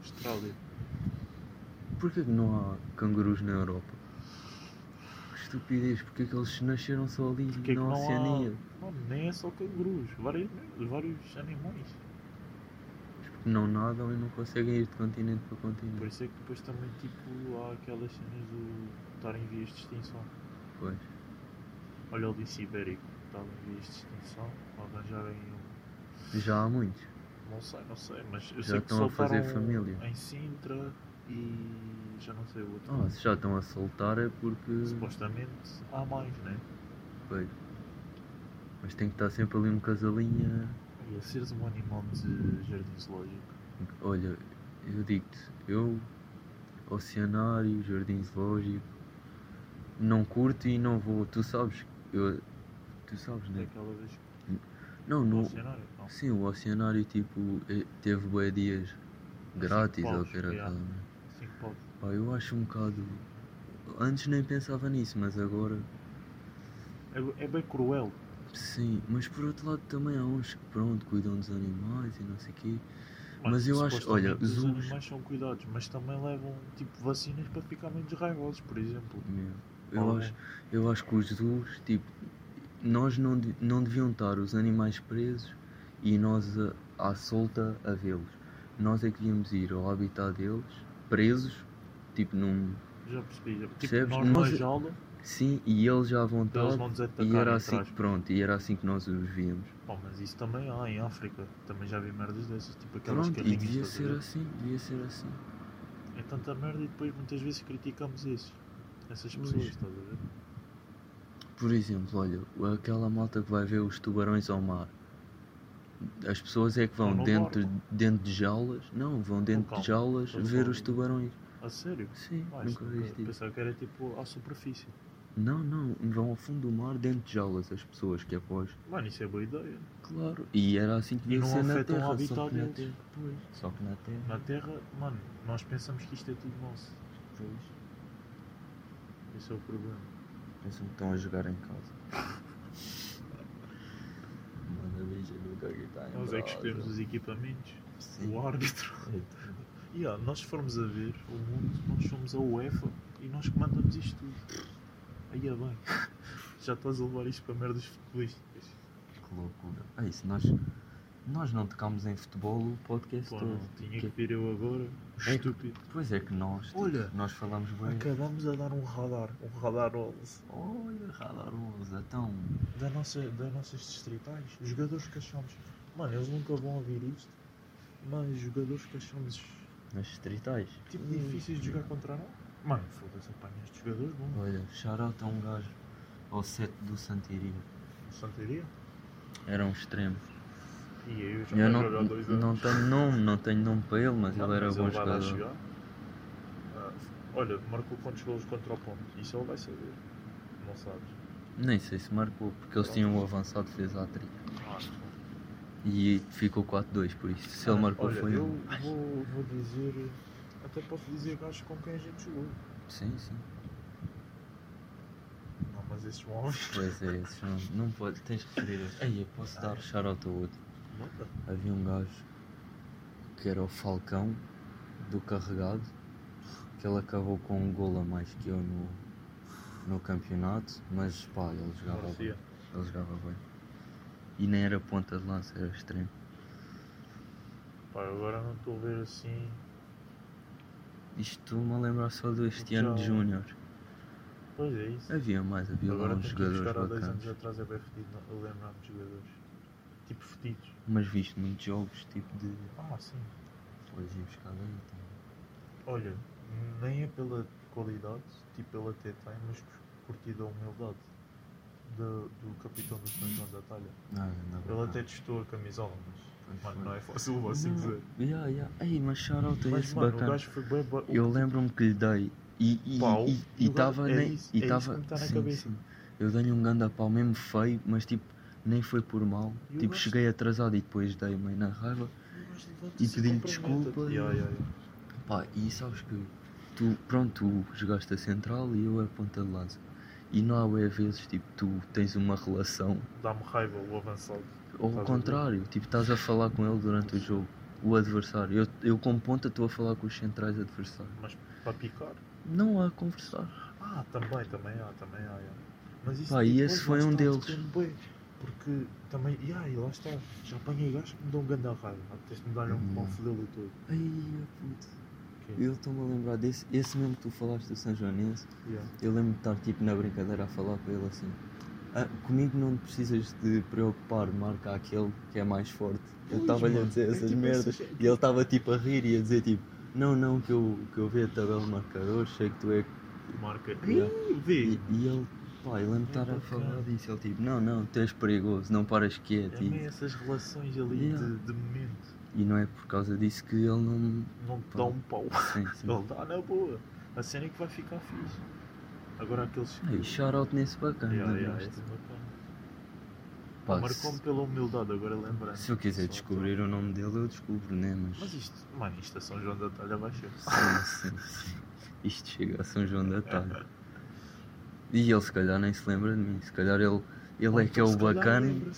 Austrália.
Porquê que não há cangurus na Europa? Que estupidez, porquê que eles nasceram só ali
Porquê que
na
não há-
Oceania?
Mano, nem é só cangurus, vários, vários animais.
Porque não nadam e não conseguem ir de continente para continente.
Por isso é que depois também tipo, há aquelas cenas do estar em vias de extinção.
Pois.
Olha o lince ibérico, estava em vias de extinção, arranjarem um.
Já há muitos.
Não sei, não sei, mas eu
Já
sei que
estão a fazer
soltaram
família.
Em Sintra e já não sei o outro.
Ah, se já estão a soltar é porque.
Supostamente há mais, né?
Pois. Mas tem que estar sempre ali um casalinho.
E a seres um animal de jardim zoológico.
a- Olha, eu digo-te, eu, oceanário, jardim zoológico, não curto e não vou. Tu sabes, eu. Tu sabes, né?
Daquela vez que
Não,
no
não.
oceanário, não.
Sim, o oceanário tipo eh, teve bué dias grátis ou né?
paus,
que era
yeah.
aquela merda.
Cinco paus.
Pá, eu acho um bocado Antes nem pensava nisso, mas agora.
É, é bem cruel.
Sim, mas por outro lado também há uns que pronto, cuidam dos animais e não sei o quê.
Mano,
Mas eu acho-
supostamente
olha,
os
zoos-
animais são cuidados, mas também levam tipo vacinas para ficar menos raivosos, por exemplo.
Meu, Eu
Ou-
acho, eu acho que os zoos, tipo, nós não, de- não deviam estar os animais presos e nós a- à solta a vê-los. Nós é que devíamos ir ao habitat deles, presos, tipo num.
Já percebi. já- Tipo,
Percebes?
nós na
Nós-
jaula,
Sim, e eles à
eles
vontade.
vão nos atacar
E
e
era assim,
atrás.
pronto, e era assim que nós os víamos.
Bom, mas isso também há em África. Também já vi merdas dessas, tipo aquelas
Pronto, e
carrinhas.
devia
estás a
ser
ver?
assim, devia ser assim.
É tanta merda e depois muitas vezes criticamos isso. Essas
Pois.
pessoas, estás a ver?
Por exemplo, olha, aquela malta que vai ver os tubarões ao mar. As pessoas é que
Vão
vão
no
dentro, dentro de jaulas, não, vão dentro
calma,
de jaulas
estou
ver
só-
os tubarões.
A sério?
Sim,
Ah, isso
nunca
nunca-
viste isso.
Pensava que era tipo à superfície.
Não, não, vão ao fundo do mar dentro de jaulas as pessoas que após.
Mano, isso é boa ideia.
Claro, e era assim que
E
devia
não
ser na
afetam o
terra, só
habitat
que na
deles.
terra, pois, só que na terra,
Na Terra, mano, nós pensamos que isto é tudo nosso.
pois,
Esse é o problema.
pensam que estão a jogar em casa. Manda beija no caguetar
Nós é que escolhemos os equipamentos,
Sim,
o árbitro. <laughs>
é
E ah, nós se formos a ver o mundo, nós somos a UEFA e nós que mandamos isto tudo. Aí é bem. <laughs> Já estás a levar isto para merdas futebolísticas.
Que loucura. É isso, nós, nós não tocámos em futebol o podcast
Pô,
todo.
não, tinha
Que-
que vir eu agora.
É.
Estúpido.
Pois é que nós, tipo,
Olha.
nós falamos bem.
Acabamos a dar um radar, um radar 11
Olha, radarosa, então.
da nossa, das nossas distritais. Jogadores que achamos. Mano, eles nunca vão ouvir isto, mas jogadores que achamos
Nas distritais.
tipo
Hum.
difíceis de jogar contra nós. Mano, foda-se, apanhas de jogadores, bom.
Olha, Charota é um gajo ao sete do Santiria.
Santaria.
Era um extremo.
E eu já
Eu
vai
não,
jogar dois anos.
não tenho nome, não tenho nome para ele, mas
Não,
ele era
mas é um
bom
ele vai lá
jogador.
chegar. Ah, olha, marcou quantos golos contra o Ponte. Isso ele vai saber. Não sabes.
Nem sei se marcou, porque eles tinham o avançado fez a atriz.
Ah,
E ficou 4-2, por isso. Se ele marcou
olha,
foi
eu
um.
vou, vou dizer. Até posso dizer gajos com quem a gente jogou.
Sim, sim.
Não, mas esses vão ouvir.
Pois é, esses não, não pode, tens de referir. a- Ei, eu posso
Ah.
dar charota a outro.
Manda.
Havia um gajo que era o Falcão do Carregado, que ele acabou com um gol a mais que eu no, no campeonato, mas pá, ele jogava bem.
Merecia.
Ele jogava bem. E nem era ponta de lança, era extremo.
Pá, agora não estou a ver assim.
Isto me lembra só deste ano de
Já-
Júnior.
Pois é isso.
Havia mais, havia lá
agora
uns
tem que ir
jogadores
buscar há 10 anos
bacanas.
atrás é bem fedido não- eu lembrar-me de jogadores. Tipo fedidos.
Mas viste muitos jogos, tipo de.
Ah, sim.
Podes ir buscar daí. Então.
Olha, nem é pela qualidade, tipo pela teta, mas curti da humildade do, do capitão do São João da Talha.
Nada, nada.
Ele até testou a camisola, mas mano, não é fácil você dizer.
Yeah, yeah. Ei, mas Charota é
Mas
esse
mano, o
bacana.
gajo foi bem. ba-
Eu lembro-me que lhe dei. E
Pau,
estava. E,
e
e,
o
tava
gajo- é
nem-
isso-
e
é isso
tava-
que me tá na
sim,
cabeça.
sim. Eu dei-lhe um ganda pau mesmo feio, mas tipo, nem foi por mal.
E o
tipo,
gajo-
cheguei atrasado e depois dei meio na raiva.
O gajo levanta-se
E pedi-lhe
cumprimenta-te.
desculpa.
Yeah, yeah, yeah.
Pá, e sabes que tu, pronto, tu jogaste a central e eu a ponta de lança. E não há bué vezes, tipo, tu tens uma relação.
Dá-me raiva o avançado.
Ou
Estás a
ao
ver?
contrário, tipo, estás a falar com ele durante o jogo. O adversário. Eu, eu como ponta estou a falar com os centrais adversários.
Mas para picar?
Não há a conversar.
Ah, também, também há, também há. yeah. Mas isso
Pá, e
depois,
esse
lá
foi um
está,
deles.
depende bué, Porque também, yeah, e lá está, já apanhei gajos que me dão um grande raiva. Tens de me dar um
Hum.
pau fodê-lo todo.
Ai, puto.
Que- é,
Eu estou-me a lembrar desse, esse mesmo que tu falaste do São Joanense,
yeah.
eu lembro de estar tipo na brincadeira a falar com ele assim. "Ah, comigo não te precisas de preocupar, marca aquele que é mais forte. Eu
Pois,
estava-lhe a
mano,
dizer
é
essas
tipo
merdas
esse-
e ele estava tipo a rir e a dizer tipo, não, não, que eu, que eu vejo a tabela de marcadores, sei que tu é. que-"
tipo, Marca.
Yeah.
Ih,
E,
vê.
e ele, pá, eu lembro de
É
estar a falar
bacana.
disso, ele tipo, não, não, tu és perigoso, não paras quieto.
Amei
E,
é essas relações ali
Yeah.
de, de momento.
e não é por causa disso que ele não.
Não te
Pá.
dá um pau. <laughs>
Sim, sim.
Ele dá na boa. A cena é que vai ficar fixe. Agora aqueles.
Ei, shout out nesse bacana,
Yeah, yeah,
lembraste?
esse é bacana.
Pá,
Marcou-me
se-
pela humildade, agora lembrando.
Se eu quiser descobrir o nome dele, eu descubro, né? Mas.
Mas isto, mano, isto é São João da Talha vai ser.
Sim, sim, sim. Isto chega a São João
<laughs>
da Talha. E ele se calhar nem se lembra de mim. Se calhar ele, ele
Então,
é que é o bacana. e-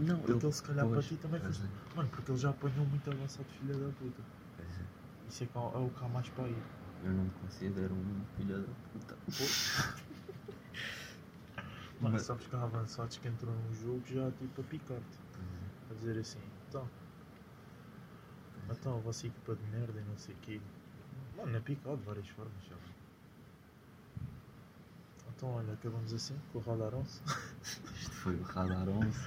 Não,
Porque ele Então, se calhar para
pois,
ti também assim.
pois
foste.
é,
Mano, porque ele já apanhou muito avançado filha da puta.
pois é.
Isso é, que é o é o que há mais para aí.
Eu não me considero um filho da puta.
Mano,
Mas-
sabes que há avançados que entram no jogo já tipo a picar-te. A dizer assim, então. Então, a vossa equipa de merda e não sei o quê. Mano, é picado de várias formas já. Então, olha, acabamos assim, com o radar 11.
Isto foi o Radar 11.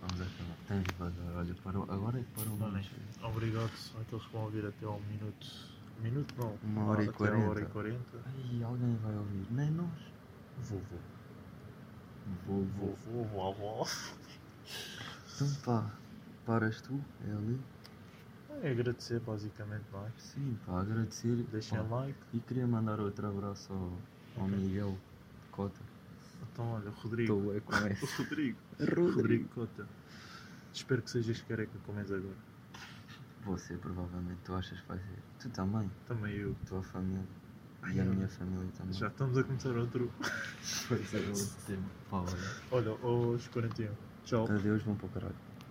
Vamos acabar. Tens devagar. Olha, parou. Agora é que parou.
Não,
mas-
<laughs> Obrigado àqueles que vão ouvir até ao minuto. Minuto não.
Uma hora e
até à hora e
40.
40.
Ai, alguém vai ouvir. Nem nós.
Vou, vou.
Vou,
Vou, vou, vou, vou.
Então pá, paras tu, é ali.
É agradecer basicamente, não é?
Sim, pá, agradecer.
Deixem
pá.
like.
E queria mandar outro abraço ao, ao
Ok.
Miguel Cota.
Então, olha, Rodrigo.
Estou é com
O
<laughs> esse.
Rodrigo. Rodrigo Cota. Espero que sejas careca como és agora.
Você provavelmente tu achas que vai ser. Tu também,
Também eu.
tua família.
Ai,
e a
eu-
minha família também.
Já estamos a começar outro.
Pois é, eu tenho. Pá, olha.
Olha, aos 41. Tchau.
Adeus, vão para o caralho.